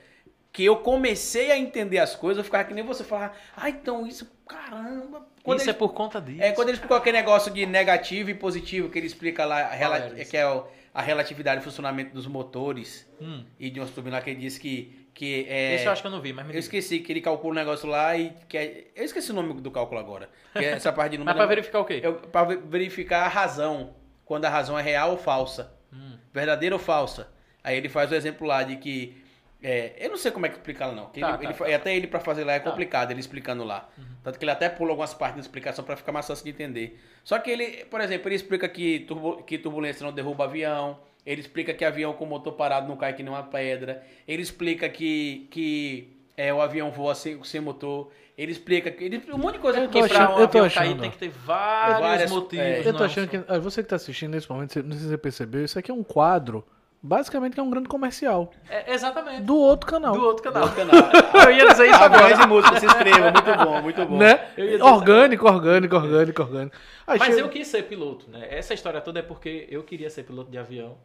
que eu comecei a entender as coisas, eu ficava que nem você falar, ah, então isso, caramba. Quando isso ele, é por conta disso. é, quando ele explicou aquele negócio de negativo e positivo que ele explica lá, a rela- era isso? que é o- a relatividade e funcionamento dos motores Hum, e de umas turbinas que ele diz que. que é, Esse eu acho que eu não vi, mas me eu diga. esqueci que ele calcula um negócio lá e que é- eu esqueci o nome do cálculo agora. que é essa parte de Mas número para verificar o quê? eu, pra ve- verificar a razão, quando a razão é real ou falsa. Hum. Verdadeira ou falsa. Aí ele faz o exemplo lá de que. é, eu não sei como é que explica lá, não. que Tá, ele- tá, ele tá. fa- e Até ele pra fazer lá é Tá. Uhum. complicado, ele explicando lá. Tanto que ele até pula algumas partes da explicação pra ficar mais fácil de entender. Só que ele, por exemplo, ele explica que, turbu- que turbulência não derruba avião. Ele explica que avião com motor parado não cai que nem uma pedra. Ele explica que, que é, o avião voa sem, sem motor. Ele explica que. Ele, um monte de coisa Eu que tô Porque pra achando- um eu tô avião cair achando. tem que ter vários Várias- motivos. é. Eu não tô é um achando só. que. ah, Você que tá assistindo nesse momento, você- não sei se você percebeu, isso aqui é um quadro. Basicamente que é um grande comercial. É, exatamente. Do outro canal. Do outro canal. Do canal. Eu ia dizer isso agora. Aviões e Ah, música, se inscreva. Muito bom, muito bom. Né? Eu ia dizer- Orgânico, orgânico, orgânico, orgânico. Aí Mas chega- eu quis ser piloto, né? Essa história toda é porque eu queria ser piloto de avião.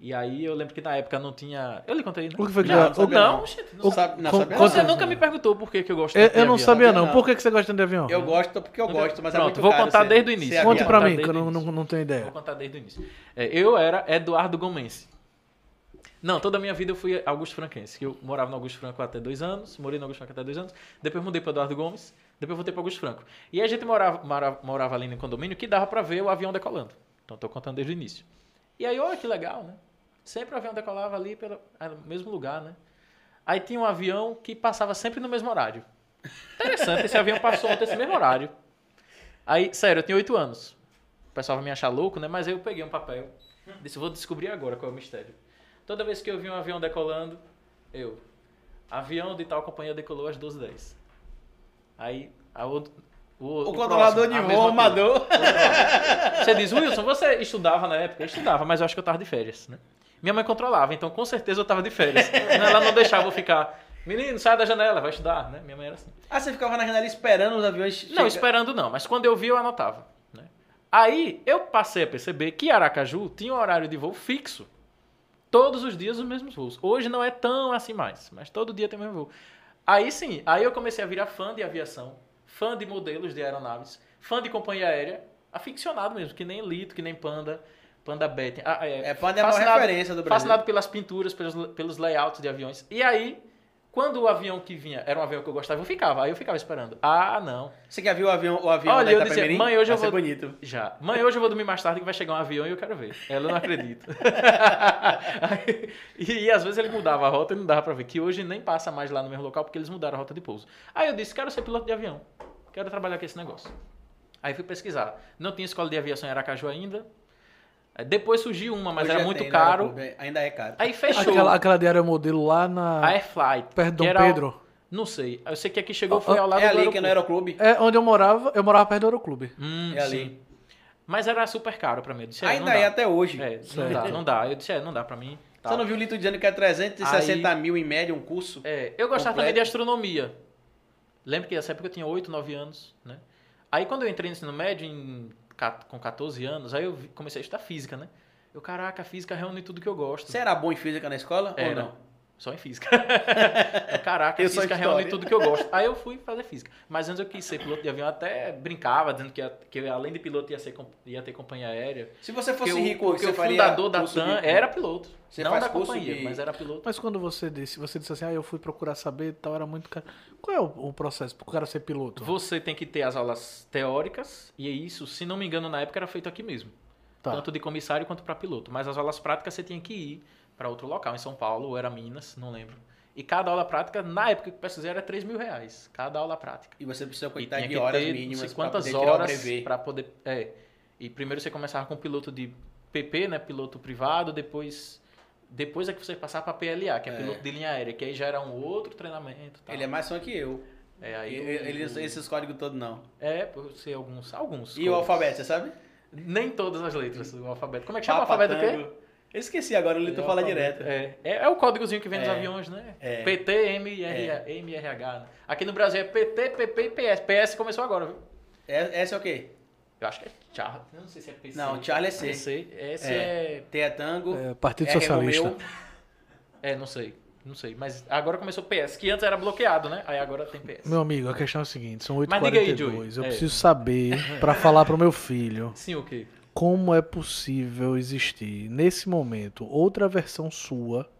E aí eu lembro que na época não tinha. Eu lhe contei, né? O que foi que Já, eu- o- Não, gente. Não Não o- sabe. sabe, não con- sabe conta- Você nada. nunca me perguntou por que, que eu gosto Eu, tanto de eu não avião. sabia, Não. não. Por que que você gosta de avião? Eu gosto porque eu gosto, mas é Pronto, muito vou caro contar ser- desde o ser início. avião. Conte pra Contar mim, que eu desde não, o início. não, não tenho Vou ideia. contar desde o início. É, eu era Eduardo Gomense. Não, toda a minha vida eu fui Augusto Franquense. que Eu morava no Augusto Franco até dois anos, morei no Augusto Franco até dois anos, depois mudei para Eduardo Gomes, depois voltei para Augusto Franco. E a gente morava, morava, morava ali no condomínio que dava para ver o avião decolando. Então estou contando desde o início. E aí, olha que legal, né? Sempre o avião decolava ali pelo era o mesmo lugar, né? Aí tinha um avião que passava sempre no mesmo horário. Interessante, esse avião passou ontem esse mesmo horário. Aí, sério, eu tinha oito anos. O pessoal vai me achar louco, né? Mas aí eu peguei um papel. Disse, vou descobrir agora qual é o mistério. Toda vez que eu vi um avião decolando, eu. Avião de tal companhia decolou às 12h10. Aí, a outro. O, O outro controlador próximo, de a voo, mesma o coisa. amador. Você diz, Wilson, você estudava na época? Eu estudava, mas eu acho que eu tava de férias, né? Minha mãe controlava, então com certeza eu tava de férias. Ela não deixava eu ficar. Menino, sai da janela, vai estudar, né? Minha mãe era assim. Ah, você ficava na janela esperando os aviões Não, chegar- esperando não, mas quando eu vi, eu anotava. né? Aí eu passei a perceber que Aracaju tinha um horário de voo fixo. Todos os dias os mesmos voos. Hoje não é tão assim mais, mas todo dia tem o mesmo voo. Aí sim, aí eu comecei a virar fã de aviação, fã de modelos de aeronaves, fã de companhia aérea, aficionado mesmo, que nem Lito, que nem Panda, Panda Betting. Ah, É, pode é uma Fascinado- referência do Brasil. fascinado pelas pinturas, pelos, pelos layouts de aviões. E aí, quando o avião que vinha era um avião que eu gostava, eu ficava. Aí eu ficava esperando. Ah, não. Você quer ver o avião, o avião Olha, da eu dizia, Itapemirim? mãe, hoje eu Vai ser vou- bonito. Já. Mãe, hoje eu vou dormir mais tarde que vai chegar um avião e eu quero ver. Ela eu não acredita. Aí- e, e às vezes ele mudava a rota e não dava pra ver. Que hoje nem passa mais lá no mesmo local porque eles mudaram a rota de pouso. Aí eu disse, quero ser piloto de avião. Quero trabalhar com esse negócio. Aí fui pesquisar. Não tinha escola de aviação em Aracaju ainda. Aí Depois surgiu uma, mas Hoje era já muito tem, né, caro. aeroclube, Ainda é caro. Aí fechou. Ah, é? Aquela, aquela diária modelo lá A na. Airflight. Perto do que Dom era- Pedro. Não sei. Eu sei que aqui chegou foi ao lado é do ali que é no aeroporto. aeroclube. É onde eu morava, eu morava perto do Aeroclube. Hum, É ali. sim. Mas era super caro pra mim. Eu disse, é, Ainda não dá. é até hoje. É, não dá, não dá. Eu disse, é, não dá pra mim. Tá. Você não viu o Lito dizendo que é 360 Aí- mil em média um curso? É, eu gostava também Completo. de astronomia. Lembro que nessa época eu tinha 8, 9 anos, né? Aí quando eu entrei no ensino médio, em ca- com 14 anos, aí eu vi- comecei a estudar física, né? Eu, caraca, a física reúne tudo que eu gosto. Você era bom em física na escola ou Era. não? Só em física. Caraca, Eu só em física história. reúne tudo que eu gosto. Aí eu fui fazer física. Mas antes eu quis ser piloto de avião, até brincava, dizendo que, ia- que eu, além de piloto ia, ser, com- ia ter companhia aérea. Se você Porque fosse o- rico, hoje, porque você o faria fundador da curso TAM de- era piloto. Você não faz da curso companhia, de- mas era piloto. Mas quando você disse, você disse assim, ah, eu fui procurar saber e tal, era muito caro. Qual é o, o processo pro cara ser piloto? Você tem que ter as aulas teóricas, e é isso, se não me engano, na época era feito aqui mesmo. Tá. Tanto de comissário quanto para piloto. Mas as aulas práticas você tinha que ir para outro local, em São Paulo, ou era Minas, não lembro. E cada aula prática, na época que eu pesquisei, era 3 mil reais. Cada aula prática. E você precisa E quantidade tinha de que horas ter não mínimas sei pra quantas poder tirar o horas brevet. para poder. É. E primeiro você começava com piloto de PP, né? Piloto privado, depois. Depois é que você passava para PLA, que é, É. piloto de linha aérea, que aí já era um outro treinamento. e Tal. Ele é mais fã que eu. É, aí Eu- o- eu- ele- esses códigos todos não. É, por ser alguns. Alguns. E o alfabeto, você sabe? Nem todas as letras do alfabeto. Como é que chama o alfabeto aqui? tango. Eu esqueci agora, o Lito fala direto. É, é, é o códigozinho que vem nos É. aviões, né? É. PT, MRH, MRH. né? Aqui no Brasil é PT, PP e PS. PS começou agora, viu? É- Essa é o quê? Eu acho que é Charlie. Eu não sei se é PC. Não, Charlie é C. PC. Esse É. é. T é tango. É, Partido R é Socialista. Romeu. É, não sei. Não sei. Mas agora começou PS, que antes era bloqueado, né? Aí agora tem PS. Meu amigo, a questão é a seguinte, são Mas diga aí, 8h42. Joey. Eu É. preciso saber, pra falar pro meu filho, Sim, o quê? como é possível existir, nesse momento, outra versão sua,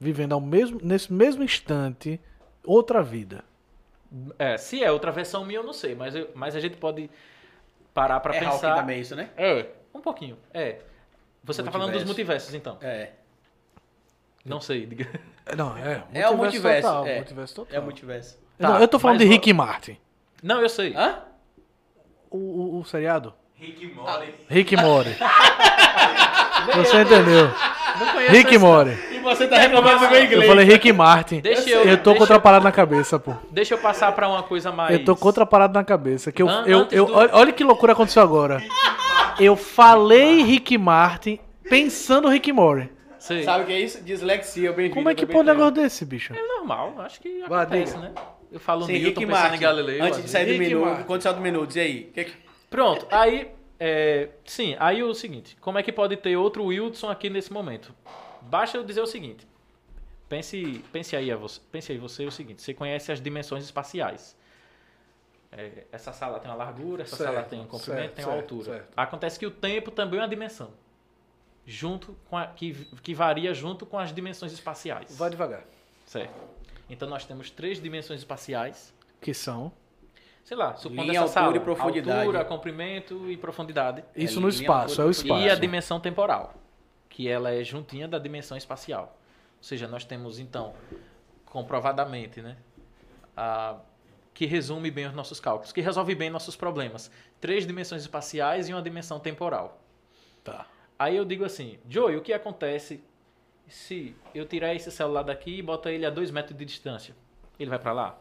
vivendo ao mesmo, nesse mesmo instante, outra vida. É, se é outra versão minha, eu não sei. Mas, eu- mas a gente pode parar pra É Hulk pensar. também isso, né? É, um pouquinho. É. Você tá falando dos multiversos, então. É. Não sei. diga. Não, é. É o multiverso, total, é. multiverso total. É o multiverso. Não, Tá, eu tô falando de mas Rick e Martin. Não, eu sei. Hã? O, o, o seriado? Rick Mole. Rick Mori. Você entendeu? Rick Mori. E você tá reclamando do meu Eu inglês. falei Rick Martin. né? Deixa eu, eu- tô deixa com outra eu- parada na cabeça, pô. Deixa eu passar pra uma coisa mais. Eu tô com outra parada na cabeça. Que eu, An- eu, antes eu, do- olha, olha que loucura aconteceu agora. Eu falei Rick Martin pensando Rick Mori. Sei. Sabe o que é isso? Dislexia, bem-vindo. Como é que também pô um tem. negócio desse, bicho? É normal, acho que Vai, acontece, diga. né? Eu falo Sim, Newton Rick pensando Martin. em Galileu. às Antes de vezes. sair do Rick menu, Martin. quando saiu do menu, diz aí. o que que- Pronto, aí. é, sim, aí o seguinte: como é que pode ter outro Wildson aqui nesse momento? Basta eu dizer o seguinte. Pense, pense, aí, a você, pense aí você o seguinte: você conhece as dimensões espaciais. É, essa sala tem uma largura, essa sala tem um comprimento, tem uma altura. Acontece que o tempo também é uma dimensão. Junto com a, que, que varia junto com as dimensões espaciais. Vai devagar. Certo. Então nós temos três dimensões espaciais. Que são. Sei lá, supondo Linha, essa altura sala, e profundidade. altura, comprimento e profundidade. Isso É no linha, espaço, é o altura, espaço. E a dimensão temporal, que ela é juntinha da dimensão espacial. Ou seja, nós temos então, comprovadamente, né? a- que resume bem os nossos cálculos, que resolve bem nossos problemas. Três dimensões espaciais e uma dimensão temporal. Tá. Aí eu digo assim, Joey, o que acontece se eu tirar esse celular daqui e botar ele a dois metros de distância? Ele vai para lá?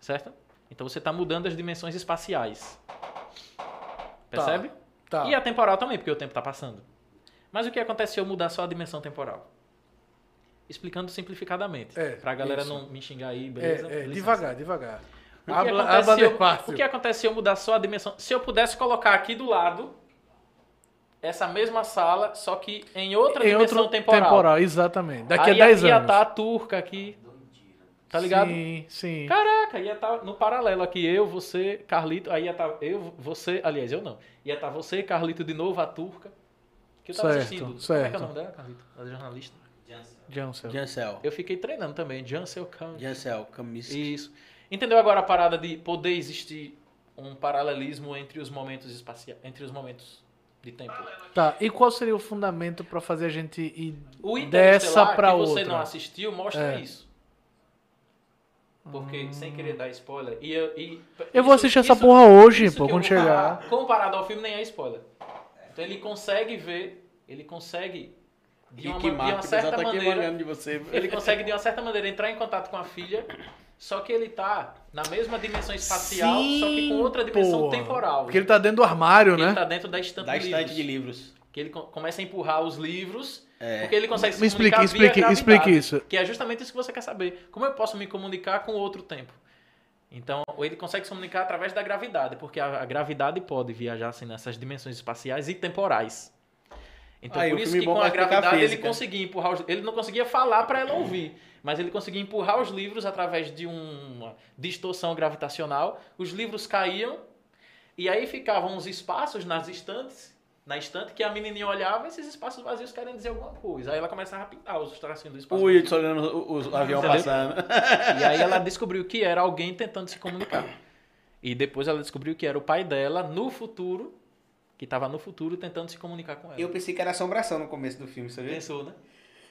Certo? Então você está mudando as dimensões espaciais. Percebe? Tá. E a temporal também, porque o tempo tá passando. Mas o que acontece se eu mudar só a dimensão temporal? Explicando simplificadamente. É, pra galera isso. não me xingar aí, beleza? É, é, Licença. devagar, devagar. O que, Habla- acontece habla se eu, fácil. o que acontece se eu mudar só a dimensão? Se eu pudesse colocar aqui do lado essa mesma sala, só que em outra Em dimensão outro temporal. exatamente. Daqui Aí a 10 ia anos. tá a turca aqui. Tá ligado? Sim, sim. Caraca, ia estar no paralelo aqui, eu, você, Carlito, aí ia estar eu, você, aliás, eu não. Ia estar você, Carlito, de novo, a turca, que eu tava Certo, assistindo. Como é que certo. é o nome dela, Carlito? Ela é jornalista. Então. Johnson. Jancel. Eu fiquei treinando também, Jansel Kahn. Jancel, camisa. Isso. Entendeu agora a parada de poder existir um paralelismo entre os momentos espaciais, entre os momentos de tempo? Tá, e qual seria o fundamento pra fazer a gente ir O dessa Interestelar, pra que outra? você não assistiu, mostra É. isso. Porque, sem querer dar spoiler, e eu... e- Eu vou isso- assistir essa isso- porra hoje, Isso pô, que eu quando vou chegar. falar, comparado ao filme, nem é spoiler. Então ele consegue ver, ele consegue, de uma, Rick ma- de uma Martin, certa tá aqui maneira, olhando de você. ele consegue de uma certa maneira entrar em contato com a filha, só que ele tá na mesma dimensão espacial, só que com outra dimensão porra. temporal. Porque ele tá dentro do armário, Porque ele né? tá dentro da estante, Da de, estante livros, de livros. Que ele co- começa a empurrar os livros, É. porque ele consegue se Me explique, comunicar via explique, gravidade, explique isso. Que é justamente isso que você quer saber. Como eu posso me comunicar com outro tempo? Então, ele consegue se comunicar através da gravidade, porque a, a gravidade pode viajar assim, nessas dimensões espaciais e temporais. Então, Aí, por o isso filme que bom com a vai explicar a gravidade ele física. conseguia empurrar os, Ele não conseguia falar para ela ouvir, mas ele conseguia empurrar os livros através de uma distorção gravitacional. Os livros caíam e aí ficavam uns espaços nas estantes, na estante, que a menininha olhava e esses espaços vazios querem dizer alguma coisa. Aí ela começava a pintar os tracinhos do espaço. O Wilson olhando o, o- o avião Entendeu? passando. E aí ela descobriu que era alguém tentando se comunicar. E depois ela descobriu que era o pai dela no futuro, que estava no futuro tentando se comunicar com ela. Eu pensei que era assombração no começo do filme, você viu? pensou, né?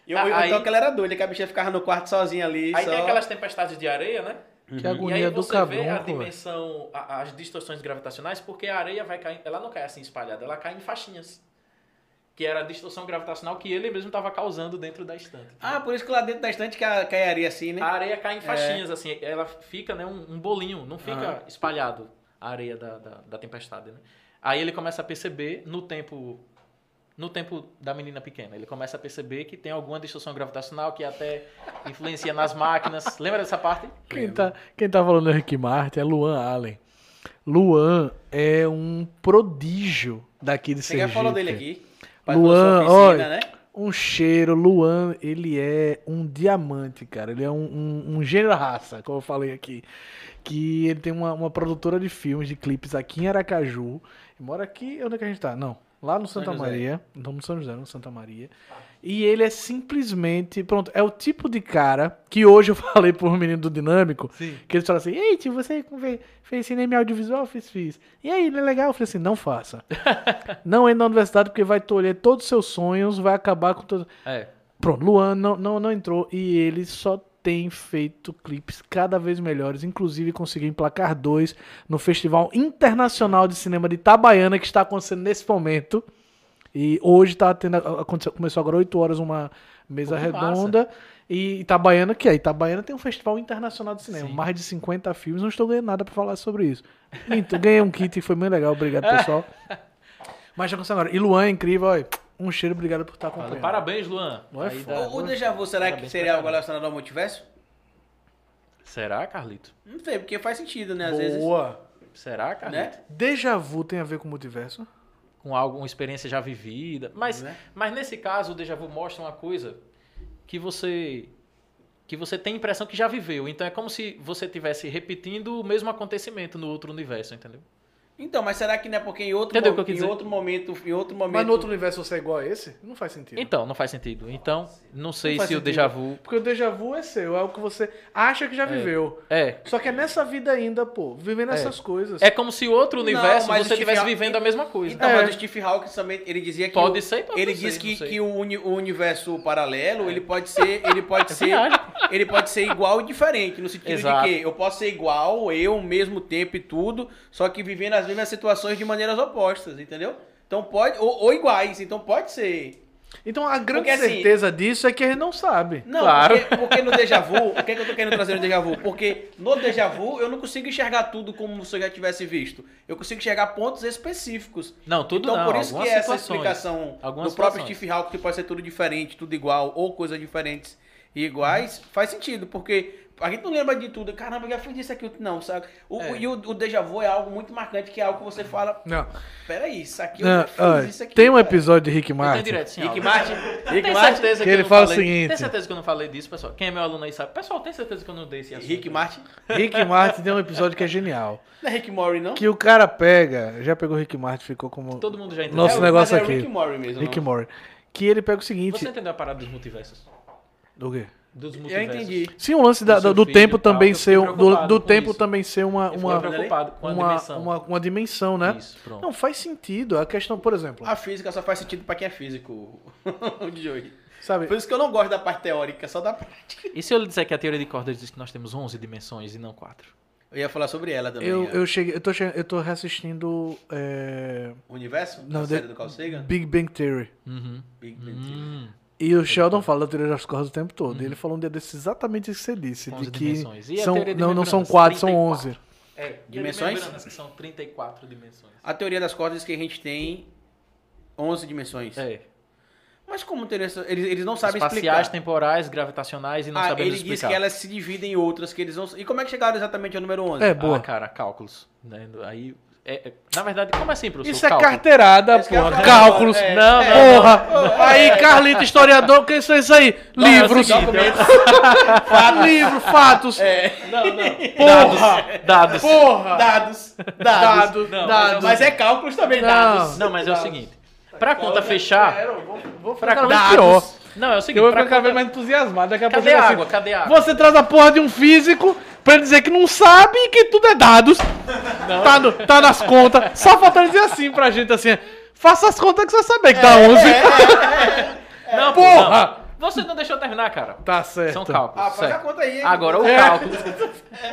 Eu, Ah, eu, aí- então que ela era doida, que a bichinha ficava no quarto sozinha ali. Aí só... tem aquelas tempestades de areia, né? Que E aí agonia do você vê a cabrunco, velho. dimensão, a- as distorções gravitacionais, porque a areia vai cair, ela não cai assim espalhada, ela cai em faixinhas. Que era a distorção gravitacional que ele mesmo estava causando dentro da estante. Ah, por isso que lá dentro da estante ca- caiaria assim, né? A areia cai É. em faixinhas, assim, ela fica, né, um, um bolinho, não fica espalhado a areia da, da, da tempestade, né? Aí ele começa a perceber no tempo no tempo da menina pequena, ele começa a perceber que tem alguma distorção gravitacional que até influencia nas máquinas. Lembra dessa parte? Quem tá, quem tá falando do Rick Martin é Luan Allen. Luan é um prodígio daqui de Você já Sergipe. falou dele aqui. Luan, Passou olha. né? Um cheiro, Luan, ele é um diamante, cara. Ele é um, um, um gênio da raça, como eu falei aqui. Que ele tem uma, uma produtora de filmes, de clipes aqui em Aracaju. Ele mora aqui, onde é que a gente tá? Não, lá no Santa José. Maria. Não, no São José, no Santa Maria. E ele é simplesmente, pronto, é o tipo de cara que hoje eu falei pro menino do Dinâmico, que eles falam assim, ei tio, você conve- fez cinema e audiovisual? Fiz, fiz. E aí, não é legal? Eu falei assim, não faça. não entra na universidade porque vai tolher todos os seus sonhos, vai acabar com todos... É. Pronto, Luan não, não, não entrou e ele só tem feito clipes cada vez melhores, inclusive conseguiu emplacar dois no Festival Internacional de Cinema de Itabaiana, que está acontecendo nesse momento. E hoje tá tendo, aconteceu, começou agora 8 horas uma mesa Pô, que massa. redonda. E Itabaiana, que é? Itabaiana tem um festival internacional de cinema, Sim. mais de 50 filmes, não estou ganhando nada para falar sobre isso. Minto, ganhei um kit, foi muito legal, obrigado pessoal. Mas já aconteceu agora. E Luan é incrível, olha. Um cheiro, obrigado por estar acompanhando. Parabéns, Tá, Luan. Não é Aí foda. dá- O, o Deja Vu, será que Parabéns seria pra algo relacionado ao multiverso? Será, Carlito? Não sei, porque faz sentido, né? Às vezes. Boa. Será, Carlito? Né? Déjà vu tem a ver com multiverso? Com alguma experiência já vivida. Mas, Né? mas nesse caso, o déjà vu mostra uma coisa que você que você tem a impressão que já viveu. Então é como se você estivesse repetindo o mesmo acontecimento no outro universo, entendeu? Então, mas será que não é porque em outro, Entendeu mo- o que eu quis em dizer? outro momento, em outro momento. Mas no outro universo você é igual a esse? Não faz sentido. Então, não faz sentido. Então, não sei faz se o sentido. déjà vu Porque o déjà vu é seu, é o que você acha que já viveu. é Só que é nessa vida ainda, pô, vivendo É. essas coisas. é como se outro Não, universo mas você o Stephen estivesse Hawking- vivendo a mesma coisa. Então, É. mas o Steve Hawking também, ele dizia que. pode o- ser, pode Ele não ser, diz que, não sei. É. que o, uni- o universo paralelo, ele pode ser, ele pode ser, ele pode ser igual e diferente, no sentido Exato. de que eu posso ser igual, eu, ao mesmo tempo e tudo, só que vivendo as mesmas situações de maneiras opostas, entendeu? Então pode ou, ou iguais, então pode ser. Então a grande Porque, assim, certeza disso é que ele não sabe. Não, Claro. porque, porque no déjà vu, o que, é que eu tô querendo trazer no déjà vu? Porque no déjà vu eu não consigo enxergar tudo como se eu já tivesse visto. Eu consigo enxergar pontos específicos. Não, tudo então não. por isso que algumas essa situações. explicação Algumas do próprio situações. Steve Hawking que pode ser tudo diferente, tudo igual ou coisas diferentes e iguais Uhum. faz sentido, porque a gente não lembra de tudo. Caramba, eu já fiz isso aqui, outro não, sabe? O, É. E o, o déjà vu é algo muito marcante, que é algo que você fala, Não. peraí, isso aqui eu Não, já fiz, olha, isso aqui. tem um cara." episódio de Rick Eu tenho Martin. direto, sim. Rick Aldo. Martin, Rick tem Martin, certeza que, que ele eu não fala o falei. seguinte. Tem certeza que eu não falei disso, pessoal. Quem é meu aluno aí sabe. Pessoal, tem certeza que eu não dei esse assunto. Rick Martin, Rick Martin tem um episódio que é genial. não é Rick Mori não? Que o cara pega. Já pegou Rick Martin, ficou como. Todo mundo já entendeu. Nosso É, mas negócio é aqui. Rick Mori mesmo. Rick não? Morty. Que ele pega o seguinte. Você entendeu a parada dos multiversos? Do quê? Dos Eu multiversos. entendi. Sim, o lance da- Do do, seu do filho tempo e tal, também eu ser. fiquei um- Do, preocupado do com tempo isso. também ser uma. Eu fiquei Uma, preocupado com a uma, dimensão. uma, uma dimensão, né? Isso, pronto. Não, faz sentido. A questão, por exemplo, A física só faz sentido pra quem é físico, o Joey. sabe? Por isso que eu não gosto da parte teórica, só da prática. E se eu lhe disser que a teoria de cordas diz que nós temos 11 dimensões e não 4? Eu ia falar sobre ela também. Eu, ó. eu, cheguei, eu, tô, che- eu tô reassistindo é, O universo? Não, da de- série do Carl Sagan? Big Bang Theory. Uhum. Big Bang Theory. Hum, E o Sheldon fala da teoria das cordas o tempo todo. E ele falou um dia desses exatamente isso que você disse. 11 de que dimensões. E a são, teoria de não, não são membranas? quatro, são 34. onze. É, Dimensões? Ah, lembrando que são 34 dimensões. A teoria das cordas diz que a gente tem 11 dimensões. É. Mas como teria essa- eles, eles não sabem Espaciais, explicar? temporais, gravitacionais e não Ah, sabemos ele explicar. disse que elas se dividem em outras que eles não. E como é que chegaram exatamente ao número 11? É, Ah, boa. cara, cálculos. né? Aí, é- é- na verdade, como assim, professor? Isso é Cálculo. carteirada, Esse que eu ia porra. falar. Cálculos. É, Não, é. Porra! Aí, Carlito, historiador, que isso é isso aí? é o Livros. seguinte, Livro, fatos. É. Não, não. Porra! Dados. Porra! Dados. Dado, Não, dado. Mas é cálculos também, Não. dados. Não, mas é o seguinte. Pra conta fechar. Vou ficar cada vez dados. pior. Não, é o Eu seguinte. vou Pra ficar cada vez conta... mais entusiasmado. Daqui a pouco Cadê eu a digo água? assim, Cadê a água? Você traz a porra de um físico pra ele dizer que não sabe e que tudo é dados. Tá, no- tá nas contas. Só falta ele dizer assim pra gente, assim. Faça as contas que você vai saber que dá 11. Não, pô, Porra! não. Você não deixou eu terminar, cara. Tá certo. São cálculos. Ah, faz a certo. conta aí. hein? Agora o É. cálculo.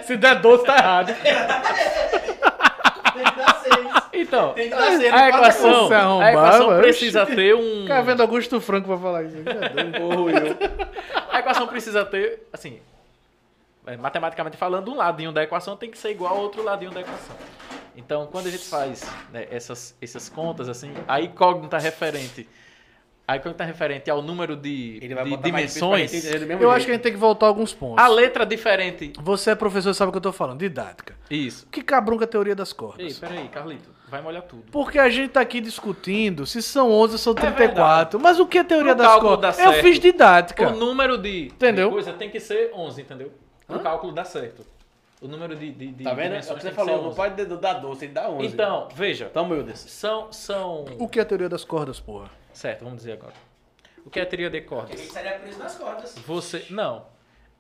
Se der 12, tá errado. Tem que dar seis. Então, Tem que dar seis. não a passa equação, você arrombar, a equação mano. precisa ter um. Cara, vendo Augusto Franco pra falar isso. é A equação precisa ter, assim, é, matematicamente falando, um ladinho da equação tem que ser igual ao outro ladinho da equação. Então, quando a gente faz né, essas, essas contas, assim, a incógnita referente, a incógnita referente ao número de, Ele vai de botar mais difícil pra dimensões, gente entender do mesmo Eu jeito. acho que a gente tem que voltar a alguns pontos. a letra diferente. Você é professor sabe o que eu tô falando. Didática. Isso. O que cabrunca a teoria das Ei, cordas? peraí, Carlito, vai molhar tudo. Porque a gente tá aqui discutindo se são 11 ou são verdade. 34. mas É o que é teoria Pro das cálculo cordas? dá Eu certo. fiz didática. O número de, Entendeu? de coisa tem que ser 11, entendeu? O cálculo dá certo. O número de, de, de Tá vendo? É o dimensões que você tem que ser falou, é não 11. pode dar 12, tem que dar 11. Então, veja, Então, meu Deus. são, são... O que é a teoria das cordas, porra? Certo, vamos dizer agora. O que é teoria de Porque a gente cordas? estaria preso nas cordas. Você. Não.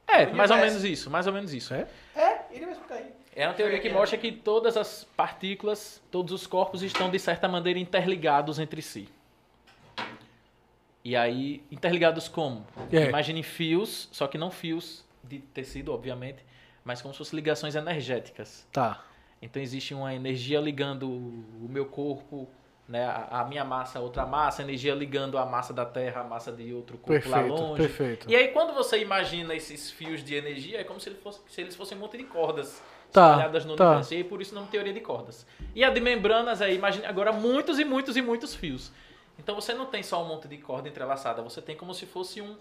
É, mais Universo. ou menos isso, mais ou menos isso. É? É, ele vai explicar aí. É uma teoria que mostra que todas as partículas, todos os corpos estão de certa maneira interligados entre si. E aí, interligados como? É. Imaginem fios, só que não fios de tecido, obviamente, mas como se fossem ligações energéticas. Tá. Então existe uma energia ligando o meu corpo, né, a, a minha massa a outra massa, energia ligando a massa da Terra, a massa de outro corpo lá Perfeito, longe. perfeito. E aí quando você imagina esses fios de energia, é como se, ele fosse- se eles fossem um monte de cordas Tá, espalhadas no tá. universo. E aí por isso o nome teoria de cordas. E a de membranas é, imagina agora muitos e muitos e muitos fios. Então você não tem só um monte de corda entrelaçada, você tem como se fosse um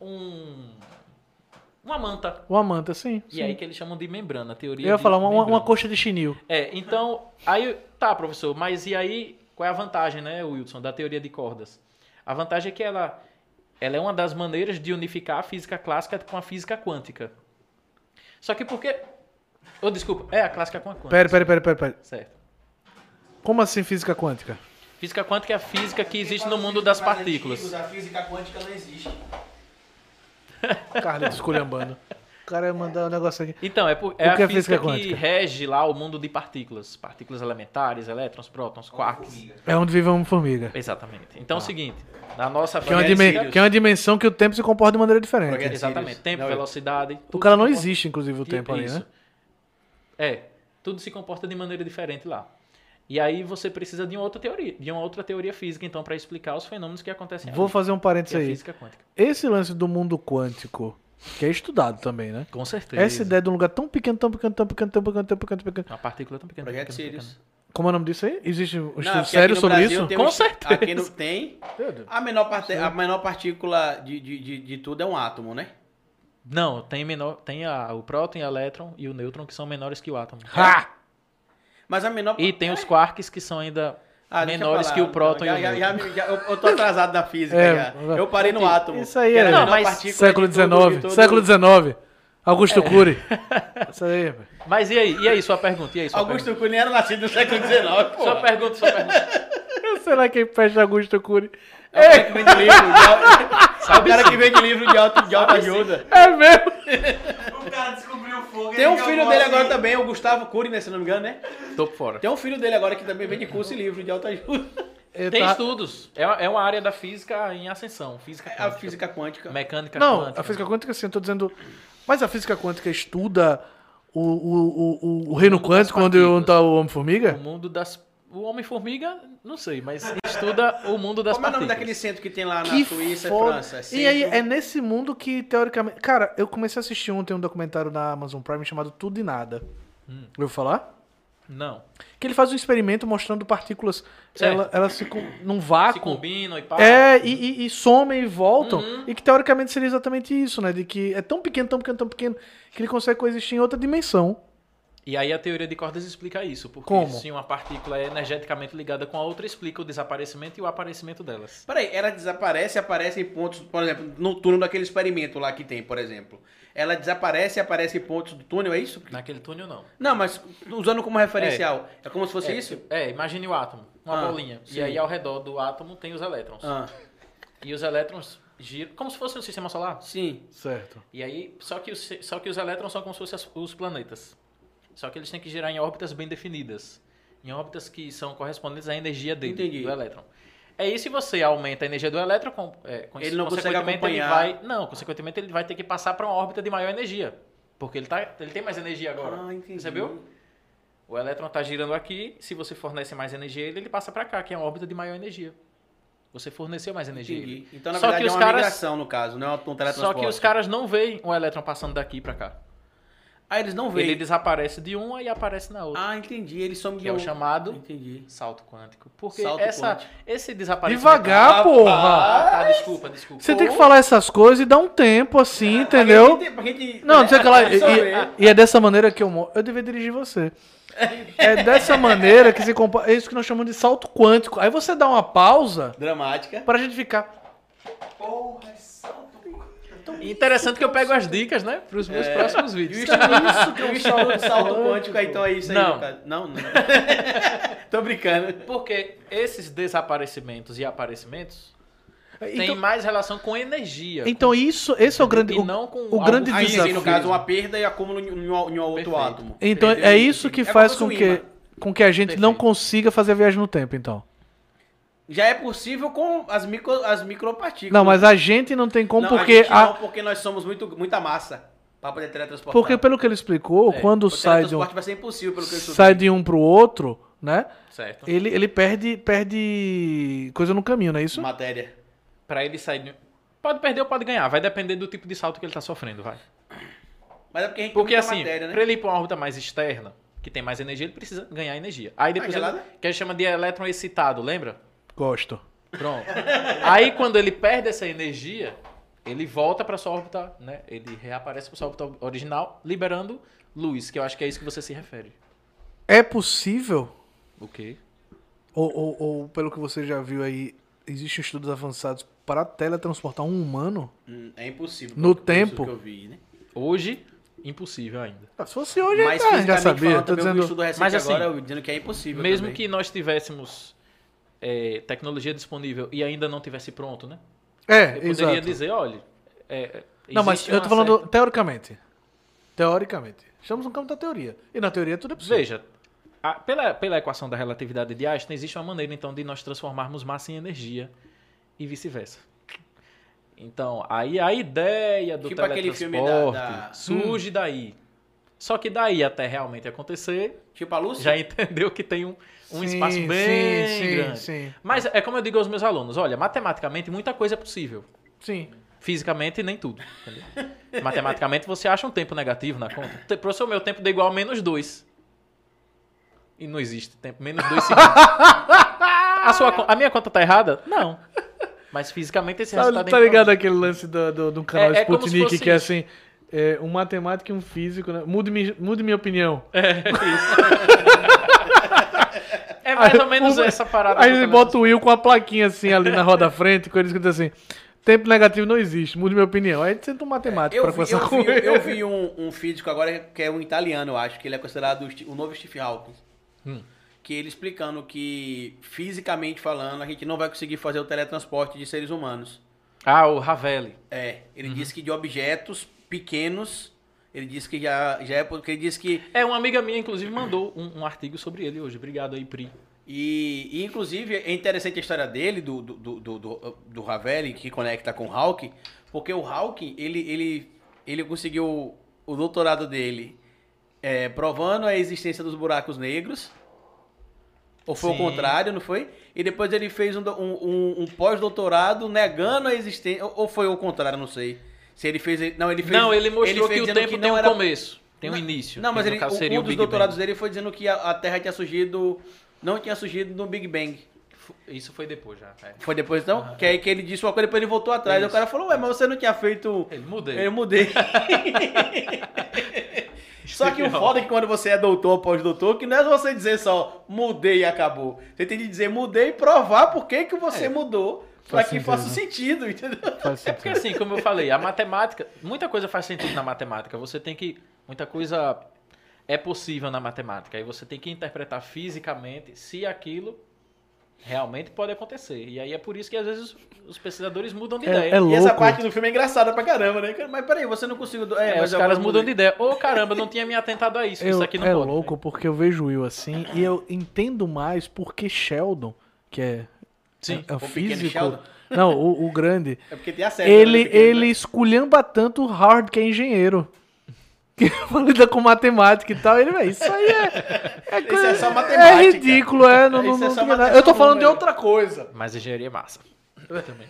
um uma manta. Uma manta, sim. E sim. aí né? que eles chamam de membrana, teoria Eu ia de falar uma, uma- membrana. uma coxa de chinil. É, então, aí, tá, professor, mas e aí, qual é a vantagem, né, Wilson, da teoria de cordas? A vantagem é que ela, ela é uma das maneiras de unificar a física clássica com a física quântica. Só que porque... Oh, desculpa, é a clássica com a quântica. Pera, pera, pera, pera, pera. Certo. Como assim física quântica? Física quântica é a física que existe no Os mundo das mais partículas. antigos, né? A física quântica não existe. Carlito esculhambando. O cara ia mandar um negócio aqui. Então, é, por- é O que a é física física, que quântica? rege lá o mundo de partículas. Partículas elementares, elétrons, prótons, quarks. Formiga. É onde vive uma formiga. Exatamente. Então é o seguinte, na nossa Tá. Que é, uma física- dimen- que é uma dimensão que o tempo se comporta de maneira diferente. Porque- Exatamente. Tempo, Não, é- velocidade. O tudo cara não se comporta- existe, inclusive, o tempo ali, Isso. né? É. Tudo se comporta de maneira diferente lá. E aí você precisa de uma outra teoria, de uma outra teoria física, então, para explicar os fenômenos que acontecem Vou ali, fazer um parênteses que é a aí. física quântica. Esse lance do mundo quântico, que é estudado também, né? Com certeza. Essa ideia de um lugar tão pequeno, tão pequeno, tão pequeno, tão pequeno, tão pequeno, tão pequeno. É Uma partícula tão pequena. um Projeto pequena, pequena, Sirius. Como é o nome disso aí? Existe um Não, estudo porque sério aqui no sobre Brasil isso? tem um Com estu- certeza. Aqui não tem. A menor, parte, a menor partícula de, de, de, de tudo é um átomo, né? pequena. Não, tem, menor, tem a- o próton, o elétron e o nêutron que são menores que o átomo. Ha! Mas a menor. E tem os quarks que são ainda Ah, deixa eu menores falar. que o próton já, e o já, nêutron. já, me- já- eu, eu tô atrasado na física É, já. Eu parei no átomo. Isso aí que era é- a menor Não, mas partícula Século de tudo- de XIX. todo- Século XIX. Augusto Cury. Isso aí, velho. Mas e aí? E aí, sua pergunta? E aí, sua Augusto Cunha era nascido no século XIX, pô. pergunta? Sua pergunta, sua pergunta. Será que fecha Augusto Cury? É o cara que vende livro. De, é o cara que vende livro de, auto, de assim. autoajuda. É mesmo? O cara descobriu o fogo. Tem ele um quer filho alguma dele assim. agora também, o Gustavo Cury, né, se não me engano, né? Tô fora. Tem um filho dele agora que também vende curso e livro de autoajuda. Eu Tem tava- estudos. É, uma- é uma área da física em ascensão. Física É, A quântica. física quântica. Mecânica Não, quântica. a física quântica sim, eu tô dizendo. Mas a física quântica estuda o, o, o, o, o reino mundo das quântico onde partículas. está o O Homem-Formiga? mundo das. O Homem-Formiga, não sei, mas estuda o mundo das Como é o nome partículas. daquele centro que tem lá na Que Suíça, foda. França? E aí, Centro- é nesse mundo que, teoricamente. Cara, Hum. eu comecei a assistir ontem um documentário na Amazon Prime chamado Tudo e Nada. Ouviu falar? Não. Que ele faz um experimento mostrando partículas. Certo. Ela, elas se com- num Se vácuo. combinam e pá. É, e, e- e somem e voltam. Uhum. E que teoricamente seria exatamente isso, né? De que é tão pequeno, tão pequeno, tão pequeno, que ele consegue coexistir em outra dimensão. E aí a teoria de cordas explica isso, porque Como? se uma partícula é energeticamente ligada com a outra, explica o desaparecimento e o aparecimento delas. Peraí, ela desaparece e aparece em pontos, por exemplo, no túnel daquele experimento lá que tem, por exemplo. Ela desaparece e aparece em pontos do túnel, é isso? Naquele túnel, não. Não, mas usando como referencial. É, como se fosse é, isso? É, imagine o átomo, uma Ah, bolinha. sim. E aí ao redor do átomo tem os elétrons. Ah, E os elétrons giram como se fosse um sistema solar. sim. Certo. E aí, só que, os, só que os elétrons são como se fossem as- os planetas. Só que eles têm que girar em órbitas bem definidas. Em órbitas que são correspondentes à energia dele, Entendi. do elétron. É isso, se você aumenta a energia do elétron, com, é, com- Ele não consegue consequentemente ele acompanhar. vai. Não, consequentemente ele vai ter que passar para uma órbita de maior energia. Porque ele, tá, ele tem mais energia agora. Ah, entendi. Percebeu? O elétron está girando aqui, se você fornece mais energia a ele, ele passa para cá, que é uma órbita de maior energia. Você forneceu mais energia. a ele. Entendi. Então, na Só verdade, é que os uma caras- migração, no caso, não é um teletransporte. Só que os caras não veem um elétron passando daqui para cá. Ah, eles não Ele veem. desaparece de uma e aparece na outra. Ah, entendi. Eles são que é o chamado Entendi. salto quântico. Porque Salto essa, quântico. esse desaparecimento. Devagar, porra! Ah, tá, desculpa, desculpa. é Você tem que falar essas coisas e dar um tempo É, assim, entendeu? Pra gente- Não, não sei o que lá. E, absorver. e- e é dessa maneira que eu morro. Eu devia dirigir você. É dessa maneira que se compara. É isso que nós chamamos de salto quântico. Aí você dá uma pausa Dramática. pra gente ficar. Porra, é salto. E Interessante que eu pego as dicas, né? Pros meus Então próximos é E o vídeos. estudo- que o estudo do salto quântico, aí, então é isso aí. Não. no caso. Não, não. Tô brincando. Porque esses desaparecimentos e aparecimentos têm Então, mais relação com energia. então isso, esse é o grande. e o- não com o grande Aí, algo sim, no desafio. caso, uma perda e acúmulo em um, em um outro Perfeito. átomo. Então Entendeu? é isso que É como faz se com um que, ímã. com que a gente não Perfeito. consiga fazer a viagem no tempo, então. Já é possível com as, micro, as micropartículas. Não, mas a gente não tem como Não, a porque gente a- não, porque nós somos muito, muita massa pra poder teletransportar. porque pelo que ele explicou, É, quando o sai de um teletransporte vai ser impossível, pelo que eu estudei. Então. sai de um pro outro, né? Certo. Ele, ele perde perde coisa no caminho, não é isso? Matéria. Pra ele sair. de- Pode perder ou pode ganhar. Vai depender do tipo de salto que ele tá sofrendo, vai. Mas é porque a gente tem Porque muita assim, matéria, né? pra ele ir pra uma órbita mais externa, que tem mais energia, ele precisa ganhar energia. Aí Ah, depois ele, gelada? que a gente chama de elétron excitado, lembra? Gosto. Pronto. Aí quando ele perde essa energia, ele volta pra sua órbita, né? Ele reaparece pra sua órbita original, liberando luz, que eu acho que é isso que você se refere. É possível O quê? ou, ou- ou, pelo que você já viu aí, existem estudos avançados para teletransportar um humano? Hum, é impossível. No pelo curso tempo. Que eu vi, né? Hoje, impossível ainda. Ah, Se fosse hoje, Mas aí tá, já fisicamente sabia. falando, Tô também eu vi um dizendo, estudo recente Mas, assim, agora eu dizendo que é impossível Mesmo também. que nós tivéssemos é, tecnologia disponível e ainda não tivesse pronto, né? Eu é, poderia exato. dizer, olha. é, é, Não, mas existe eu uma tô falando certa- teoricamente. Teoricamente. Estamos no campo da teoria. E na teoria tudo é possível. Veja, a- pela, pela equação da relatividade de Einstein, existe uma maneira, então, de nós transformarmos massa em energia e vice-versa. Então, aí a ideia do Tipo aquele filme da- teletransporte da- surge Hum. daí. Só que daí até realmente acontecer, Tipo a Lúcia? já entendeu que tem um, um Sim, espaço sim, bem sim, grande. Sim, Mas é como eu digo aos meus alunos, olha, matematicamente muita coisa é possível. sim. Fisicamente, nem tudo. entendeu? Matematicamente, você acha um tempo negativo na conta. Te- Professor, meu tempo deu igual a menos 2. E não existe tempo. Menos 2 segundos. a, sua, con- a minha conta tá errada? Não. Mas fisicamente esse Tá, resultado... tá ligado aquele lance do, do, do canal É- é como se Sputnik fosse que é assim: é, um matemático e um físico, né? Mude, mi- mude minha opinião. É mais ou Aí, menos um- essa parada. Aí que eu ele tava- bota o Will com a plaquinha assim ali na roda da frente, quando ele escuta assim: tempo negativo não existe, mude minha opinião. Aí senta um matemático Eu pra vi, conversar eu com vi- ele. eu vi um, um físico agora que é um italiano, eu acho, que ele é considerado o Sti- o novo Steve Hawking. Que ele explicando que, fisicamente falando, a gente não vai conseguir fazer o teletransporte de seres humanos. Ah, o Ravelli. É, ele disse que de objetos pequenos, ele disse que já, já é porque ele disse que. É, uma amiga minha, inclusive, mandou um, um artigo sobre ele hoje. Obrigado aí, Pri. E, e, inclusive, é interessante a história dele, do, do, do, do, do- do Ravelli, que conecta com o Hawking, porque o Hawking, ele, ele, ele conseguiu o doutorado dele é, provando a existência dos buracos negros, ou foi o Sim. contrário, não foi? E depois ele fez um, do- um, um- um pós-doutorado negando a existência, ou, ou foi o contrário, não sei. Se ele fez... Não, ele fez... Não, ele fez mostrou que o dizendo tempo não tem um era- começo. Tem um início. Não, que mas no ele, caso um- seria um o dos Big doutorados dele foi dizendo que a, a Terra tinha surgido. Não tinha surgido no Big Bang. Bang. Isso foi depois já. é. Foi depois então? que aí que ele disse uma coisa, depois ele voltou atrás. Aí o Isso. cara falou, ué, mas você não tinha feito. Ele mudei. Eu mudei. só que o foda é que quando você é doutor ou pós-doutor, que não é você dizer só mudei e acabou. Você tem que dizer mudei e provar por que, que você É. mudou. Pra Faz que sentido, faça né? sentido, entendeu? Faz É porque assim, como eu falei, a matemática, muita coisa faz sentido na matemática. Você tem que, muita coisa é possível na matemática. Aí você tem que interpretar fisicamente se aquilo realmente pode acontecer. E aí é por isso que às vezes os- os pesquisadores mudam de ideia. É E essa louco. parte do filme é engraçada pra caramba, né? Mas peraí, você não conseguiu. do- É, É, os eu caras vou- mudam de ideia. Ô caramba, não tinha me atentado a isso. isso Eu- aqui não é pode. louco porque eu vejo o Will assim e eu entendo mais porque Sheldon, que é, Sim, é o o pequeno físico, Sheldon. não, o, o grande, É porque tem a série. ele né, do pequeno, ele esculhamba tanto o Howard que é engenheiro. Que lida com matemática e tal, ele, velho, isso aí é. é coisa- é só matemática. É ridículo, é. Não, não, Isso é não só tinha nada. matemática, Eu tô falando de número. outra coisa. Mas engenharia é massa. Eu também.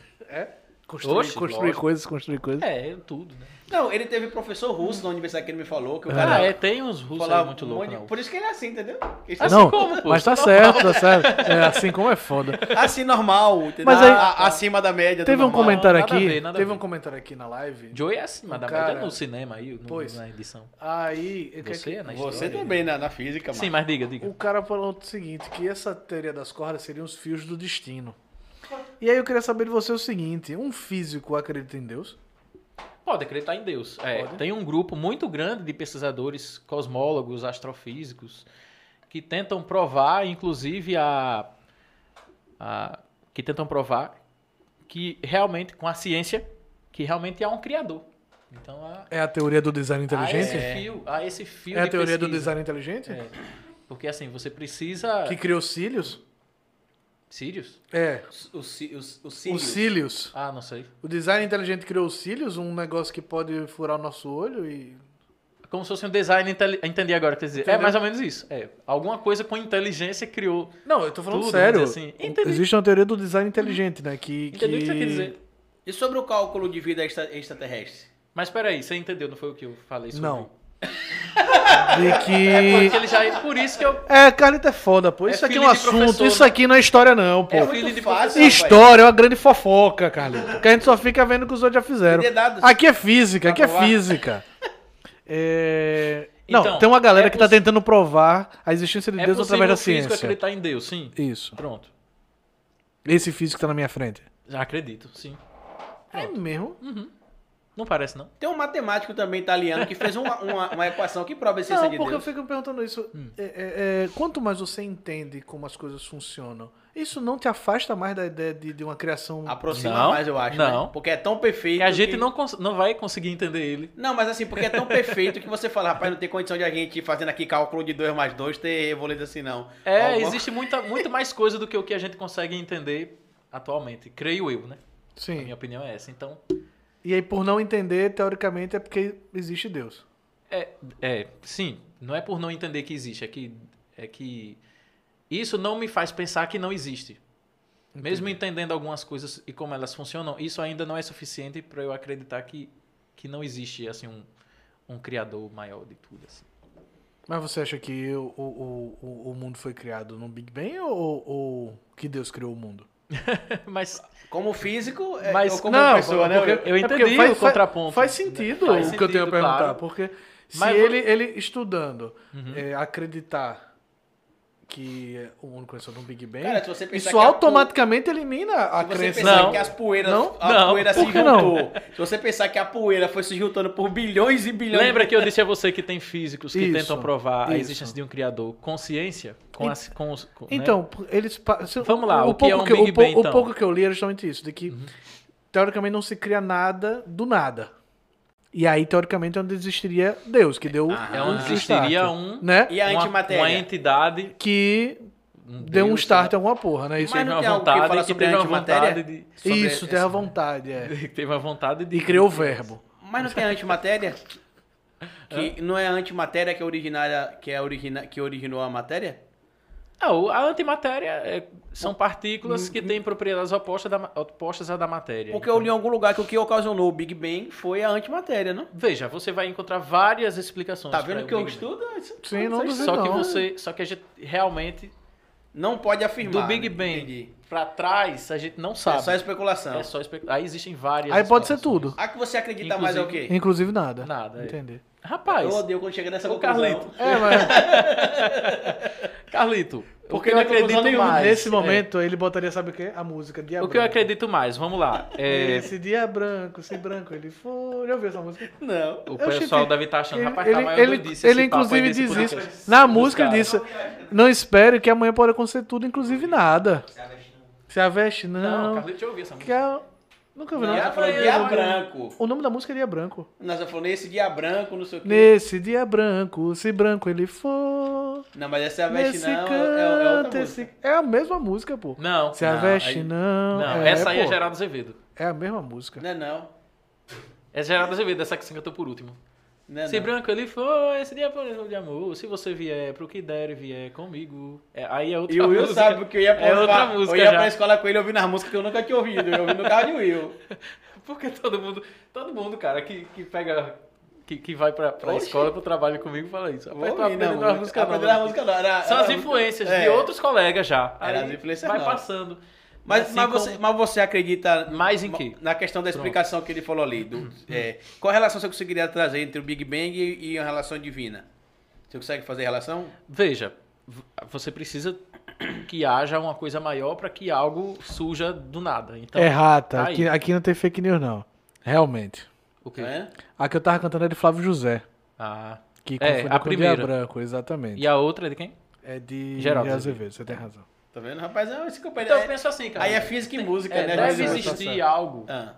Construir, Oxe, construir lógico. coisas, construir coisas. É, é tudo, né? Não, ele teve professor russo na universidade que ele me falou, que o cara Ah, é, tem uns russos aí falava muito um loucos. monte de- não. Por isso que ele é assim, entendeu? Ele- Assim não, como, pô, mas tá certo, tá certo. É, assim como é foda. Assim, normal, entendeu? Mas aí- A- acima da média. do Teve um normal. comentário nada a aqui. ver, nada a teve ver. um comentário aqui na live. Joey é acima da Cara, média no cinema aí, no- pois. na edição. Aí, eu Você é na história. Você também, né, na, na física, Sim, mano. mas diga, diga. O cara falou o seguinte, que essa teoria das cordas seriam os fios do destino. E aí eu queria saber de você o seguinte, um físico acredita em Deus? Pode acreditar em Deus. É, Pode. Tem um grupo muito grande de pesquisadores, cosmólogos, astrofísicos, que tentam provar, inclusive, a, a- que tentam provar que realmente, com a ciência, que realmente há um criador. Então há, É a teoria do design há esse inteligente? É, fio, há esse Ah, fio a de teoria do pesquisa. design inteligente? É. Porque assim, você precisa. Que criou cílios? Sírios? É, O, ci- o, o os cílios. cílios. Ah, não sei. O design inteligente criou os cílios, um negócio que pode furar o nosso olho e Como se fosse um design. Inte... Entendi agora o que quer dizer. É Entendeu? mais ou menos isso. É. Alguma coisa com inteligência criou. Não, eu tô falando Tudo, sério. vamos dizer assim. Entendi. é Existe uma teoria do design inteligente, né? Que, Entendeu o que você quer dizer? E sobre o cálculo de vida extra- extraterrestre? Mas peraí, você entendeu, não foi o que eu falei sobre? Não. De É porque que. ele já. Por isso que eu. É, Carlito é foda, pô. É Isso aqui é um filho de assunto. professor, Isso né? aqui não é história, não, pô. É filho muito de fácil, rapaz. História é uma grande fofoca, Carlito. Porque a gente só fica vendo o que os outros já fizeram. Teria dado- Aqui é física, aqui é Vamos lá. física. É... Não, Então, tem uma galera é que tá possi- tentando provar a existência de é Deus possível através da o físico ciência. acreditar em Deus, sim. Isso. Pronto. Esse físico que tá na minha frente. Já acredito, sim. É mesmo? Não parece, não. Tem um matemático também italiano que fez uma, uma, uma equação que prova a existência é Não, de porque eu Deus. fico me perguntando isso. Hum. É, é, é, quanto mais você entende como as coisas funcionam, isso não te afasta mais da ideia de, de uma criação. Aproxima Não, mais, eu acho. não. né? Porque é tão perfeito. E a gente que- não, cons- não vai conseguir entender ele. Não, mas assim, porque é tão perfeito que você fala, rapaz, não tem condição de a gente fazendo aqui cálculo de 2 mais 2 ter evoluído assim, não. É, Alguma- existe muita, muito mais coisa do que o que a gente consegue entender atualmente. Creio eu, né? A Sim. minha opinião é essa. Então, E aí, por não entender, teoricamente, é porque existe Deus. É, é, sim. Não é por não entender que existe, é que, é que isso não me faz pensar que não existe. Mesmo entendendo algumas coisas e como elas funcionam, isso ainda não é suficiente para eu acreditar que, que não existe assim um, um criador maior de tudo. assim. Mas você acha que o, o, o, o mundo foi criado no Big Bang ou, ou que Deus criou o mundo? Mas Como físico, é, Mas- ou como pessoa, né? porque- Eu é porque entendi o contraponto. Faz sentido Faz o que eu tenho a sentido, perguntar, claro. porque se Mas vo- ele, ele estudando Uhum. é, acreditar que o mundo começou no Big Bang, Cara, se você isso pensar que a- automaticamente elimina a Se você crença. pensar Não. que as poeiras, Não? a Não. poeira se Por que não? juntou, se você pensar que a poeira foi se juntando por bilhões e bilhões lembra que eu disse a você que tem físicos que né? Isso, tentam provar a isso. existência de um criador com ciência, com, as, com os. com- né? Então, p- eles. pa- se- Vamos lá, o que é um eu- Big o pou- Bang, então? Uhum. O pouco que eu li era justamente isso, de que teoricamente não se cria nada do nada. E aí, teoricamente, é onde existiria Deus, que deu. É o onde existiria start, um. Né? E a uma- antimatéria? Uma entidade. Que Um deu um Deus, start em alguma porra, né? Isso, Mas teve não uma tem algo que vontade fala que sobre teve a uma antimatéria? vontade de- sobre isso esse- terra à vontade, é. teve a vontade de. E criou o verbo. Mas não tem a antimatéria? que não é a antimatéria que é originária, que é origina, que originou a matéria? Ah, o- a antimatéria é- são partículas que têm propriedades opostas, da, ma- opostas à da matéria. Então, Porque eu li em algum lugar que o que ocasionou o Big Bang foi a antimatéria, não? Veja, você vai encontrar várias explicações. Tá pra vendo que eu é Big Bang. estudo? Isso- Sim, não isso- duvido Só que não. você, só que a gente realmente Não pode afirmar. do Big né? Bang Entendi. pra trás a gente não sabe. É só especulação. É só especulação. Aí existem várias. Aí pode ser explicações. tudo. A que você acredita mais é o quê? Inclusive nada. Nada, é. Entendi. Rapaz, Eu odeio quando chega nessa Ô, conclusão. Carlito. É, mas Carlito, o Porque que eu não é conclusão acredito nenhuma. mais. um nesse é, momento ele botaria, sabe o quê? A música de o que eu acredito mais? Vamos lá. É, Esse dia branco, se branco ele foi. Já ouviu essa música? Não. o Eu achei pessoal que- deve estar achando, ele, rapaz, tá ele, maior ele, doidice ele esse papo aí inclusive desse diz podcast. isso. Na Dos música ele caras. disse: Não espere que amanhã pode acontecer tudo, inclusive nada. Se aveste não. Se a veste, Não, não. Carlito, deixa eu ouvir essa Que música. é... Nunca ouviu, Não, não. ela falou eu- dia branco. O nome da música é Dia Branco. Nós já falou nesse dia branco, não sei o quê. Nesse dia branco, se branco ele for. Não, mas essa é a veste Nesse não, é- é, é canto, outra esse- música. é a mesma música, pô. Não. Se a não, veste, aí- não. Não, é, essa aí é pô. Geraldo Azevedo. É a mesma música. Não é não. É Geraldo Azevedo, essa que você cantou por último. Não é Se não. branco ele foi, esse dia foi de amor. Se você vier pro que der e vier comigo. É, aí é outra E o Will música. sabe que eu ia pra, É outra pra- música eu ia já. pra escola com ele ouvindo as músicas que eu nunca tinha ouvido. Eu ouvi no carro de Will. Tá Porque todo mundo, todo mundo, cara, que, que pega, que, que vai pra, pra Oxi. escola, pro trabalho comigo, fala isso. Vou Rapaz, tá ouvir, não, aprendendo não, uma música aprendendo nova. as músicas não. Era, São era as música- influências é. de outros colegas já. Aí Era as influências Vai novas. passando. Mas, Assim mas, como- você, mas você acredita Mais em ma- quê? Hum, na questão da explicação que ele falou ali? do- é, qual a relação você conseguiria trazer entre o Big Bang e, e a relação divina? Você consegue fazer relação? Veja, v- você precisa que haja uma coisa maior pra que algo surja do nada. Então, é rata. tá aí. Aqui, aqui não tem fake news, não. Realmente. o quê? Né? A que eu tava cantando é de Flávio José. Ah, Que É, confundiu a com o Dia primeira. Branco, exatamente. e a outra é de quem? É de Geraldo Geraldo Azevedo, você tem razão. Tá vendo, rapaz? É uma enciclopédia. Então eu É- penso assim, cara. aí é física e música, É, né? deve José? existir algo Ah.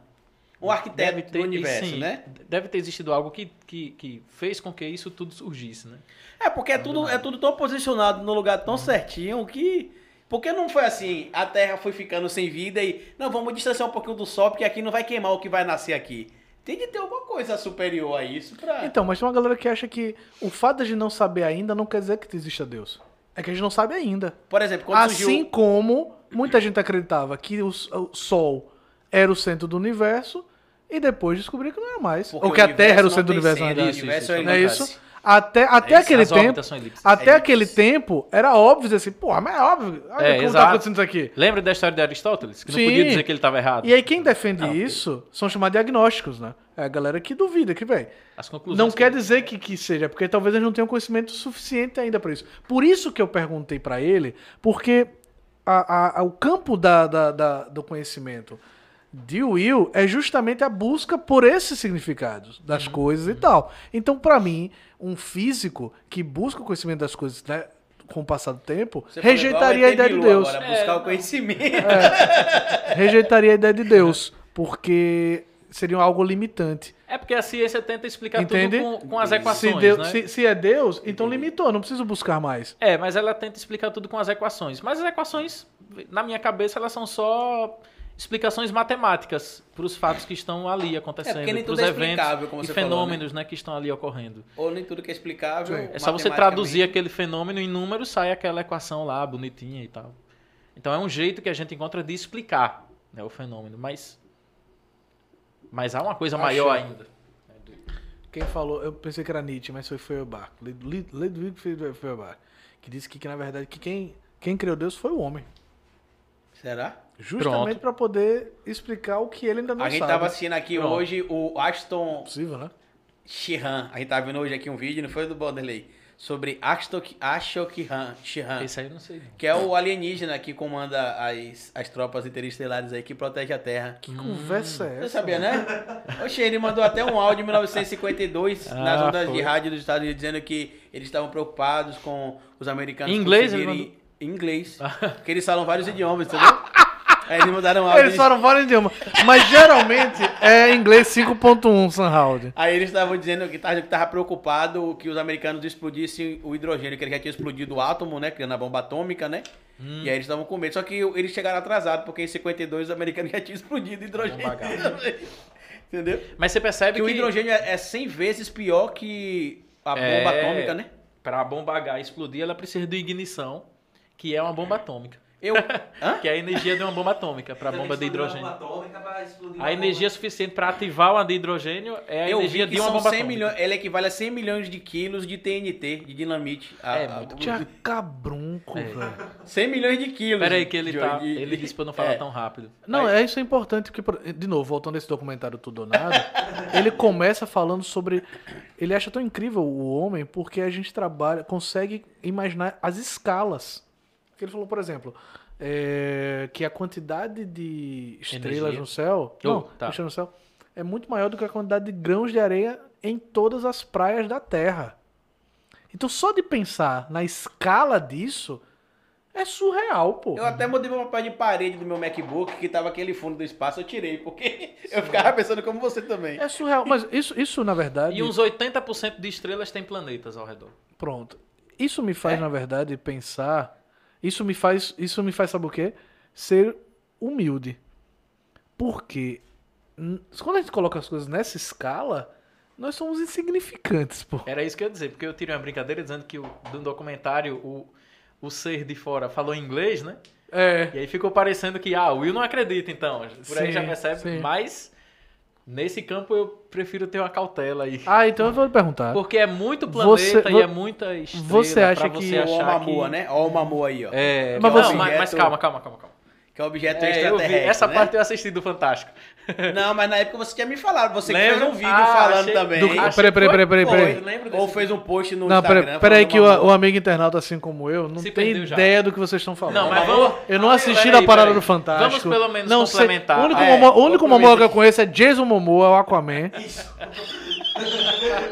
Um arquiteto deve ter, do universo, e sim, né? Deve ter existido algo que, que, que fez com que isso tudo surgisse, né? É, porque é tudo, é tudo tão posicionado no lugar tão certinho que. Porque não foi assim, a Terra foi ficando sem vida e. Não, vamos distanciar um pouquinho do Sol, porque aqui não vai queimar o que vai nascer aqui. Tem que ter alguma coisa superior a isso É. pra. Então, mas tem uma galera que acha que o fato de não saber ainda não quer dizer que exista Deus. É que a gente não sabe ainda. Por exemplo, quando assim surgiu. como muita gente acreditava que o, s- o Sol era o centro do universo e depois descobriu que não era mais. Porque Ou que o a Terra era o universo centro do não universo, na tem centro, verdade. o universo é Não é elipse. isso? Até, até aquele As tempo. órbitas são elipses. Até elipses. aquele tempo, era óbvio dizer assim, porra, mas é óbvio. Olha É, como exato. tá acontecendo isso aqui. Lembra da história de Aristóteles? Que não Sim. podia dizer que ele estava errado. E aí quem defende É Não, isso são chamados de agnósticos, né? É a galera que duvida, que, velho, As conclusões. não quer que- dizer que, que seja, porque talvez eles não tenham conhecimento suficiente ainda pra isso. Por isso que eu perguntei pra ele, porque a- a- a- o campo da- da- da- do conhecimento de Will é justamente a busca por esses significados das Uhum. coisas e tal. Então, pra mim, um físico que busca o conhecimento das coisas né, com o passar do tempo, Você falou igual rejeitaria a ET ideia de Bilu Deus. Agora, né? É, buscar o não. É. conhecimento. rejeitaria a ideia de Deus, porque seria algo limitante. É porque a ciência tenta explicar Entende? tudo com, com as Se, equações, Deus- né? se- se é Deus, então limitou, não preciso buscar mais. É, mas ela tenta explicar tudo com as equações. Mas as equações, na minha cabeça, elas são só explicações matemáticas para os fatos que estão ali acontecendo, porque nem para os tudo é eventos explicável, como e você falou, fenômenos né, que estão ali ocorrendo. Ou nem tudo que é explicável. Sim. É só você matematicamente. traduzir aquele fenômeno em números, sai aquela equação lá, bonitinha e tal. Então é um jeito que a gente encontra de explicar né, o fenômeno, mas mas há uma coisa maior ainda. Quem falou, eu pensei que era Nietzsche, mas foi Feuerbach. Lud- Lud- Ludwig Feuerbach, que disse que, que, na verdade que quem, quem criou Deus foi o homem. Será? Justamente para poder explicar o que ele ainda não a gente sabe. tava assim, assistindo aqui Pronto. hoje o Aston Possível, né? Shihan. A gente tava vendo hoje aqui um vídeo, não foi do Borderley? Sobre Ashton Ashok Han- Shihan. Esse aí eu não sei. não. Que é o alienígena que comanda as, as tropas interestelares aí que protege a Terra. Que conversa é Você essa? sabia, né? Oxe, ele mandou até um áudio em 1952 nas Ah, ondas foi. de rádio dos Estados Unidos dizendo que eles estavam preocupados com os americanos Em inglês, ele conseguirem... mandou? Em inglês. Porque eles falam vários idiomas, entendeu? Aí eles mandaram um áudio. Eles falaram vários idiomas, mas geralmente é inglês 5.1, Sunhound. Aí eles estavam dizendo que estava preocupado que os americanos explodissem o hidrogênio, que ele já tinha explodido o átomo, né? Criando a bomba atômica, né? Hum. E aí eles estavam com medo. Só que eles chegaram atrasados, porque em 52 os americanos já tinham explodido o hidrogênio. também. Entendeu? Mas você percebe Porque o que hidrogênio é é 100 vezes pior que a É. bomba atômica, né? para a bomba H explodir, ela precisa de ignição, que é uma bomba atômica. Eu. Hã? Que é a energia de uma bomba atômica para a Então tem bomba de que explodir uma hidrogênio. bomba atômica pra explodir uma A energia é suficiente para ativar uma de hidrogênio é a Eu energia vi de que uma são bomba 100 atômica. milhões, ela equivale a 100 milhões de quilos de TNT, de dinamite. A- É, a- muito. Tia cabrunco, É. velho. 100 milhões de quilos. Peraí que ele de- tá, de- ele disse para não falar É. tão rápido. Não, é isso é importante, porque, por- de novo, voltando a esse documentário Tudo ou Nada, ele começa falando sobre. Ele acha tão incrível o homem, porque a gente trabalha, consegue imaginar as escalas. Porque ele falou, por exemplo, é, que a quantidade de estrelas Energia. no céu. Oh, não, tá. estrelas no céu é muito maior do que a quantidade de grãos de areia em todas as praias da Terra. Então, só de pensar na escala disso é surreal, pô. Eu até mudei meu papel de parede do meu MacBook, que tava aquele fundo do espaço, eu tirei, porque eu ficava pensando como você também. É surreal, mas isso, isso na verdade. E uns 80% de estrelas têm planetas ao redor. Pronto. Isso me É. faz, na verdade, pensar. Isso me faz, isso me faz saber o quê? Ser humilde. Porque n- quando a gente coloca as coisas nessa escala, nós somos insignificantes, pô. Era isso que eu ia dizer, porque eu tirei uma brincadeira dizendo que o, do documentário o, o ser de fora falou em inglês, né? É. E aí ficou parecendo que, ah, o Will não acredita, então. Por aí Sim, já percebe. sim. Mas nesse campo eu prefiro ter uma cautela aí. Ah, então eu vou lhe perguntar. Porque é muito Você- planeta vo- e é muita estrela você acha pra que você Ó o achar Mamua, que... né? Ó o Mamua aí, ó. É, Mas não, você- mas, mas calma, calma, calma, calma. Que é o objeto um É, eu vi- extraterrestre, essa né? parte eu assisti do Fantástico. Não, mas na época você tinha me falado, você que Lembra? fez um vídeo Ah, falando achei- também. Do- peraí, peraí, Achei que foi- um peraí, peraí, foi, peraí. eu lembro Ou desse- fez um post no Não, Instagram. peraí, peraí falando que do o, Mamua. o amigo internauta, assim como eu, não Se tem perdeu já. ideia do que vocês estão falando. Não, mas vamos... Eu não assisti Ah, Peraí, da parada peraí. do Fantástico. Vamos pelo menos não sei. complementar. O único, Ah, é. Momoa- o único Vamos Momoa que ver. eu conheço é Jason Momoa, o Aquaman.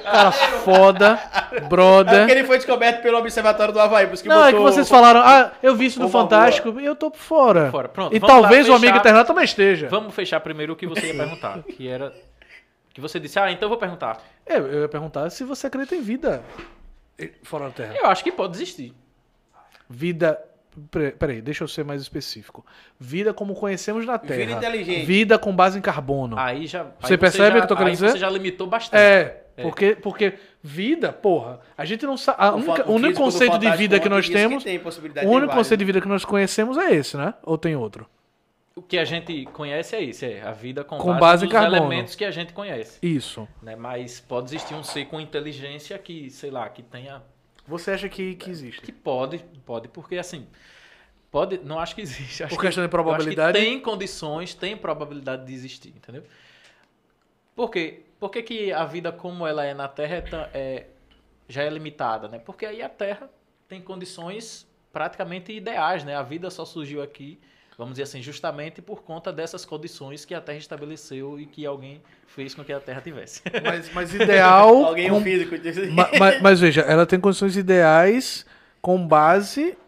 Cara, foda, É porque brother. ele foi descoberto pelo Observatório do Havaí, por isso que Não, é que botou... vocês falaram, ah, eu vi isso no Ô, Momoa. Fantástico e eu tô por fora. Fora, pronto, E vamos lá talvez o fechar. amigo internauta também esteja. Vamos fechar primeiro o que você ia perguntar, que era... Que você disse, ah, então eu vou perguntar. É, eu ia perguntar se você acredita em vida fora da Terra. Eu acho que pode existir. Vida. pre- Peraí, deixa eu ser mais específico. Vida como conhecemos na Terra. inteligente. Vida com base em carbono. Aí já... aí Você percebe já- o que eu tô querendo aí dizer? você já limitou bastante. É, porque, porque vida, porra, a gente não sabe. a O única- fa- um O único físico do conceito de Fantástico vida que ontem nós disse temos. tem possibilidade O único vários. conceito de vida que nós conhecemos é esse, né? Ou tem outro? O que a gente conhece é isso, é a vida com, Com base em nos carbono. elementos que a gente conhece. Isso. Né? Mas pode existir um ser com inteligência que, sei lá, que tenha. Você acha que, que existe? Que pode, pode, porque assim. Pode, não acho que existe. Acho Por que- questão de eu acho probabilidade? que tem condições, tem probabilidade de existir, entendeu? Por quê? Por que, que a vida como ela é na Terra é tão- é- já é limitada, né? Porque aí a Terra tem condições praticamente ideais, né? A vida só surgiu aqui, vamos dizer assim, justamente por conta dessas condições que a Terra estabeleceu e que alguém fez com que a Terra tivesse. Mas, mas ideal. Alguém é com- um físico disse... ma- ma- mas veja, ela tem condições ideais com base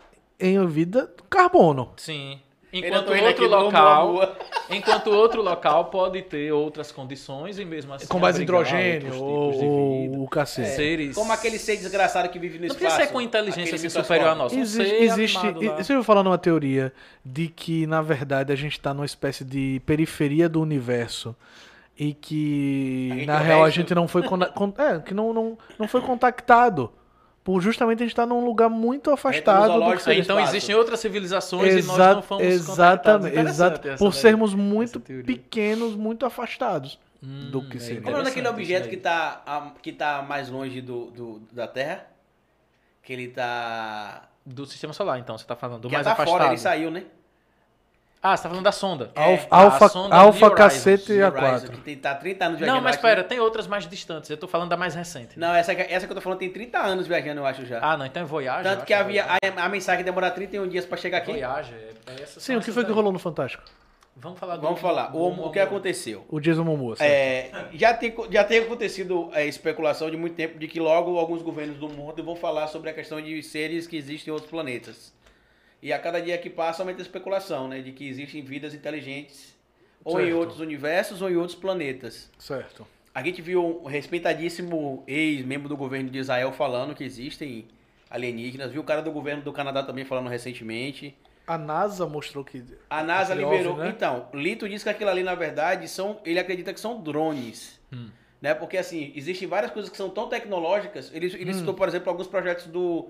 em vida do carbono. Sim. Ele é Enquanto atuou ele aqui outro no local, Mamua. enquanto outro local pode ter outras condições e mesmo assim Com base em abrigar hidrogênio outros tipos de vida. É. ou o cacete. Seres. Como aquele ser desgraçado que vive no Não espaço. precisa ser com inteligência aquele assim, superior a microscópio. nossa. Um Existe, ser existe animado lá. você ouviu falar numa teoria de que, na verdade, a gente está numa espécie de periferia do universo e A que, gente na é o real, a resto. gente não foi, cona- con- é, que não, não, não foi contactado. Por justamente a gente estar num lugar muito afastado do zoológico, que Ah, Então espaço. existem outras civilizações e nós Exa não fomos contactados. exatamente, Interessante exato, essa por daí. sermos muito teoria. pequenos, muito afastados Hum, do que é seria. Como é daquele Interessante objeto isso que daí. tá, a- que tá mais longe do, do- da Terra? Que ele tá... do sistema solar, então, você tá falando. Do que mais tá afastado. fora, ele saiu, né? Ah, você tá falando da sonda. Alfa, a alfa, sonda alfa New Horizons. cacete Horizon, A4. Que tem, tá 30 anos viajando. Não, mas eu acho, né? pera, tem outras mais distantes. Eu tô falando da mais recente. Não, essa, essa que eu tô falando tem 30 anos viajando, eu acho já. Ah, não, então é Voyager. eu Tanto acho que é a, via- Voyager. a- a mensagem demora 31 dias pra chegar aqui. Voyager, é- é essas- Sim, são o que essas foi que daí. rolou no Fantástico? Vamos falar do Vamos falar. do O, o que Oumuamua. aconteceu? O Jason Momoa. certo? É, já, tem, co- já tem acontecido é, especulação de muito tempo de que logo alguns governos do mundo vão falar sobre a questão de seres que existem em outros planetas. E a cada dia que passa aumenta a especulação, né? De que existem vidas inteligentes ou em Certo. outros universos ou em outros planetas. Certo. A gente viu um respeitadíssimo ex-membro do governo de Israel falando que existem alienígenas. Viu o cara do governo do Canadá também falando recentemente. A NASA mostrou que. A NASA Aquele liberou. OVNI, né? Então, Lito diz que aquilo ali, na verdade, são. Ele acredita que são drones. Hum. Hum. Né? Porque, assim, existem várias coisas que são tão tecnológicas. Ele, ele citou, por exemplo, alguns projetos do,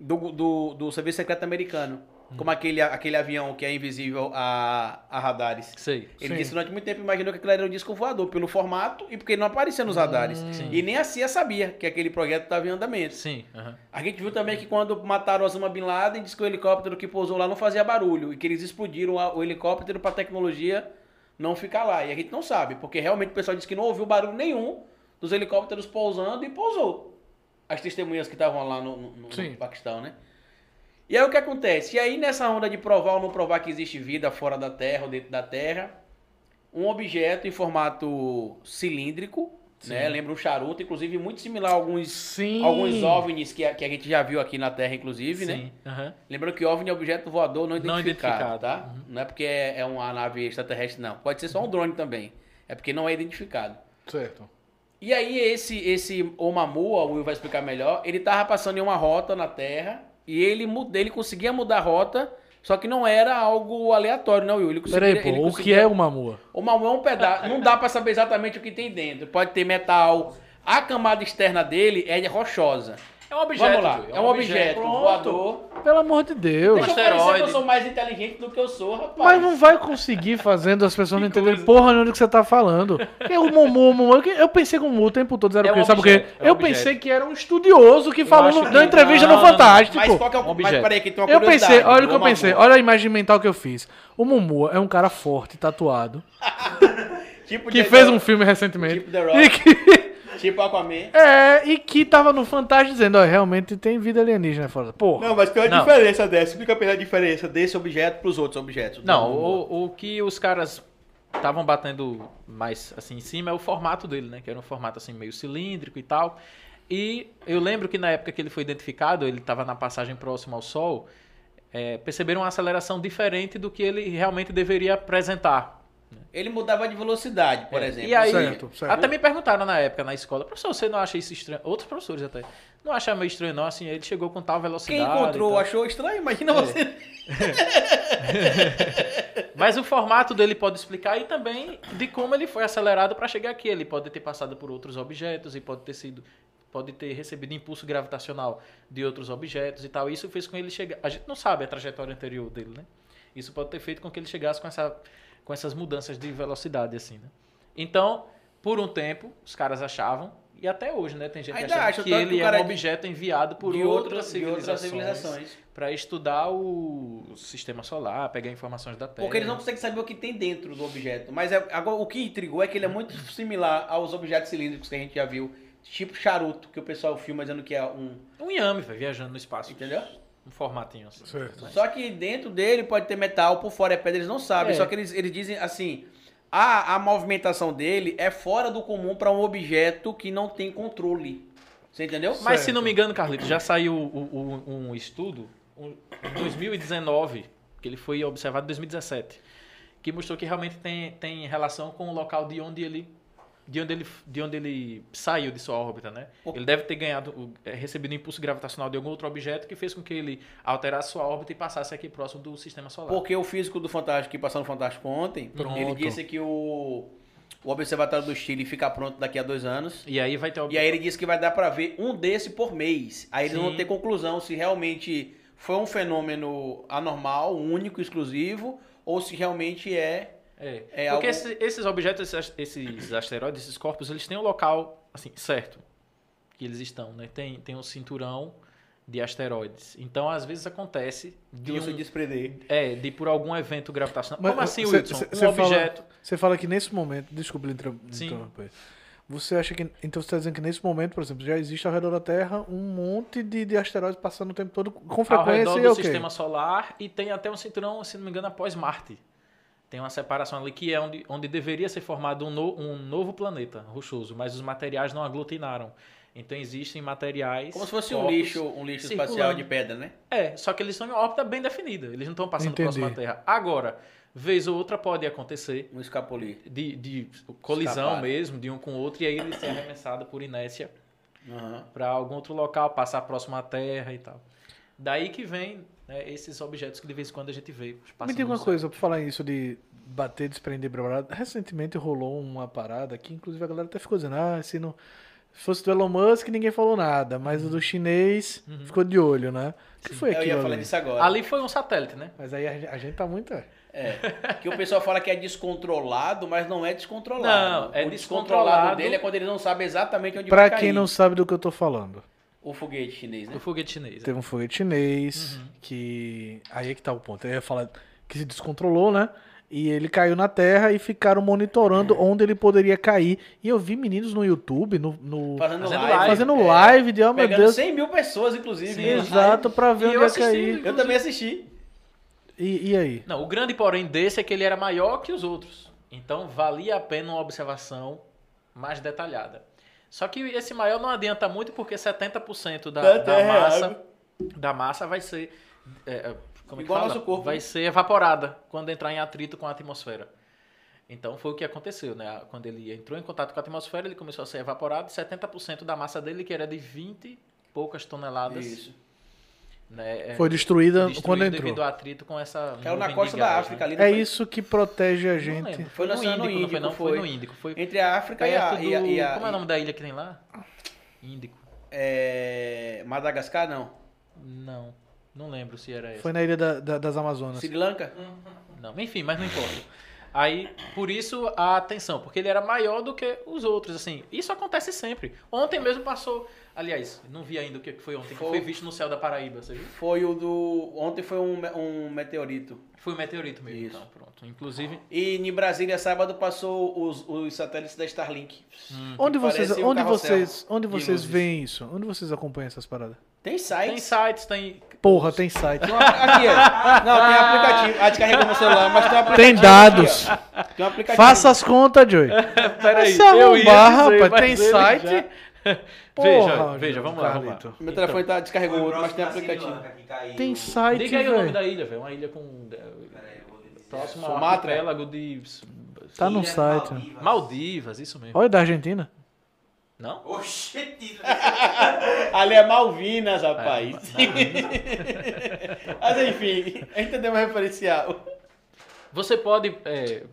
do, do, do Serviço Secreto Americano. Hum. Como aquele, aquele avião que é invisível a, a radares. Sei. Sim. Ele disse que durante muito tempo imaginou que aquilo era um disco voador, pelo formato e porque ele não aparecia Hum. nos radares. sim. E nem a CIA sabia que aquele projeto estava em andamento. Sim. aham. A gente viu também que quando mataram Osama Bin Laden, disse que o helicóptero que pousou lá não fazia barulho e que eles explodiram a- o helicóptero para a tecnologia não ficar lá. E a gente não sabe, porque realmente o pessoal disse que não ouviu barulho nenhum dos helicópteros pousando e pousou. As testemunhas que estavam lá no, no- no Sim. Paquistão, né? E aí o que acontece? E aí nessa onda de provar ou não provar que existe vida fora da Terra ou dentro da Terra, um objeto em formato cilíndrico, né? Lembra um charuto, inclusive muito similar a alguns Sim. alguns OVNIs que a, que a gente já viu aqui na Terra, inclusive, né? Sim. aham. Lembrando que OVNI é objeto voador não identificado, Não identificado, tá? Uhum. Não é porque é, é uma nave extraterrestre, não. Pode ser só um drone também. É porque não é identificado. Certo. E aí esse esse Omamua, o Will vai explicar melhor, ele tava passando em uma rota na Terra e ele muda, ele conseguia mudar a rota, só que não era algo aleatório, não, Will. Ele conseguia, Peraí, pô, ele o que conseguia- é uma mua? o mamão é um pedaço. Não dá pra saber exatamente o que tem dentro. Pode ter metal. A camada externa dele é de rochosa. É um objeto. Vamos lá. Júlio, É um objeto, Pronto. voador. Pelo amor de Deus. Deixa eu parecer que eu asteroide. sou mais inteligente do que eu sou, rapaz. Mas não vai conseguir fazendo as pessoas não entenderem porra nenhuma do que você tá falando. É o Mumu, o Mumu. que- Eu pensei que o Mumu o tempo todo era É o quê? um Sabe o quê? objeto, é um Eu objeto. pensei que era um estudioso que falou, acho no- que deu entrevista não, no não, não. Fantástico. Mas qual que é o... Mas objeto. peraí que tem uma Eu curiosidade. pensei, olha o que eu Vamos pensei, lá. olha a imagem mental que eu fiz. O Mumu é um cara forte, tatuado, Tipo que The é fez um Rock, filme recentemente. Tipo The Rock. E que, Tipo Aquaman. é, e que tava no Fantástico dizendo, ó, realmente tem vida alienígena fora. Porra. Não, mas qual é a Não. diferença dessa? Explica a diferença desse objeto pros outros objetos. Não, o, o que os caras estavam batendo mais assim em cima é o formato dele, né? Que era um formato assim meio cilíndrico e tal. E eu lembro que na época que ele foi identificado, ele estava na passagem próxima ao Sol, é, perceberam uma aceleração diferente do que ele realmente deveria apresentar. Ele mudava de velocidade, por É, exemplo. E aí, Certo, certo. até me perguntaram na época, na escola, professor, você não acha isso estranho? Outros professores até. Não acha meio estranho, não, assim, ele chegou com tal Quem velocidade. e encontrou tal. achou estranho? Imagina você. Mas o formato dele pode explicar e também de como ele foi acelerado para chegar aqui. Ele pode ter passado por outros objetos e pode ter sido pode ter recebido impulso gravitacional de outros objetos e tal. Isso fez com que ele chegar. A gente não sabe a trajetória anterior dele, né? Isso pode ter feito com que ele chegasse com essa com essas mudanças de velocidade assim, né? Então, por um tempo, os caras achavam e até hoje, né, tem gente Ainda achando acha, que tanto que ele o é cara um de- objeto enviado por De outra- outras de outras civilizações civilizações. para estudar o sistema solar, pegar informações da Terra. Porque eles não conseguem saber o que tem dentro do objeto. Mas é- agora, o que intrigou é que ele é muito similar aos objetos cilíndricos que a gente já viu. Tipo charuto, que o pessoal filma dizendo que é um. Um inhame, velho, viajando no espaço. Entendeu? Um formatinho assim. Certo. Mas- Só que dentro dele pode ter metal, por fora é pedra, eles não sabem. É. Só que eles, eles dizem assim: a, a movimentação dele é fora do comum para um objeto que não tem controle. Você entendeu? Mas se não me engano, Carlitos, já saiu o- o- um estudo um- em 2019, que ele foi observado em 2017, que mostrou que realmente tem, tem relação com o local de onde ele de onde ele de onde ele saiu de sua órbita, né? Pô. Ele deve ter ganhado o- eh, recebido um impulso gravitacional de algum outro objeto que fez com que ele alterasse sua órbita e passasse aqui próximo do sistema solar. Porque o físico do Fantástico que passou no Fantástico ontem, ele disse que o, o Observatório do Chile fica pronto daqui a dois anos. E aí vai ter ob- E aí ele disse que vai dar pra ver um desse por mês. Aí eles Sim. vão ter conclusão se realmente foi um fenômeno anormal, único, exclusivo, ou se realmente é. É. É algo- Porque esse- esses objetos, esses, esses asteroides, esses corpos, eles têm um local, assim, certo, que eles estão, né? Tem, tem um cinturão de asteroides. Então, às vezes acontece de, você um, desprender. é, de por algum evento gravitacional. Mas, Como assim, cê- Wilson? cê- um cê fala- objeto... Você fala que nesse momento, desculpa lhe inter- Sim. interromper. Você acha que. Então você está dizendo que nesse momento, por exemplo, já existe ao redor da Terra um monte de, de asteroides passando o tempo todo com ao frequência redor e é do o sistema solar e tem até um cinturão, se não me engano, após Marte. Tem uma separação ali que é onde, onde deveria ser formado um, no- um novo planeta rochoso, mas os materiais não aglutinaram. Então existem materiais. Como se fosse um corpos- lixo, um lixo circulando. espacial de pedra, né? É, só que eles estão em uma órbita bem definida. Eles não estão passando Entendi. próximo à Terra. Agora, vez ou outra pode acontecer Um escapulir. de, de colisão né? Escapar. mesmo, de um com o outro, e aí ele ser arremessado por inércia Aham. para algum outro local, passar próximo à Terra e tal. Daí que vem né, esses objetos que de vez em quando a gente vê. passando Me diga no uma céu. coisa, por falar isso de bater, desprender, blá, blá, blá. recentemente rolou uma parada que inclusive a galera até ficou dizendo, ah, se não, Se fosse do Elon Musk, ninguém falou nada, mas Uhum. o do chinês ficou de olho, né? O que foi Eu ia aquilo falar ali? disso agora. Ali foi um satélite, né? Mas aí a gente- a gente tá muito. é. É. Que o pessoal fala que é descontrolado, mas não é descontrolado. Não, é o descontrolado. dele é quando ele não sabe exatamente onde Pra vai quem cair. não sabe do que eu tô falando, O foguete chinês, né? Do foguete chinês. né? teve um foguete chinês Uhum. que. Aí é que tá o ponto. Eu ia falar que se descontrolou, né? E ele caiu na terra e ficaram É. monitorando onde ele poderia cair. E eu vi meninos no YouTube, no. no- Fazendo, Fazendo live. live, Fazendo é. live de, oh meu Pegando Deus, 100 mil pessoas, inclusive. Sim, em live. exato, pra ver E onde eu ia assisti. cair. Eu também assisti. E, e aí? Não, o grande porém desse é que ele era maior que os outros. Então valia a pena uma observação mais detalhada. Só que esse maior não adianta muito porque 70% da, Da da Terra é massa da massa vai ser é, é, como é que Igual ao fala? nosso corpo, vai né? ser evaporada quando entrar em atrito com a atmosfera. Então foi o que aconteceu, né? Quando ele entrou em contato com a atmosfera, ele começou a ser evaporado, 70% da massa dele que era de 20 e poucas toneladas, Isso. né? é, Foi destruída destruído quando devido entrou. ao atrito com essa Caiu na nuvem de costa gás, da né? África ali. não É foi? isso que protege a Não gente. lembro. Foi Foi, no no Índico, Oceano não Índico, foi, não? Foi, foi. no Índico. Foi Entre a África e perto a, do... e a- e a- Como é o nome da ilha que tem lá? Índico. é, Madagascar, não. Não. Não lembro se era essa. Foi na ilha da- da- das Amazonas. Sri Lanka? Hum. Não, enfim, mas não importa. Aí, por isso a atenção, porque ele era maior do que os outros, assim. Isso acontece sempre. Ontem mesmo passou, aliás, não vi ainda o que foi ontem, que Foi. foi visto no céu da Paraíba, você viu? Foi o do... Ontem foi um, me- um meteorito. Foi um meteorito mesmo, Isso. então, pronto. Inclusive, E em Brasília, sábado, passou os, os satélites da Starlink. Hum. Onde Que vocês, parece um onde carrossel vocês, onde de vocês luzes. veem isso? Onde vocês acompanham essas paradas? Tem tem sites. sites, tem... Porra, tem site. Tem um apli- Aqui, ó. Não, tem aplicativo. Ah, descarregou meu celular, mas tem um aplicativo. Tem dados. aqui, ó. Tem um aplicativo. Faça as contas, Joey. É. Peraí, Essa eu ia lombarra, dizer, rapaz, mas tem ele site? veja, veja, vamos lá, vamos lá. Carlito. Meu telefone tá, descarregou Foi o outro, mas próximo tem da Sri né? aplicativo. Lanka que caiu. Tem site, Diga aí o nome velho. da ilha, velho. Uma ilha com. Peraí, eu vou é lhe dizer. Próximo ao Sumatra? arquipélago de. Tá no Ilhas site. Maldivas. Maldivas, isso mesmo. Olha da Argentina. Não? Oxê, tira. Ali é tá. Malvinas, rapaz. mas enfim, entendemos o um referencial. Você pode. é,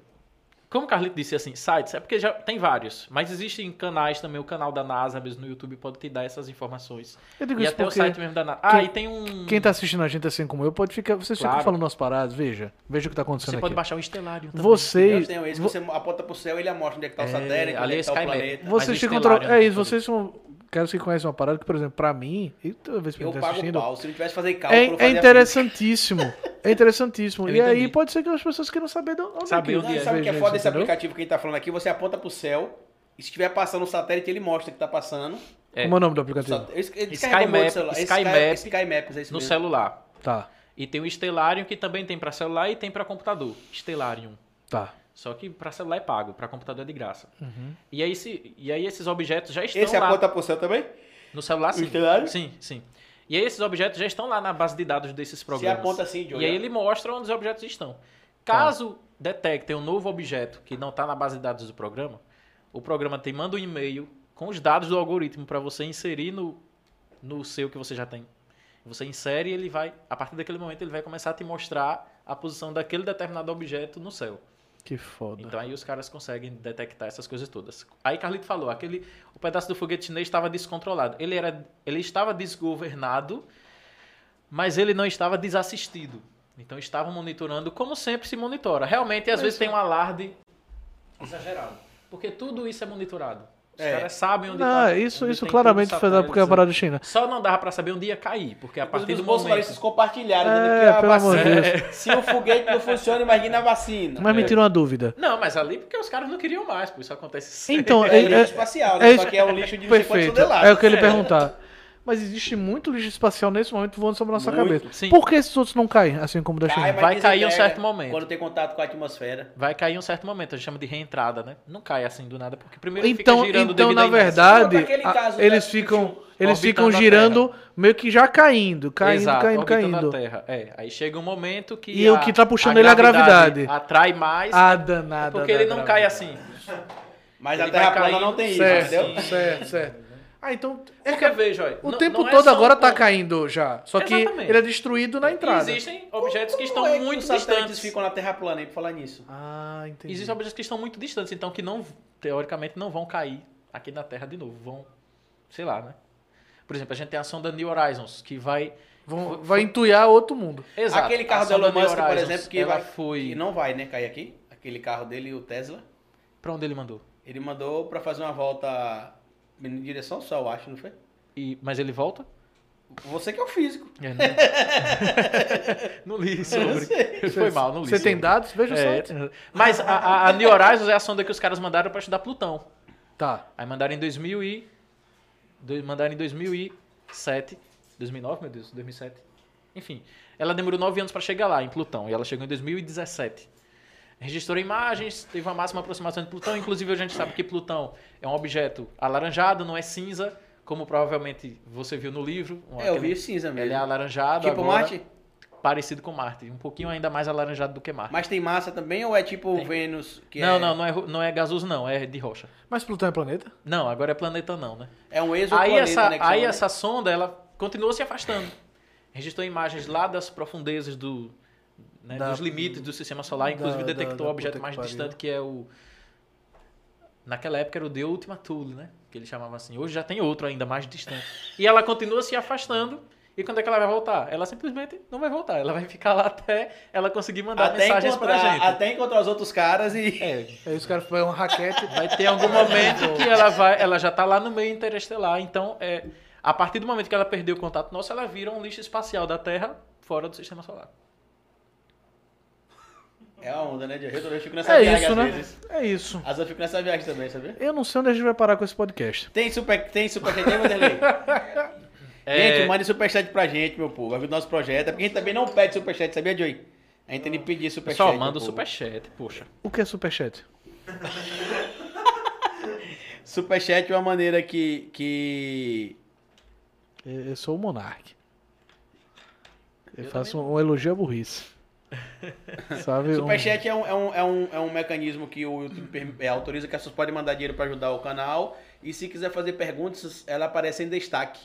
Como o Carlito disse assim, sites, é porque já tem vários, mas existem canais também, o canal da NASA mesmo no YouTube pode te dar essas informações. Eu digo E isso até o porque site mesmo da NASA. Ah, quem- e tem um. quem tá assistindo a gente assim como eu pode ficar. Vocês ficam Claro. falando umas paradas, veja. Veja o que tá Você acontecendo pode aqui. baixar o Estelário também. Vocês. Eu tenho esse, vo- você aponta pro céu, ele mostra onde é que tá o É, satélite, ali onde é que tá é o Sky planeta. Map. Vocês Mas né? o te Estelário controlam. É não isso, pode. vocês são. Caras que conhecem uma parada que, por exemplo, pra mim, e toda vez que eu Eu tô pago o assistindo, pau. Se não tivesse que fazer cálculo, é, eu é fazia interessantíssimo. É interessantíssimo. Eu e aí entendi. pode ser que as pessoas queiram saber de onde Saber é física. que- onde Não, e é. sabe o que é veja foda isso, desse entendeu? aplicativo que a gente tá falando aqui? Você aponta pro céu, e se estiver passando o satélite, ele mostra que tá passando. É. Como é o nome do aplicativo? Só- eu- eu Sky descarrego o meu Map, celular. Sky Sky Map Sky Maps, é isso No mesmo. celular. Tá, E tem o Stellarium, que também tem para celular e tem para computador. Stellarium. tá. Uhum. Só que para celular é pago, para computador é de graça. E, aí, se, e aí esses objetos já estão Esse é lá aponta pro céu também? no celular, sim. Stellarium? Sim, sim. E aí esses objetos já estão lá na base de dados desses Você programas. aponta assim, Joey. e aí ele mostra onde os objetos estão. Caso detectem um novo objeto que não está na base de dados do programa, o programa te manda um e-mail com os dados do algoritmo para você inserir no, no seu que você já tem. Você insere e ele vai, a partir daquele momento, ele vai começar a te mostrar a posição daquele determinado objeto no céu. Que foda. Então aí os caras conseguem detectar essas coisas todas. Aí Carlito falou, aquele o pedaço do foguete chinês estava descontrolado. Ele era ele estava desgovernado, mas ele não estava desassistido. Então estavam monitorando como sempre se monitora. Realmente às vezes tem um alarde exagerado, porque tudo isso é monitorado. Os É. caras sabem onde Não, tá- Ah, isso, onde isso tem claramente todos os foi da porque é a satélites. parada da China. Só não dava pra saber onde ia cair, porque a partir Inclusive, do os bolsonaristas momento compartilharam. É, dizendo que a pelo amor de vacina- Deus. Se o foguete não funciona, imagina a vacina. Mas me É. tira uma dúvida. Não, mas ali porque os caras não queriam mais, pô, isso acontece sempre. Então, É é, lixo é- espacial, é né? isso- só que é um lixo de perfeito. toneladas. É o que eu ia lhe perguntar. Mas existe muito lixo espacial nesse momento voando sobre a nossa Muito, cabeça. sim. Por que esses outros não caem, assim como o da Cai, China? mas Vai cair em um desintegra certo momento. Quando tem contato com a atmosfera. Vai cair em um certo momento, a gente chama de reentrada, né? Não cai assim do nada, porque primeiro ele Então, fica girando então devido na à inércia. verdade, Como aquele a- caso eles da- ficam, eles ficam orbitando a girando meio que já caindo, caindo, Exato, caindo, orbitando caindo. a Terra. É, aí chega um momento que E o que tá puxando ele é a gravidade. atrai mais, Ah, danada. É porque ele não danada. cai assim. Mas Ele a Terra vai plana caindo. não tem isso, entendeu? Certo, certo, certo. Ah, então É que veja, olha, o não- tempo não é todo só agora um tá ponto. caindo já, só que Exatamente. ele é destruído na entrada. Existem objetos que estão Como é muito os satélites distantes. ficam na Terra plana, hein, pra falar nisso. Ah, entendi. Existem objetos que estão muito distantes, então que não teoricamente não vão cair aqui na Terra de novo, vão sei lá, né? Por exemplo, a gente tem a sonda New Horizons, que vai. Vão- foi- vai entuiar outro mundo. Exato, Aquele a carro do sonda Elon New Musk, por Horizons, exemplo, que, ela vai, foi. que não vai, né, cair aqui. Aquele carro dele, o Tesla. Pra onde ele mandou? Ele mandou pra fazer uma volta em direção ao sol, acho, não foi? E... Mas ele volta? Você que é o físico. não li Eu sobre. sei. Foi mal, não li. Você tem sobre. dados? Veja o É, site. Mas a- a, a New Horizons é a sonda que os caras mandaram pra estudar Plutão. Tá. Aí mandaram em 2000 e... do- Mandaram em 2007. 2009, meu Deus, 2007. Enfim, ela demorou nove anos pra chegar lá, em Plutão. E ela chegou em 2017. Registrou imagens, teve uma máxima aproximação de Plutão. Inclusive, a gente sabe que Plutão é um objeto alaranjado, não é cinza, como provavelmente você viu no livro. É, eu Aquele- vi o cinza mesmo. Ele é alaranjado tipo agora, Marte? parecido com Marte. Um pouquinho ainda mais alaranjado do que Marte. Mas tem massa também ou é tipo Tem. Vênus? Que não, é, não, não é, ro- não é gasoso não, é de rocha. Mas Plutão é planeta? Não, agora é planeta não, né? É um Aí exoplaneta, essa, né? que aí chama, essa sonda, ela continuou se afastando. Registrou imagens lá das profundezas do, né, Da- dos limites do sistema solar, inclusive da- da- detectou da o objeto puta que mais pariu. distante que é o... Naquela época era o The Ultima Thule, né? Que ele chamava assim. Hoje já tem outro ainda mais distante. E ela continua se afastando. E quando é que ela vai voltar? Ela simplesmente não vai voltar. Ela vai ficar lá até ela conseguir mandar Até mensagens pra encontrar, gente. até encontrar os outros caras e. É, Aí os caras foi um raquete. Vai ter algum momento que ela vai, ela já tá lá no meio interestelar, então é a partir do momento que ela perdeu o contato nosso, ela vira um lixo espacial da Terra fora do sistema solar. É a onda, né? Diego? Eu fico nessa É viagem isso, às né? vezes. É isso. Às vezes eu fico nessa viagem também, sabia? Eu não sei onde a gente vai parar com esse podcast. Tem super, tem super tem Vanderlei? É, Gente, mande superchat pra gente, meu povo. Ajuda o nosso projeto. É porque a gente também não pede superchat, sabia, Joey? A gente tem que pedir um superchat. Pessoal, meu manda o povo. superchat, poxa. O que é superchat? Superchat é uma maneira que. que... Eu eu sou o monarque. Eu, Eu faço um elogio à burrice. Sabe? um- Superchat é um, é, um, é, um, é um mecanismo que o YouTube perm- é, autoriza que as pessoas podem mandar dinheiro pra ajudar o canal. E se quiser fazer perguntas, ela aparece em destaque.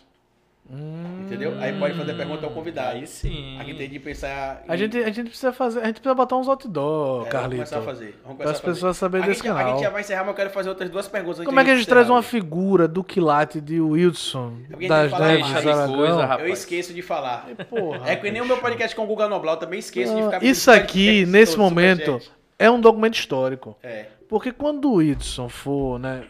Hum. Entendeu? Aí pode fazer pergunta ao convidado. Aí sim. Aqui tem de pensar. em- A gente, a gente precisa fazer. A gente precisa botar uns outdoor, É, Vamos Carlito. começar a fazer. Vamos Para começar as a fazer. pessoas saberem a, desse gente, a canal. gente já vai encerrar, mas eu quero fazer outras duas perguntas. Como é que a gente traz uma encerrar. figura do quilate de Wilson É porque a gente das fala Neves mais de Aragão? Eu esqueço de falar. Porra. É que nem o meu podcast com o Guga Noblar, eu também esqueço de ficar... Ah, Isso aqui, nesse momento, é um documento histórico. É. Porque quando o Idson for, né,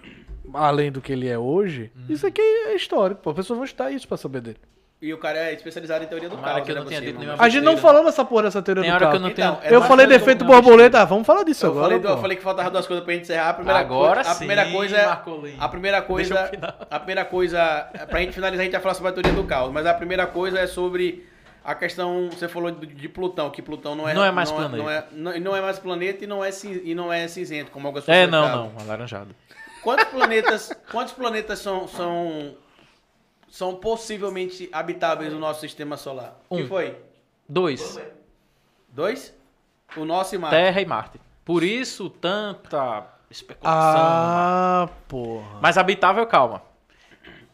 além do que ele é hoje, Hum. isso aqui é histórico. Pô. As pessoas vão estudar isso pra saber dele. E o cara é especializado em teoria do Tomara caos. que eu né, não tenha você, dito mano? nenhuma A gente não besteira. falou dessa porra dessa teoria Tem do hora que eu caos. não Então, tenho. é Eu mais falei ou menos defeito uma borboleta, ah, vamos falar disso Eu agora. falei, do- pô. eu falei que faltava duas coisas pra gente encerrar. A primeira Agora coisa, sim. A primeira coisa é... Marcolino. A primeira coisa... Deixa eu final. A primeira coisa... é, Pra gente finalizar, a gente vai falar sobre a teoria do caos. Mas a primeira coisa é sobre... A questão, você falou de, de Plutão, que Plutão não é... Não é mais não planeta. não, é, não, não é mais planeta e não é, cin- e não é cinzento, como algumas É, pessoas achavam. não, não, alaranjado. Quantos planetas, quantos planetas são, são, são possivelmente habitáveis no nosso sistema solar? Um. Que foi? Dois. Dois? O nosso e Marte. Terra e Marte. Por isso tanta especulação. Ah, porra. Mas habitável, calma.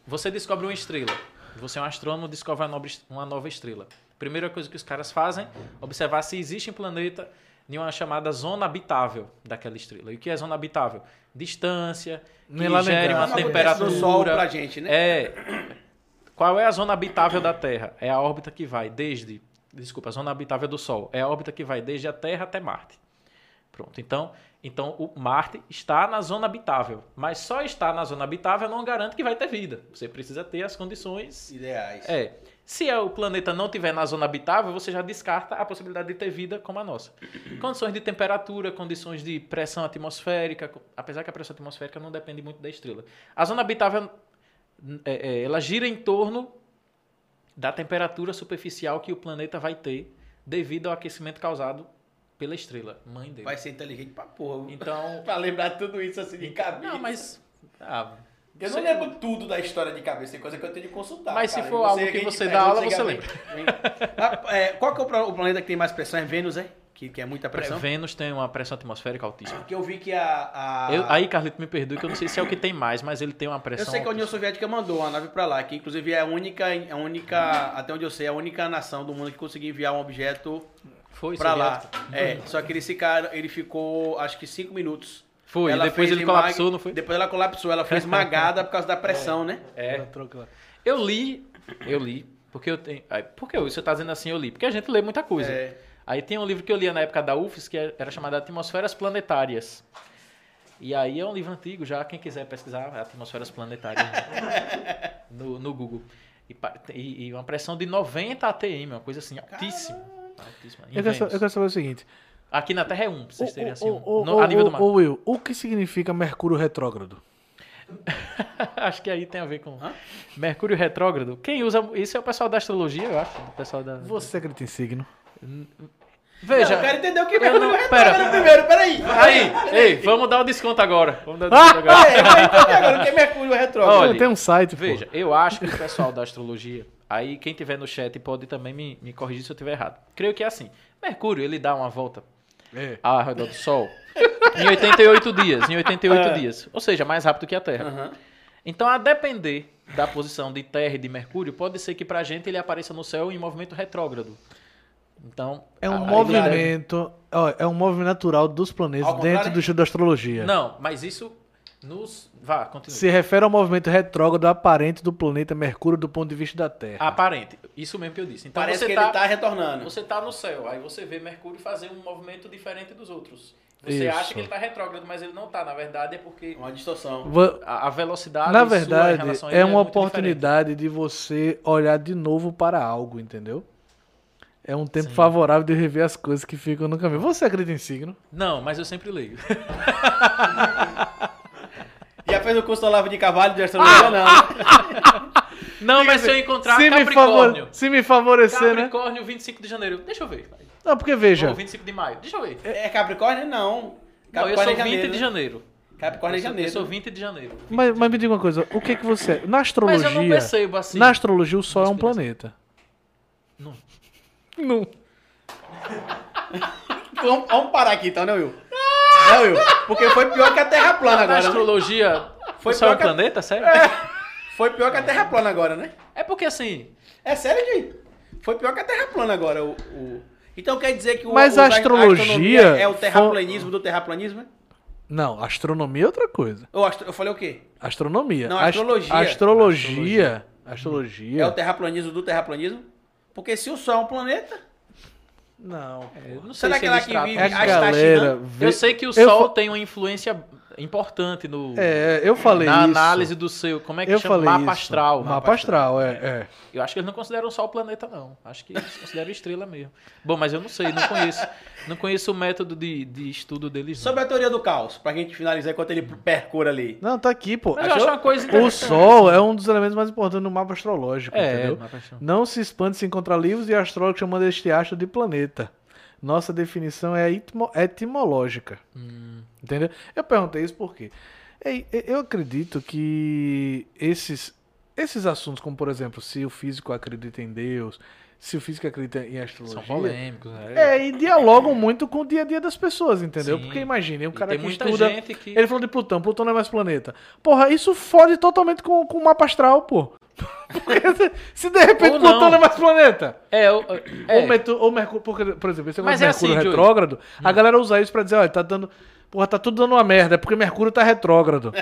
Você descobre uma estrela. Você é um astrônomo, descobre uma nova est- uma nova estrela. Primeira coisa que os caras fazem, observar se existe um planeta em uma chamada zona habitável daquela estrela. E o que é zona habitável? Distância, Nem que lá nem cá. gere uma Como acontece temperatura. No Sol pra gente, né? É. Qual é a zona habitável da Terra? É a órbita que vai desde. Desculpa, a zona habitável do Sol. É a órbita que vai desde a Terra até Marte. Pronto. Então, então o Marte está na zona habitável. Mas só estar na zona habitável não garante que vai ter vida. Você precisa ter as condições. Ideais. É. Se é o planeta não tiver na zona habitável, você já descarta a possibilidade de ter vida como a nossa. Condições de temperatura, condições de pressão atmosférica, co- apesar que a pressão atmosférica não depende muito da estrela. A zona habitável n- é, é, ela gira em torno da temperatura superficial que o planeta vai ter devido ao aquecimento causado pela estrela, mãe dele. Vai ser inteligente pra porra. viu? Então, Pra lembrar tudo isso assim de cabeça. não, mas ah, Eu não sei. lembro tudo da história de cabeça, tem coisa que eu tenho de consultar. Mas se cara. for E algo que a gente você dá pergunta, aula, chega você bem. Ah, é, qual que é o pro- o planeta que tem mais pressão? É Vênus, é? Que, que é muita pressão? Vênus tem uma pressão atmosférica altíssima. Porque eu vi que a... a- Eu- aí, Carlito, me perdoe que eu não sei se é o que tem mais, mas ele tem uma Eu pressão. sei que a União altíssima. Soviética mandou uma nave pra lá, que inclusive é a única, a única, até onde eu sei, é a única nação do mundo que conseguiu enviar um objeto Foi, pra lá. soviética. É, só que esse cara, ele ficou acho que cinco minutos Foi, Ela depois fez ele imag- colapsou, não foi? Depois ela colapsou, ela foi esmagada por causa da pressão, né? É. Troca lá. Eu li, eu li, porque eu tenho. ai, Por que você tá dizendo assim, eu li? Porque a gente lê muita coisa. É. Aí tem um livro que eu lia na época da UFES, que é, era chamado Atmosferas Planetárias. E aí é um livro antigo já, quem quiser pesquisar, Atmosferas Planetárias né? no, no Google. E, pa- e- e uma pressão de 90 ATM, uma coisa assim, altíssima. altíssima. Em Eu quero, sa- Vênus. eu quero saber o seguinte. Aqui na Terra é 1, pra vocês terem assim, um, o, no- a nível do mar. Will, o que significa Mercúrio retrógrado? acho que aí tem a ver com Mercúrio retrógrado. Quem usa isso é o pessoal da astrologia, eu acho. O pessoal da... Você acredita em signo? Veja. Não, eu quero entender o que eu vai não- acontecer pera. primeiro, peraí. Aí, ei, vamos dar o desconto agora. Vamos dar o desconto agora. É, eu vou entender agora o que é Mercúrio retrógrado. Olha, tem um site, Veja, eu acho que o pessoal da astrologia, aí quem tiver no chat pode também me, me corrigir se eu tiver errado. Creio que é assim. Mercúrio, ele dá uma volta ao redor do Sol em 88 dias, em 88 É. dias. Ou seja, mais rápido que a Terra. Aham. Então, a depender da posição de Terra e de Mercúrio, pode ser que pra gente ele apareça no céu em movimento retrógrado. Então, É a- um a- movimento. ó, é um movimento natural dos planetas Ao dentro contrário? do estudo da astrologia. Não, mas isso nos vá, continua. Se refere ao movimento retrógrado aparente do planeta Mercúrio do ponto de vista da Ah, Terra. Aparente. Isso mesmo que eu disse. Então Parece você que tá, ele tá retornando. Você tá no céu, aí você vê Mercúrio fazer um movimento diferente dos outros. Você Isso. acha que ele tá retrógrado, mas ele não tá. Na verdade, é porque Uma distorção. Va- a, a velocidade Na sua em verdade, relação a ele é uma muito oportunidade de você olhar de novo para algo, entendeu? É um tempo favorável de rever as coisas que ficam no caminho. Você acredita em signo? diferente. Não, mas eu sempre leio. Já fez o curso do Olavo de Cavalho de Ah, astrologia, não? Não, mas se eu encontrar se, me Capricórnio. favore- se me favorecer, né? Capricórnio, 25 de janeiro. Deixa eu ver. Não, porque veja. Ou 25 de maio. Deixa eu ver. É Capricórnio? Não. Não, eu Capricórnio sou é 20 janeiro. né? de janeiro. Capricórnio é eu, sou, eu janeiro. sou 20 de janeiro. Mas, mas me diga uma coisa, o que que você. Na Mas astrologia. eu não percebo assim. na astrologia, o Sol é um Inspiração. planeta. Não. Não. Vamos, vamos parar aqui então, né, Will? Né, Will? Porque foi pior que a Terra plana Ah! Tá Na agora. né? astrologia, Foi foi É. só um pior que a- planeta, sério? Foi pior que a Terra plana agora, né? É porque assim, É sério, Gui? Foi pior que a Terra plana agora. O, o- Então quer dizer que o, Mas o- a astrologia astronomia é o foi- terraplanismo do terraplanismo? né? Não, astronomia é outra coisa. Ou astro- Eu falei o quê? Astronomia. Não, Ast- astrologia. Astrologia. Astrologia. É o terraplanismo do terraplanismo? Porque se o Sol é um planeta, Não. É, eu não sei será se que ela eles que tratam vive É a a galera. Vê... Eu sei que o Eu Sol fa- tem uma influência importante no É, eu falei na isso. análise do seu, como é que eu chama? falei Mapa isso. astral. Mapa astral, é, é. Eu acho que eles não consideram só o planeta, não. Acho que eles consideram estrela mesmo. Bom, mas eu não sei, não conheço. Não conheço o método de, de estudo deles. Não. sobre a teoria do caos, pra gente finalizar enquanto ele percura ali. Não, tá aqui, pô. Mas eu acho uma coisa O interessante. Sol é um dos elementos mais importantes no mapa astrológico, É, entendeu? mapa astral. Não se espante se encontrar livros e astrólogos chamando este astro de planeta. Nossa definição é itmo- etimológica. Hum. Entendeu? Eu perguntei isso porque eu acredito que esses, esses assuntos, como por exemplo, se o físico acredita em Deus, se o físico acredita em astrologia, São polêmicos. né? é, e dialogam muito com o dia a dia das pessoas, entendeu? Sim. Porque imagine, um E cara tem que muita estuda. gente que. Ele falou de Plutão, Plutão não é mais planeta. Porra, isso fode totalmente com, com o mapa astral, pô. Porque se, se de repente Ou não. Plutão não. é mais planeta. É, eu- Ou, é, Metu- ou Mercúrio, porque, por exemplo, esse negócio Mas de é Mercúrio assim, Diogo. retrógrado, a galera usa isso pra dizer, olha, tá dando. Porra, tá tudo dando uma merda, é porque Mercúrio tá retrógrado.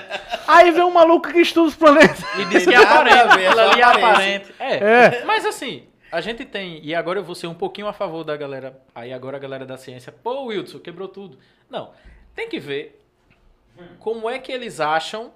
Aí vem um maluco que estuda os planetas. e diz que é Nada a aparente. ver, só Ela ali é aparece. aparente. É. É. Mas assim, a gente tem. E agora eu vou ser um pouquinho a favor da galera. Aí agora a galera da ciência. Pô, Wilson, quebrou tudo. Não. Tem que ver como é que eles acham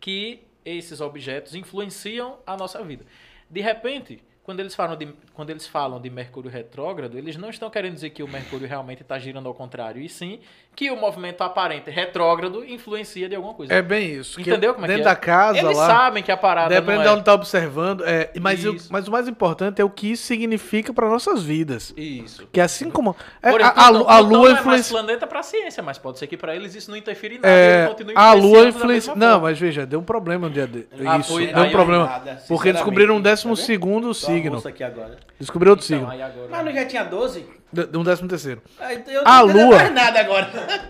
que esses objetos influenciam a nossa vida. De repente. Quando eles, falam de, quando eles falam de Mercúrio retrógrado, eles não estão querendo dizer que o Mercúrio realmente está girando ao contrário, e sim que o movimento aparente retrógrado influencia de alguma coisa. É bem isso. que Entendeu como é que Dentro é? da casa Eles lá. sabem que a parada Depende não de é... onde tá observando. é, mas, eu- Isso. mas o mais importante é o que isso significa para nossas vidas. Isso. Que assim como. é, Por a, exemplo, a Plutão- Lu- a Plutão Lua não é mais influencia. planeta para ciência, mas pode ser que para eles isso não interfira em nada. É, ele continue a Lua influenciando da influencia. mesma Não, forma. mas veja, deu um problema um dia de... Ah, Isso, foi- deu um aí eu- problema. nada, porque sinceramente. descobriram um décimo Tá vendo? segundo Só uma signo. moça aqui agora. Descobriram outro Então, signo. aí agora- Mas não já tinha 12? De- Um décimo terceiro. Ah, então Eu A não entendo Lua. mais nada agora.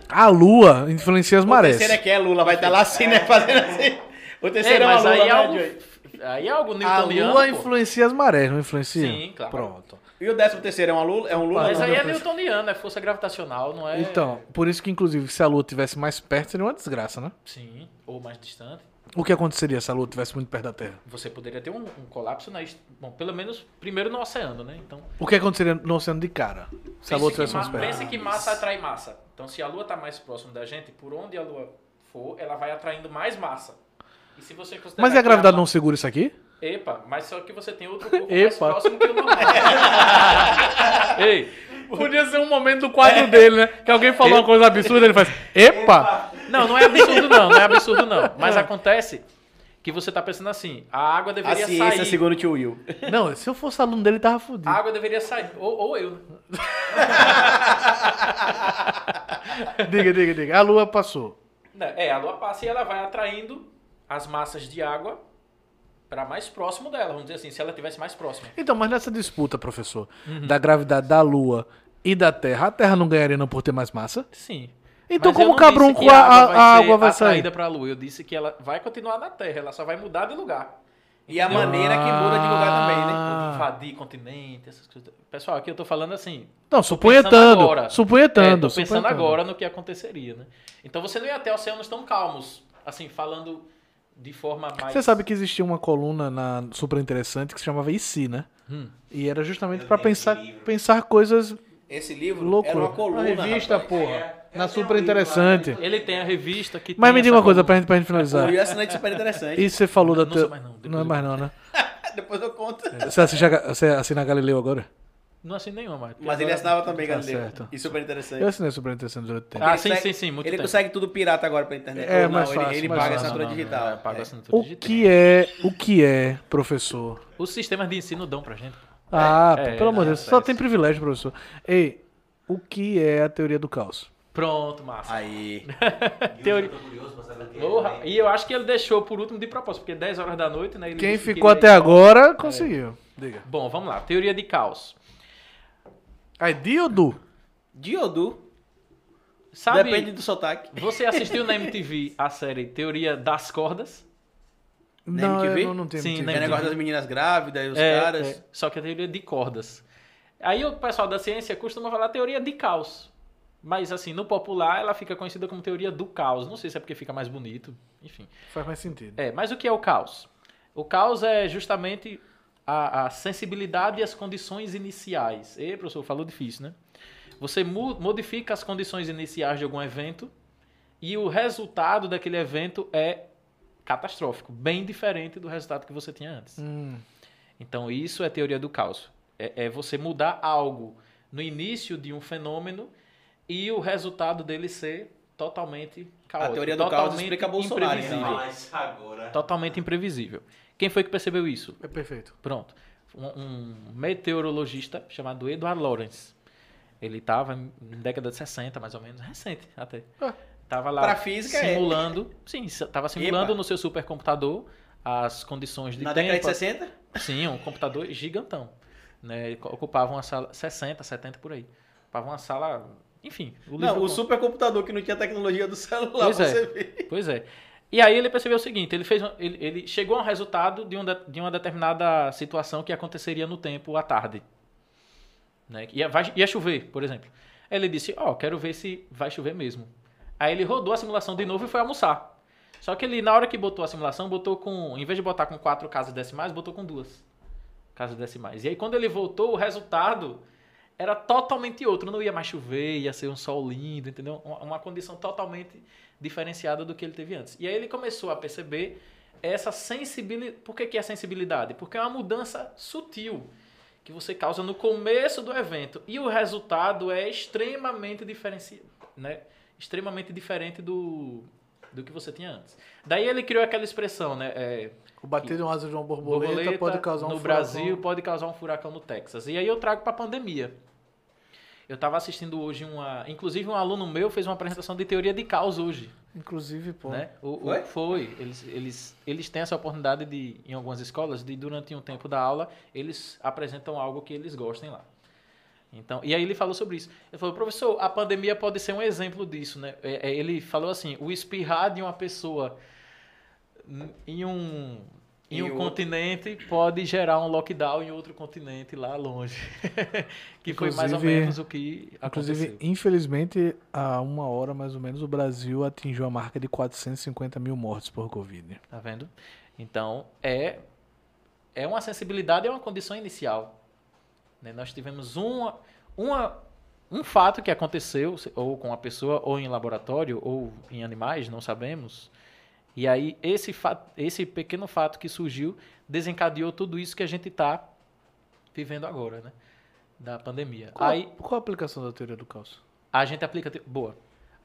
A Lua influencia as O marés. terceiro é que é Lula, vai estar lá assim, né? Fazendo assim. O Ei, terceiro é, uma mas Lula, aí é né, algo, Joey? aí é algo A newtoniano, Lua pô. influencia as marés, não influencia? Sim, claro. Pronto. E o décimo terceiro é um Lula? É um Lula? Mas Não, aí é não. newtoniano, é força gravitacional, não é? Então, por isso que, inclusive, se a Lua tivesse mais perto, seria uma desgraça, né? Sim, ou mais distante. O que aconteceria se a Lua tivesse muito perto da Terra? Você poderia ter um, um colapso na. est- Bom, pelo menos primeiro no oceano, né? Então. O que aconteceria no oceano de cara? Se a Lua pense que tivesse mais ma- perto? Pense que massa atrai massa. Então, se a Lua está mais próxima da gente, por onde a Lua for, ela vai atraindo mais massa. E se você considerar Mas e que a gravidade ma- não segura isso aqui? Epa, mas só que você tem outro corpo mais Epa. próximo que o normal. Ei, Podia ser um momento do É. quadro dele, né? Que alguém falou uma coisa absurda, ele faz, epa! não, não é absurdo não, não é absurdo não. Mas acontece que você tá pensando assim, a água A deveria ciência, sair. segundo o tio Will. Não, se eu fosse aluno dele, tava fudido. A água deveria sair. Ou, ou eu. né? Diga, diga, diga. A Lua passou. Não, É, a Lua passa e ela vai atraindo as massas de água para mais próximo dela, vamos dizer assim, se ela estivesse mais próxima. Então, mas nessa disputa, professor, Uhum. da gravidade da Lua e da Terra, a Terra não ganharia não por ter mais massa? Sim. Então, Mas eu como não disse cabrunco, que a, a- a ser água vai sair? atraída para a Lua. Eu disse que ela vai continuar na Terra, ela só vai mudar de lugar. E a maneira que muda de lugar também, né? Ah. Invadir continente, essas coisas. Pessoal, aqui eu tô falando assim. Não, pensando suponhetando. agora. Suponhetando. é, tô pensando suponhetando. agora no que aconteceria, né? Então você não ia ter oceanos tão calmos, assim, falando de forma mais. Você sabe que existia uma coluna na super interessante que se chamava IC, né? Hum. E era justamente Eu pra tenho esse pensar, livro. pensar coisas Esse livro loucas. era uma coluna. revista, rapaz. porra. É, Na eu tenho super um livro lá, interessante. né? Ele tem a revista que Mas tem me diga essa uma coisa pra coluna. gente, pra gente O finalizar. Will é assinante super interessante. E você falou da Não teu- sou mais não, depois Não é eu- mais não, né? Depois eu conto. Você assiste a, Ga- você assina a Galileu agora? Não assim nenhuma, mais. Mas ele assinava também, Tá Galileu. certo. E super interessante. Eu assinei super interessante durante o tempo. Ah, Ele sim, consegue- sim, sim, muito Ele tempo. consegue tudo pirata agora pela internet. É, Ou mais não, fácil, ele, ele mais paga fácil. assinatura digital. Não, não, paga É. assinatura O digital. que é, o que é, professor? Os sistemas de ensino dão pra gente. Ah, é, pô, pelo amor de é, Deus, é, só é. tem privilégio, professor. Ei, o que é a teoria do caos? Pronto, massa. E Aí. hoje Teoria- eu tô curioso pra saber o que é. Porra, também. e eu acho que ele deixou por último de propósito, porque 10 horas da noite, né? ele Quem disse que ficou ele- até agora conseguiu. É. Diga. Bom, vamos lá. Teoria de caos. Aí, Diodo. Diodu. Sabe, Depende do sotaque. você assistiu na MTV a série Teoria das Cordas? Na Não, MTV? eu não, não tenho Sim, MTV. né, na É negócio das meninas grávidas e os caras. é, só que a teoria de cordas. Aí o pessoal da ciência costuma falar teoria de caos. Mas assim, no popular ela fica conhecida como teoria do caos. Não sei se é porque fica mais bonito, enfim. Faz mais sentido. É, mas o que é o caos? O caos é justamente a, a sensibilidade e as condições iniciais. Ei, professor, falou difícil, né? Você mu- modifica as condições iniciais de algum evento e o resultado daquele evento é catastrófico, bem diferente do resultado que você tinha antes. Hum, Então, isso é teoria do caos. É, é você mudar algo no início de um fenômeno e o resultado dele ser totalmente caótico. teoria do caos totalmente explica Bolsonaro, então. imprevisível. Mas agora. Totalmente imprevisível. Quem foi que percebeu isso? é perfeito. Pronto. Um, um meteorologista chamado Edward Lawrence. Ele estava na década de 60, mais ou menos, recente até. Ah. Tava lá Pra física, é. simulando, sim, estava simulando Epa. no seu supercomputador as condições de Na tempo, década de 60? Sim, um computador gigantão. Né? Ele Ocupava uma sala, 60, 70 por aí. Ocupava uma sala, enfim. o livro Não, o conta. supercomputador que não tinha tecnologia do celular, Pois é. você vê. Pois é. E aí ele percebeu o seguinte, ele, fez, um- ele, ele chegou a um resultado de, um de- de uma determinada situação que aconteceria no tempo à tarde. Né? Que Ia, vai- ia chover, por exemplo. Aí ele disse, ó, quero ver se vai chover mesmo. Aí ele rodou a simulação de novo e foi almoçar. Só que ele, na hora que botou a simulação, botou com, em vez de botar com quatro casas decimais, botou com duas casas decimais. E aí quando ele voltou, o resultado era totalmente outro. Não ia mais chover, ia ser um sol lindo, entendeu? Uma, uma condição totalmente diferenciada do que ele teve antes. E aí ele começou a perceber essa sensibilidade. Por que, que é sensibilidade? Porque é uma mudança sutil que você causa no começo do evento. E o resultado é extremamente diferenci... né? extremamente diferente do, do que você tinha antes. Daí ele criou aquela expressão, né? É, O bater de um asa de uma borboleta, borboleta pode causar um no furacão. Brasil pode causar um furacão no Texas. E aí eu trago para a pandemia. Eu estava assistindo hoje uma, inclusive um aluno meu fez uma apresentação de teoria de caos hoje, Inclusive, pô. né? O- o- Foi? foi. Eles, eles, eles têm essa oportunidade de, em algumas escolas, de durante um tempo da aula eles apresentam algo que eles gostem lá. Então, e aí ele falou sobre isso. Ele falou, professor, a pandemia pode ser um exemplo disso, né? É, é, Ele falou assim, o espirrar de uma pessoa n- em um Em um continente pode gerar um lockdown em outro continente lá longe. que foi mais ou Inclusive- menos o que Inclusive, aconteceu. infelizmente, há uma hora mais ou menos, o Brasil atingiu a marca de 450 mil mortes por Covid. Tá vendo? Então, é, é uma sensibilidade, é uma condição inicial. né? Nós tivemos uma, uma, um fato que aconteceu, se- ou com a pessoa, ou em laboratório, ou em animais, não sabemos. E aí, esse, fa- esse pequeno fato que surgiu desencadeou tudo isso que a gente está vivendo agora, né? Da pandemia. Qual, Aí, qual a aplicação da teoria do caos? a gente aplica. te- Boa.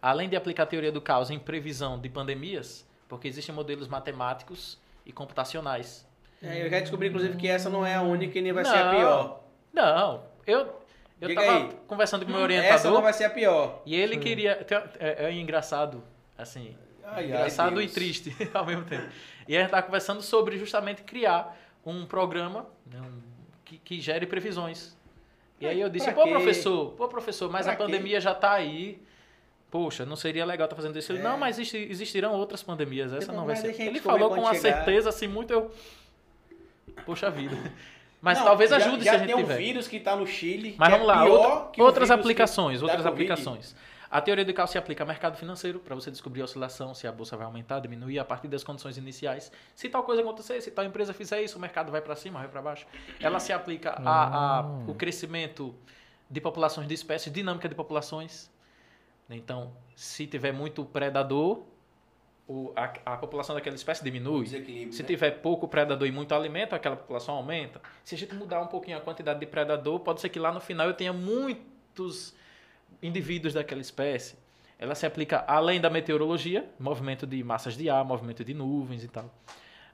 Além de aplicar a teoria do caos em previsão de pandemias, porque existem modelos matemáticos e computacionais. É, eu já descobri, inclusive, que essa não é a única e nem vai Não. ser a pior. Não, eu. Eu Diga tava aí. Hum, conversando com meu Essa não orientador vai ser a pior. e ele queria. tem- É, é engraçado, assim. Ai, ai, engraçado e Deus. triste ao mesmo tempo. E a gente estava conversando sobre justamente criar um programa né, um- que, que gere previsões. E aí eu disse, pra pô quê? professor, pô professor, mas Pra a quê? pandemia já está aí. Poxa, não seria legal estar fazendo isso. Ele, É. não, mas existe- existirão outras pandemias, essa Tipo, não vai mas ser. deixa a gente Ele descobrir falou com quando uma chegar. certeza assim muito eu Poxa vida. Mas Não, talvez já- ajude já, se a gente tem tiver. um vírus que tá no Chile. Mas que vamos é lá, pior outra- que o vírus outras que- aplicações, da outras Covid. aplicações. A teoria do caos se aplica ao mercado financeiro, para você descobrir a oscilação, se a bolsa vai aumentar, diminuir, a partir das condições iniciais. Se tal coisa acontecer, se tal empresa fizer isso, o mercado vai para cima, vai para baixo. Ela se aplica a, a- o crescimento de populações de espécies, dinâmica de populações. Então, se tiver muito predador, o- a, a população daquela espécie diminui. Desequilíbrio, Se né? tiver pouco predador e muito alimento, aquela população aumenta. Se a gente mudar um pouquinho a quantidade de predador, pode ser que lá no final eu tenha muitos indivíduos daquela espécie. Ela se aplica além da meteorologia, movimento de massas de ar, movimento de nuvens e tal.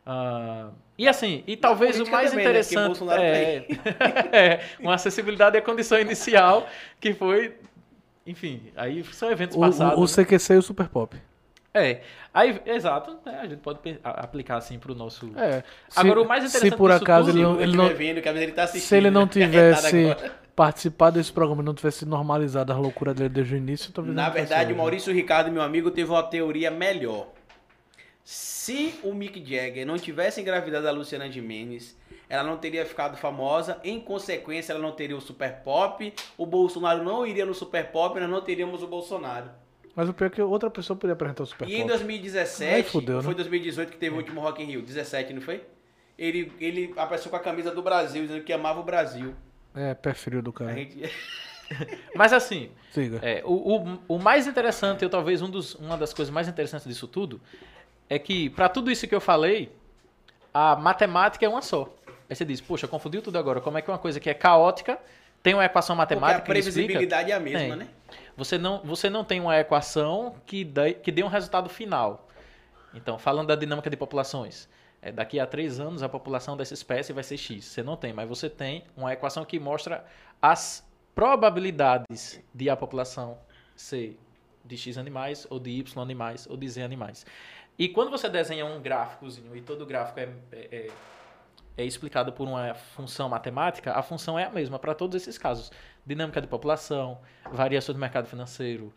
Ah, e assim, e talvez o política mais também, né? Porque interessante Bolsonaro tá é, é, uma acessibilidade à condição inicial que foi, enfim, aí são eventos O, passados. o, o CQC e o Super Pop. É, aí, exato, né, a gente pode pe- a- aplicar assim para o nosso É. Se, Agora, o mais interessante se por disso acaso tudo- é ele não, Ele ele não... não- vendo, que às vezes ele tá assistindo. se ele não né? Arretado tivesse agora. participado desse programa e não tivesse normalizado as loucuras dele desde o início, talvez Na não tivesse verdade, o hoje. Maurício Ricardo, meu amigo, teve uma teoria melhor. Se o Mick Jagger não tivesse engravidado a Luciana Gimenez, ela não teria ficado famosa, em consequência, ela não teria o Super Pop, o Bolsonaro não iria no Super Pop, nós não teríamos o Bolsonaro. Mas o pior é que outra pessoa poderia apresentar o Super E em Pop. 2017, Aí fudeu, ou foi né? 2018 que teve o último Rock in Rio, 17, não foi? Ele, ele apareceu com a camisa do Brasil, dizendo que amava o Brasil. É, pé frio do A cara. gente... Mas assim, Siga. é, o, o, o mais interessante, ou talvez um dos- uma das coisas mais interessantes disso tudo, é que para tudo isso que eu falei, a matemática é uma só. Aí você diz, poxa, confundiu tudo agora. Como é que uma coisa que é caótica tem uma equação Porque a matemática que explica? previsibilidade é a mesma, Tem. né? Você não, você não tem uma equação que dê, que dê um resultado final. Então, falando da dinâmica de populações, é, daqui a três anos a população dessa espécie vai ser X. Você não tem, mas você tem uma equação que mostra as probabilidades de a população ser de X animais, ou de Y animais, ou de Z animais. E quando você desenha um gráficozinho, e todo gráfico é- é- é é explicado por uma função matemática, a função é a mesma para todos esses casos. Dinâmica de população, variação do mercado financeiro,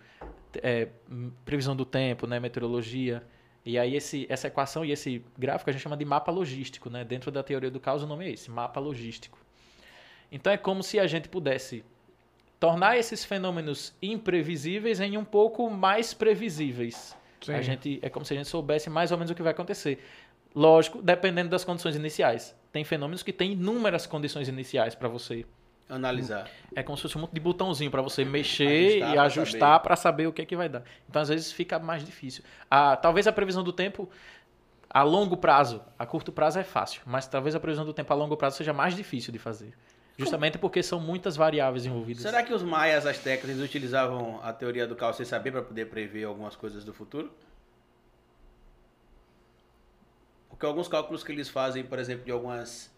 t- é, m- previsão do tempo, né, meteorologia. E aí esse, essa equação e esse gráfico a gente chama de mapa logístico. Né? Dentro da teoria do caos o nome é esse, mapa logístico. Então é como se a gente pudesse tornar esses fenômenos imprevisíveis em um pouco mais previsíveis. Sim. A gente, é como se a gente soubesse mais ou menos o que vai acontecer. Lógico, dependendo das condições iniciais. Tem fenômenos que têm inúmeras condições iniciais para você. Analisar. É como se fosse um monte de botãozinho para você mexer Ajustar e pra ajustar para saber o que é que vai dar. Então, às vezes, fica mais difícil. Ah, talvez a previsão do tempo a longo prazo, a curto prazo é fácil, mas talvez a previsão do tempo a longo prazo seja mais difícil de fazer. Justamente porque são muitas variáveis envolvidas. Será que os maias astecas eles utilizavam a teoria do caos sem saber para poder prever algumas coisas do futuro? Porque alguns cálculos que eles fazem, por exemplo, de algumas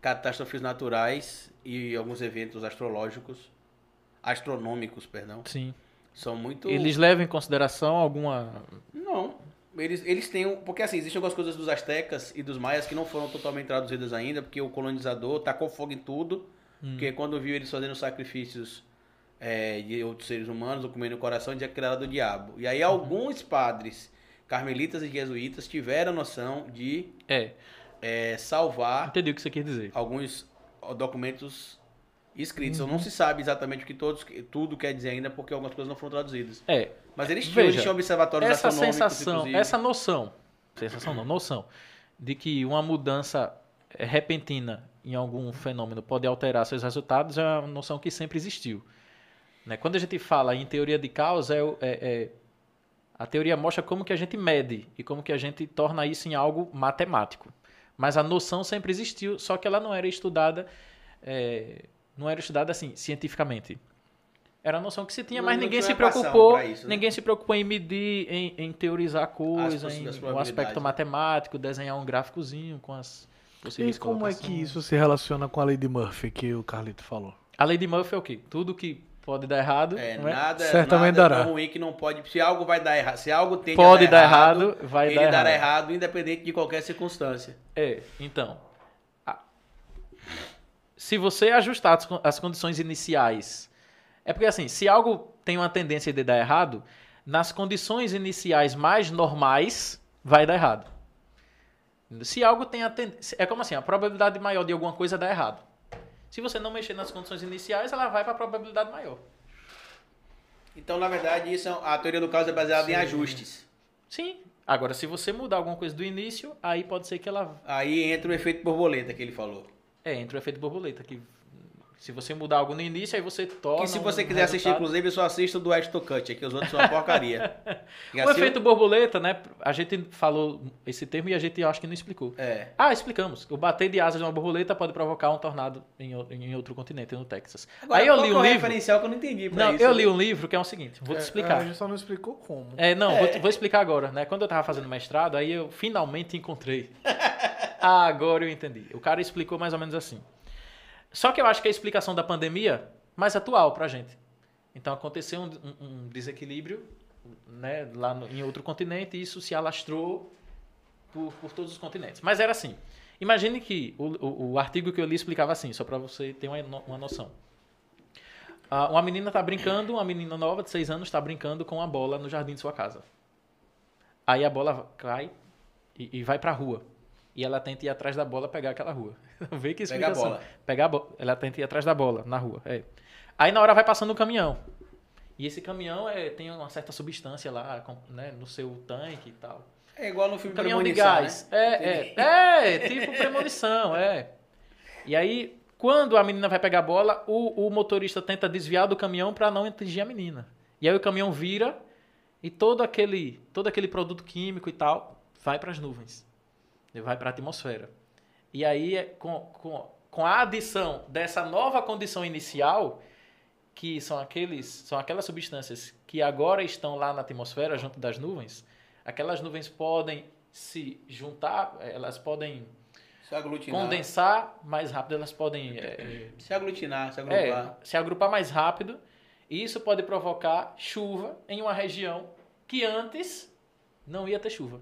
catástrofes naturais e alguns eventos astrológicos, astronômicos, perdão, Sim. são muito Eles levam em consideração alguma. não. Eles, eles têm. um- Porque assim, existem algumas coisas dos astecas e dos maias que não foram totalmente traduzidas ainda, porque o colonizador tacou fogo em tudo. Hum. Porque quando viu eles fazendo sacrifícios é, de outros seres humanos, ou comendo o coração, dizia que era do diabo. E aí Uhum. alguns padres, carmelitas e jesuítas, tiveram noção de É. é, salvar Entendi o que você quer dizer. alguns documentos escritos. Uhum. Então, Não se sabe exatamente o que todos, tudo quer dizer ainda, porque algumas coisas não foram traduzidas. É, Mas eles tinham, eles Veja, tinham observatórios essa astronômicos, sensação, inclusive. essa noção, sensação não, noção, de que uma mudança eh, repentina em algum fenômeno pode alterar seus resultados é uma noção que sempre existiu. Né? Quando a gente fala em teoria de causa, é, o- é- é- a teoria mostra como que a gente mede e como que a gente torna isso em algo matemático. Mas a noção sempre existiu, só que ela não era estudada, eh, não era estudada assim, cientificamente. Era a noção que se tinha, Não- mas não ninguém tinha se uma equação preocupou, pra isso, né? ninguém se preocupou em medir, em, em teorizar a coisa, possi- em as um probabilidades, aspecto né? matemático, desenhar um gráficozinho com as E possíveis como é que colocações. isso se relaciona com a lei de Murphy que o Carlito falou? A lei de Murphy é o quê? Tudo que pode dar errado É, não é? nada, Certamente nada dará. tão ruim que não pode. Se algo vai dar errado, se algo tende pode a dar errado, vai ele dar errado. dará errado, independente de qualquer circunstância. É, então. a- Se você ajustar as con- as condições iniciais. É porque assim, se algo tem uma tendência de dar errado, nas condições iniciais mais normais, vai dar errado. Se algo tem a tendência. É como assim, a probabilidade maior de alguma coisa dar errado. Se você não mexer nas condições iniciais, ela vai para a probabilidade maior. Então, na verdade, isso é- a teoria do caos é baseada em ajustes. Sim. Agora, se você mudar alguma coisa do início, aí pode ser que ela Aí entra o efeito borboleta que ele falou. É, entra o efeito borboleta, que se você mudar algo no início, aí você torna. que se você um quiser assistir, resultado- inclusive, eu só assisto do Ashton Kutcher, que os outros são uma porcaria. E O assim, efeito borboleta, né? A gente falou esse termo e a gente acho que não explicou. É. Ah, explicamos. O bater de asas de uma borboleta pode provocar um tornado em, o- em outro continente, no Texas. Agora, aí eu qual li que é um o livro. referencial que eu não entendi pra Não, isso, eu né? li um livro que é o seguinte, vou te explicar. só não explicou como. É, não, Vou, vou explicar agora, né? Quando eu tava fazendo mestrado, aí eu finalmente encontrei. Ah, agora eu entendi. O cara explicou mais ou menos assim. Só que eu acho que é a explicação da pandemia mais atual pra gente. Então aconteceu um, um- um desequilíbrio, né, lá no- em outro continente e isso se alastrou por, por todos os continentes. Mas era assim. Imagine que o, o- o artigo que eu li explicava assim, só pra você ter uma, no- uma noção. Ah, uma menina tá brincando, uma menina nova de 6 anos está brincando com a bola no jardim de sua casa. Aí a bola cai e, e vai pra rua. E ela tenta ir atrás da bola pegar aquela rua. Vê Pega que a explicação. bola. Pegar a bola. Ela tenta ir atrás da bola na rua. é. Aí na hora vai passando um caminhão. E esse caminhão é, tem uma certa substância lá com- né, no seu tanque e tal. É igual no filme Caminhão de Premonição, gás. né? É, é, é, tipo premonição, é. E aí, quando a menina vai pegar a bola, o, o motorista tenta desviar do caminhão para não atingir a menina. E aí o caminhão vira e todo aquele, todo aquele produto químico e tal vai para as nuvens. Ele vai para a atmosfera. E aí, é com, com, com a adição dessa nova condição inicial, que são, aqueles, são aquelas substâncias que agora estão lá na atmosfera, junto das nuvens, aquelas nuvens podem se juntar, eh, elas podem Se aglutinar. condensar mais rápido, elas podem é, Se aglutinar, se é, agrupar. se agrupar mais rápido, e isso pode provocar chuva em uma região que antes não ia ter chuva.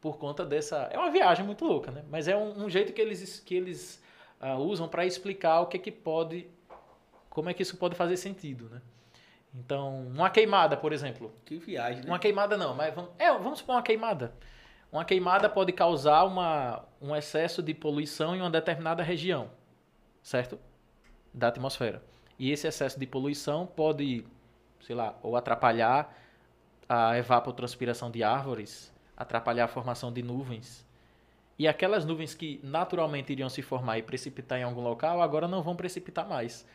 Por conta dessa. É uma viagem muito louca, né? Mas é um, um jeito que eles, que eles ah, usam para explicar o que, que pode. Como é que isso pode fazer sentido, né? Então, uma queimada, por exemplo. Que viagem, né? Uma queimada não, mas vamos, é, vamos supor uma queimada. Uma queimada pode causar uma, um excesso de poluição em uma determinada região, certo? Da atmosfera. E esse excesso de poluição pode, sei lá, ou atrapalhar a evapotranspiração de árvores, atrapalhar a formação de nuvens. E aquelas nuvens que naturalmente iriam se formar e precipitar em algum local, agora não vão precipitar mais.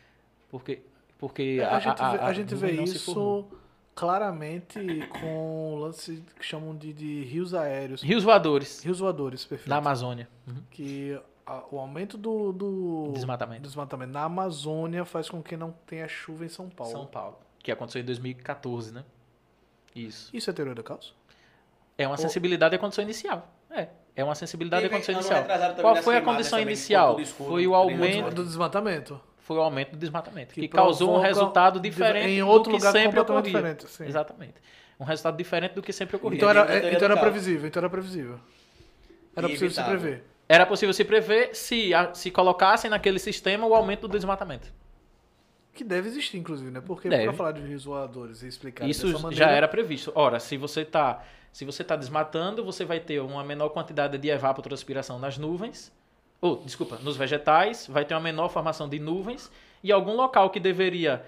Porque, porque É, A, gente vê, a gente vê nuvem não se formou. isso claramente com o lance que chamam de, de rios aéreos. Rios voadores. Rios voadores, perfeito. Na Amazônia. Que a- o aumento do, do Desmatamento. desmatamento na Amazônia faz com que não tenha chuva em São Paulo. São Paulo. Que aconteceu em 2014, né? Isso. Isso é teoria do caos? É uma sensibilidade à condição inicial. É. É uma sensibilidade à Teve condição ano inicial. retrasado também Qual nas foi a queimadas condição também, que inicial? ficou tudo escuro, Foi o tudo aumento, Do desmatamento. foi o aumento do desmatamento, É. que, Que causou um provoca resultado diferente em outro do que lugar sempre completamente ocorria. diferente, sim. Exatamente. Um resultado diferente do que sempre ocorria. Então era, Teoria do é- então era caos. previsível, então era previsível. Era possível se Inevitável. prever. Era possível se prever se, a- se colocassem naquele sistema o aumento do desmatamento. Que deve existir, inclusive, né? Porque Deve. pra falar de rios voadores e explicar Isso dessa maneira... já era previsto. Ora, se você está se você tá desmatando, você vai ter uma menor quantidade de evapotranspiração nas nuvens. Ou, desculpa, nos vegetais, vai ter uma menor formação de nuvens e algum local que deveria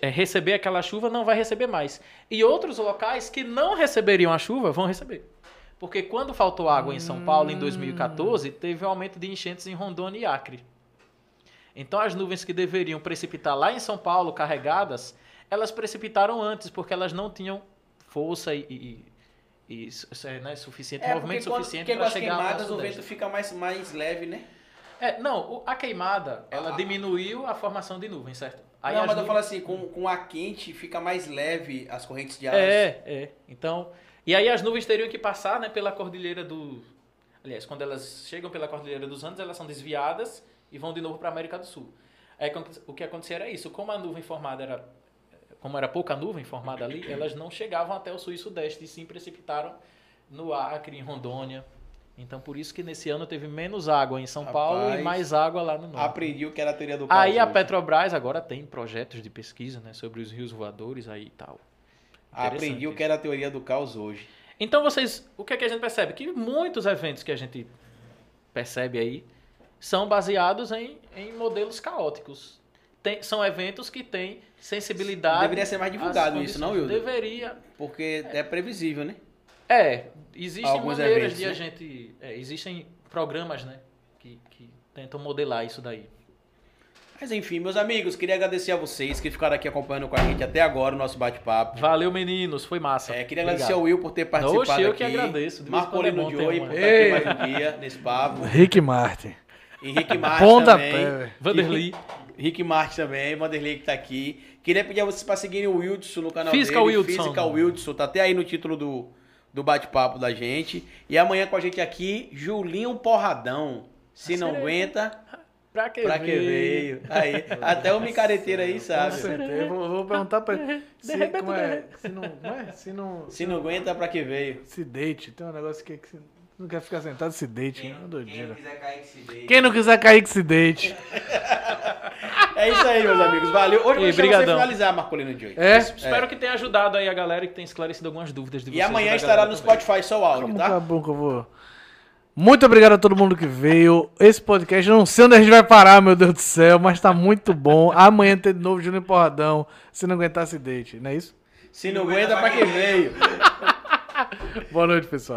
eh, receber aquela chuva não vai receber mais. E outros locais que não receberiam a chuva vão receber. Porque quando faltou água em São Paulo em 2014, Hum. teve um aumento de enchentes em Rondônia e Acre. Então as nuvens que deveriam precipitar lá em São Paulo carregadas, elas precipitaram antes porque elas não tinham força e, e- e su- é, né, suficiente, movimento suficiente para as chegar ao queimadas nosso o vento fica mais, mais leve, né? É, não, o- a queimada, ela Ah. diminuiu a formação de nuvens, certo? Aí não, as mas eu nuvens- falo assim, com, com ar quente fica mais leve as correntes de ar. É, é. Então, e aí as nuvens teriam que passar, né, pela cordilheira do Aliás, quando elas chegam pela cordilheira dos Andes, elas são desviadas e vão de novo para a América do Sul. Aí con- o que acontecia era isso, como a nuvem formada era como era pouca nuvem formada ali, elas não chegavam até o sul e sudeste e sim precipitaram no Acre, em Rondônia. Então, por isso que nesse ano teve menos água em São Paulo e Rapaz, mais água lá no norte. Aprendi o que era a teoria do caos. Aí a hoje. Petrobras agora tem projetos de pesquisa, né, sobre os rios voadores aí e tal. Aprendi Interessante o que era a teoria do caos hoje. então vocês, o que, é que a gente percebe? Que muitos eventos que a gente percebe aí são baseados em, em modelos caóticos. Tem- são eventos que têm sensibilidade. Deveria ser mais divulgado às isso, não, condições. Wilder? Deveria. Porque é previsível, né? É, existem Alguns maneiras eventos, de né? a gente. é, existem programas, né? Que, que tentam modelar isso daí. Mas enfim, meus amigos, queria agradecer a vocês que ficaram aqui acompanhando com a gente até agora o nosso bate-papo. Valeu, meninos. Foi massa. É, queria Obrigado. agradecer ao Will por ter participado Oxe, eu que aqui. agradeço. De vez em quando é Marcolino bom de ter Oi uma- por estar aqui mais um dia nesse papo. Rick Martin. Henrique Marques Ponta também. pé, velho. Vanderly. Rick Martins também, Vanderlei que tá aqui. Queria pedir a vocês para seguirem o Wildson no canal Física dele. Wildson. Física Wildson, tá até aí no título do, do bate-papo da gente. E amanhã com a gente aqui, Julinho Porradão. Se não aguenta, Pra que pra que veio? Aí, até o micareteiro aí Com sabe. certeza. Eu Vou, vou perguntar pra ele. Se, repente, como é? Se não, não é? Se não. Se não aguenta, pra que veio? Se deite. Tem um negócio que, que se- não quer ficar sentado, se deite. É uma quem não doideira. quiser cair que se deite. Quem não quiser cair, que se deite. É isso aí, meus amigos. Valeu. Hoje eu vou deixar E você brigadão. finalizar, Marcolino de hoje. É? Espero que tenha ajudado aí a galera e que tenha esclarecido algumas dúvidas de E vocês. amanhã da estará galera no tá também. Spotify só o áudio, Como tá? tá bom que eu vou. Muito obrigado a todo mundo que veio. Esse podcast, eu não sei onde a gente vai parar, meu Deus do céu, mas tá muito bom. Amanhã tem de novo Júnior Porradão. Se não aguentar, se deite, não é isso? Se não aguenta, pra que veio? Boa noite, pessoal.